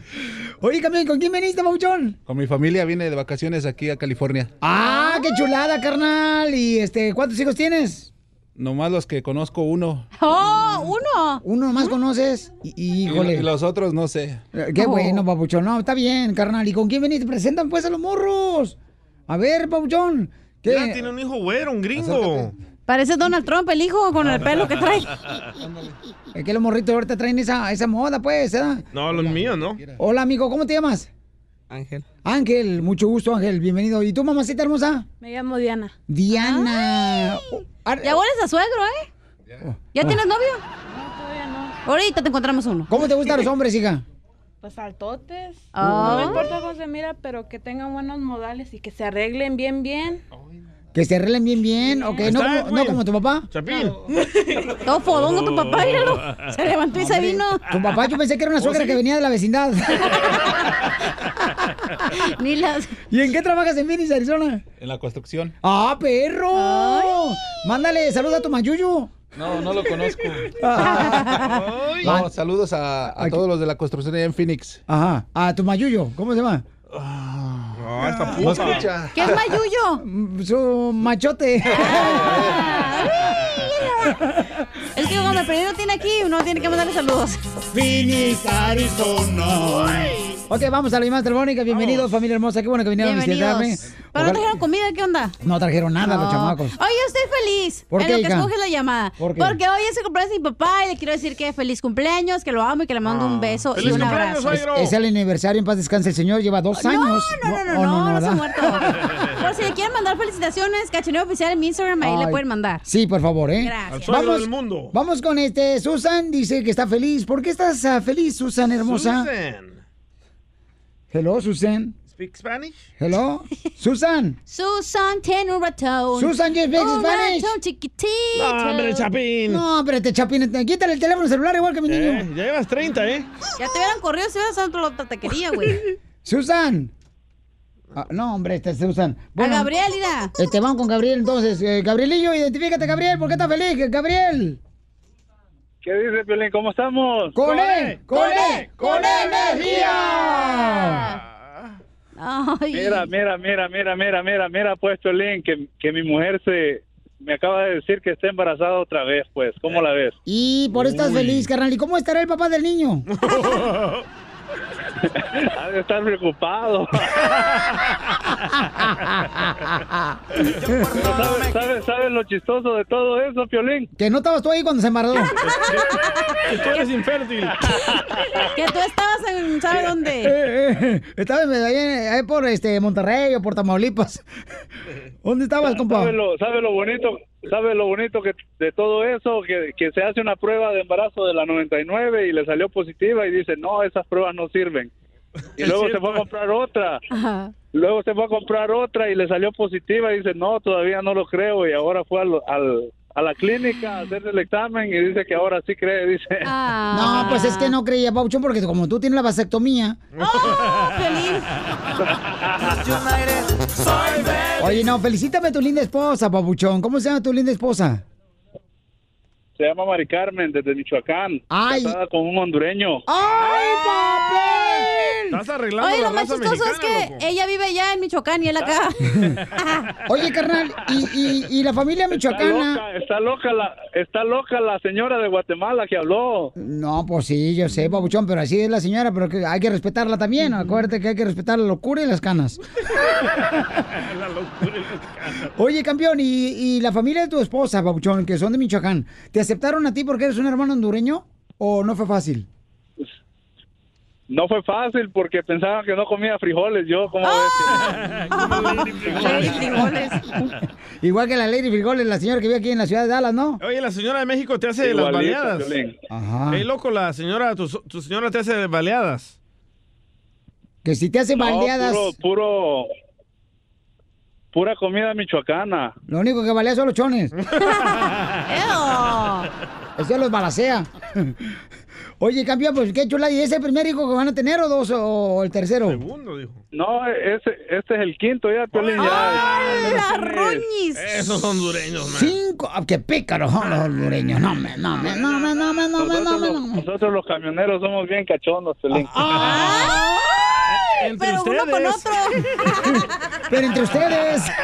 Speaker 2: Oye, Camilo, ¿con quién viniste, Mauchón?
Speaker 19: Con mi familia vine de vacaciones aquí a California.
Speaker 2: Ah, qué chulada, carnal. ¿Y este, cuántos hijos tienes?
Speaker 19: Nomás los que conozco uno.
Speaker 4: ¡Oh, uno! ¿Mm?
Speaker 2: Uno más conoces. Y, híjole.
Speaker 19: Y los otros no sé.
Speaker 2: Eh,
Speaker 4: Oh.
Speaker 2: Qué bueno, papuchón. No, está bien, carnal. ¿Y con quién venís? Presentan pues a los morros. A ver, papuchón. ¿Qué?
Speaker 3: Ya tiene un hijo güero, un gringo.
Speaker 4: Parece Donald Trump, el hijo, con el pelo que trae.
Speaker 2: Es que los morritos ahorita traen esa, esa moda, pues, ¿eh?
Speaker 3: No, los míos, ¿no?
Speaker 2: Hola, amigo, ¿cómo te llamas?
Speaker 24: Ángel.
Speaker 2: Ángel, mucho gusto, Ángel. Bienvenido. ¿Y tu mamacita hermosa?
Speaker 4: Me llamo Diana.
Speaker 2: Diana. Oh,
Speaker 4: Ya hueles a suegro, ¿eh? ¿Ya tienes novio? No, todavía no. Ahorita te encontramos uno.
Speaker 2: ¿Cómo te gustan los hombres, hija?
Speaker 24: Pues altotes.
Speaker 2: Ah.
Speaker 24: No me importa cómo se mira, pero que tengan buenos modales y que se arreglen bien, bien.
Speaker 2: Que se arreglen bien, bien. Ok, no
Speaker 24: Está,
Speaker 2: como,
Speaker 4: pues.
Speaker 2: no
Speaker 24: güey.
Speaker 2: como tu papá.
Speaker 3: Chapín.
Speaker 4: Todo fodongo tu papá, míralo. Se levantó y se
Speaker 2: Hombre,
Speaker 4: vino.
Speaker 2: Tu papá, yo pensé que era una
Speaker 4: ¿Oh,
Speaker 2: suegra
Speaker 4: sí?
Speaker 2: que venía de la vecindad.
Speaker 4: Ni las.
Speaker 2: ¿Y en qué trabajas en Phoenix, Arizona?
Speaker 19: En la construcción.
Speaker 2: ¡Ah, perro! Mándale saludos a tu mayuyo.
Speaker 19: No, no lo conozco.
Speaker 2: Ah.
Speaker 19: No, saludos a, a todos los de la construcción allá en Phoenix. Ah.
Speaker 2: Ajá, a tu mayuyo. ¿Cómo se llama? Ah.
Speaker 19: No, esta
Speaker 2: pupa. escucha. Mm,
Speaker 4: ¿Qué es Mayuyo?
Speaker 2: Su machote.
Speaker 4: Es que cuando el periodista tiene aquí, uno tiene que mandarle saludos.
Speaker 2: Phoenix, Arizona. Ok, vamos a la llamada telefónica. Bienvenidos, familia hermosa. Qué bueno que vinieron a visitarme.
Speaker 4: Oh. Bienvenidos. ¿Pero no
Speaker 2: Ojalá-
Speaker 4: trajeron comida? ¿Qué onda?
Speaker 2: No trajeron nada los
Speaker 4: No.
Speaker 2: chamacos.
Speaker 4: Hoy yo estoy feliz.
Speaker 2: ¿Por
Speaker 4: en
Speaker 2: qué,
Speaker 4: lo que
Speaker 2: hija?
Speaker 4: escoge la llamada.
Speaker 2: ¿Por qué?
Speaker 4: Porque hoy es el cumpleaños de mi papá y le quiero decir que feliz cumpleaños, que lo amo y que le mando
Speaker 2: Ah.
Speaker 4: un beso y
Speaker 2: Sí.
Speaker 4: un abrazo.
Speaker 2: Es, es el aniversario, en paz descanse el señor, lleva dos años.
Speaker 4: No, no, no,
Speaker 2: oh,
Speaker 4: no, no, se ha
Speaker 2: ¿verdad?
Speaker 4: muerto. Por si le quieren mandar felicitaciones, cachineo oficial en mi Instagram, ahí le
Speaker 2: Ay.
Speaker 4: pueden mandar.
Speaker 2: Sí, por favor, ¿eh?
Speaker 4: Gracias. Al suegro del
Speaker 3: mundo.
Speaker 2: Vamos con este, Susan, dice que está feliz. ¿Por qué estás ah, feliz, Susan, hermosa?
Speaker 3: Susan.
Speaker 2: Hello, Susan.
Speaker 3: Speak Spanish.
Speaker 2: Hello, Susan.
Speaker 4: Susan tiene un ratón.
Speaker 2: Susan, yes, bitch,
Speaker 4: Un
Speaker 2: Spanish.
Speaker 4: ratón chiquitito.
Speaker 3: No, hombre, Chapín.
Speaker 2: No, hombre, te chapín, te- quítale el teléfono celular igual que mi
Speaker 3: Eh,
Speaker 2: niño.
Speaker 3: ya llevas 30, ¿eh?
Speaker 4: Ya te hubieran corrido si hubieras dado la taquería, güey.
Speaker 2: Susan. Ah, no, hombre, este es Susan.
Speaker 4: A Gabriel, mira.
Speaker 2: Este, vamos con Gabriel entonces. Eh, Gabrielillo, identifícate, Gabriel. ¿Por qué estás feliz, Gabriel?
Speaker 25: ¿Qué dice, Piolín? ¿Cómo estamos?
Speaker 2: ¡Con él! ¡Con él! ¡Con
Speaker 25: energía!
Speaker 4: Ay.
Speaker 25: Mira, mira, mira, mira, mira, mira, mira, pues, Piolín, que, que mi mujer se me acaba de decir que está embarazada otra vez, pues. ¿Cómo la ves?
Speaker 2: Y por eso estás
Speaker 25: Uy.
Speaker 2: feliz, carnal. ¿Y cómo estará el papá del niño?
Speaker 25: Ha de estar preocupado. ¿Sabes sabe, sabe lo chistoso de todo eso, Piolín?
Speaker 2: que no estabas tú ahí cuando se embarazó.
Speaker 25: Que tú eres infértil.
Speaker 4: Que tú estabas en, ¿sabe dónde?
Speaker 2: Eh, eh, estaba en Medellín, ahí por este, Monterrey o por Tamaulipas. ¿Dónde estabas, compa?
Speaker 25: Ah, ¿Sabe lo, sabe lo bonito, sabe lo bonito que de todo eso, que, que se hace una prueba de embarazo de la 99 y le salió positiva y dice, no, esas pruebas no sirven. Y luego se fue a comprar otra,
Speaker 4: Ajá.
Speaker 25: luego se fue a comprar otra y le salió positiva y dice, no, todavía no lo creo y ahora fue al, al, a la clínica a hacerse el examen y dice que ahora sí cree, dice.
Speaker 2: No, pues es que no creía, Pauchón, porque como tú tienes la vasectomía. ¡Oh, Oye, no, felicítame a tu linda esposa, Papuchón. ¿Cómo se llama tu linda esposa?
Speaker 25: Se llama Mari Carmen, desde Michoacán.
Speaker 2: Ay.
Speaker 25: Casada con un hondureño.
Speaker 2: ¡Ay, papel!
Speaker 3: Estás arreglando
Speaker 4: Oye,
Speaker 3: la
Speaker 4: lo más
Speaker 3: raza
Speaker 4: chistoso es
Speaker 3: mexicana,
Speaker 4: que ella vive allá en Michoacán y él acá.
Speaker 2: Oye, carnal, y, y- y la familia michoacana.
Speaker 25: Está loca, está loca la, está loca la señora de Guatemala que habló.
Speaker 2: No, pues sí, yo sé, Papuchón, pero así es la señora, pero que hay que respetarla también. Acuérdate que hay que respetar la locura y las canas.
Speaker 17: La locura en las casas.
Speaker 2: Oye, campeón, y, y la familia de tu esposa, Papuchón, que son de Michoacán, ¿te aceptaron a ti porque eres un hermano hondureño o no fue fácil?
Speaker 25: No fue fácil porque pensaban que no comía frijoles. Yo, como
Speaker 2: ¡Ah! Igual que la Lady Frijoles, la señora que vive aquí en la ciudad de Dallas, ¿no?
Speaker 3: Oye, la señora de México te hace
Speaker 25: Igualita,
Speaker 3: las baleadas.
Speaker 25: Piolín.
Speaker 2: Ajá.
Speaker 3: Ey, loco, la señora, tu, tu señora te hace baleadas.
Speaker 2: Que si te hace
Speaker 25: No,
Speaker 2: baleadas,
Speaker 25: puro, puro- pura comida michoacana.
Speaker 2: lo único que balea son los chones. Eso los balacea. Oye, campeón, pues qué chula. ¿Y es el primer hijo que van a tener o dos o, o el tercero?
Speaker 25: No, ese, este es el quinto ya, Piolín. ya,
Speaker 3: Esos hondureños, man.
Speaker 2: Cinco. ah, ¡Qué pícaros son los hondureños! No, me, no, me, no, me, no, me, no, me, no, me, no, me.
Speaker 25: Nosotros los camioneros somos bien cachondos, Piolín.
Speaker 3: Entre ustedes.
Speaker 2: Pero entre ustedes.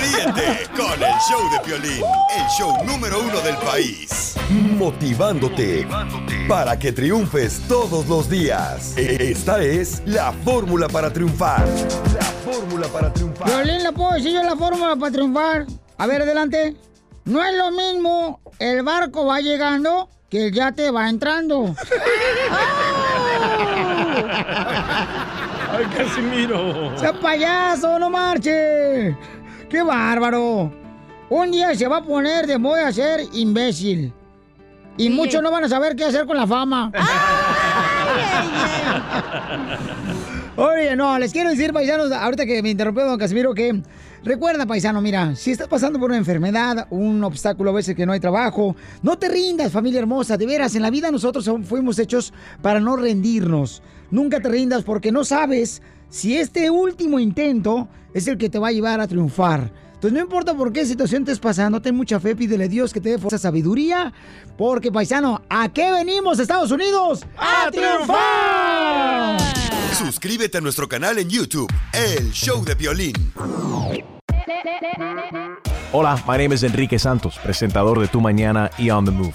Speaker 9: Ríete con el show de Piolín, el show número uno del país. Motivándote para que triunfes todos los días. E- Esta es la fórmula para triunfar. La fórmula para triunfar.
Speaker 2: Violín, ¿la puedo decir yo la fórmula para triunfar? A ver, adelante. No es lo mismo el barco va llegando que el yate va entrando.
Speaker 3: Ay, Casimiro.
Speaker 2: ¡Sea payaso, no marche! ¡Qué bárbaro! Un día se va a poner de moda ser imbécil. Y muchos no van a saber qué hacer con la fama. Oye, no, les quiero decir, paisanos, ahorita que me interrumpió don Casimiro, que recuerda, paisano, mira, si estás pasando por una enfermedad, un obstáculo a veces que no hay trabajo, no te rindas, familia hermosa, de veras, en la vida nosotros fuimos hechos para no rendirnos. Nunca te rindas porque no sabes si este último intento es el que te va a llevar a triunfar. Entonces, no importa por qué situación estés pasando, ten mucha fe, pídele a Dios que te dé fuerza, sabiduría, porque, paisano, ¿a qué venimos, Estados Unidos? ¡A triunfar!
Speaker 9: Suscríbete a nuestro canal en YouTube, El Show de Violín.
Speaker 1: Hola, my name is Enrique Santos, presentador de Tu Mañana y On the Move.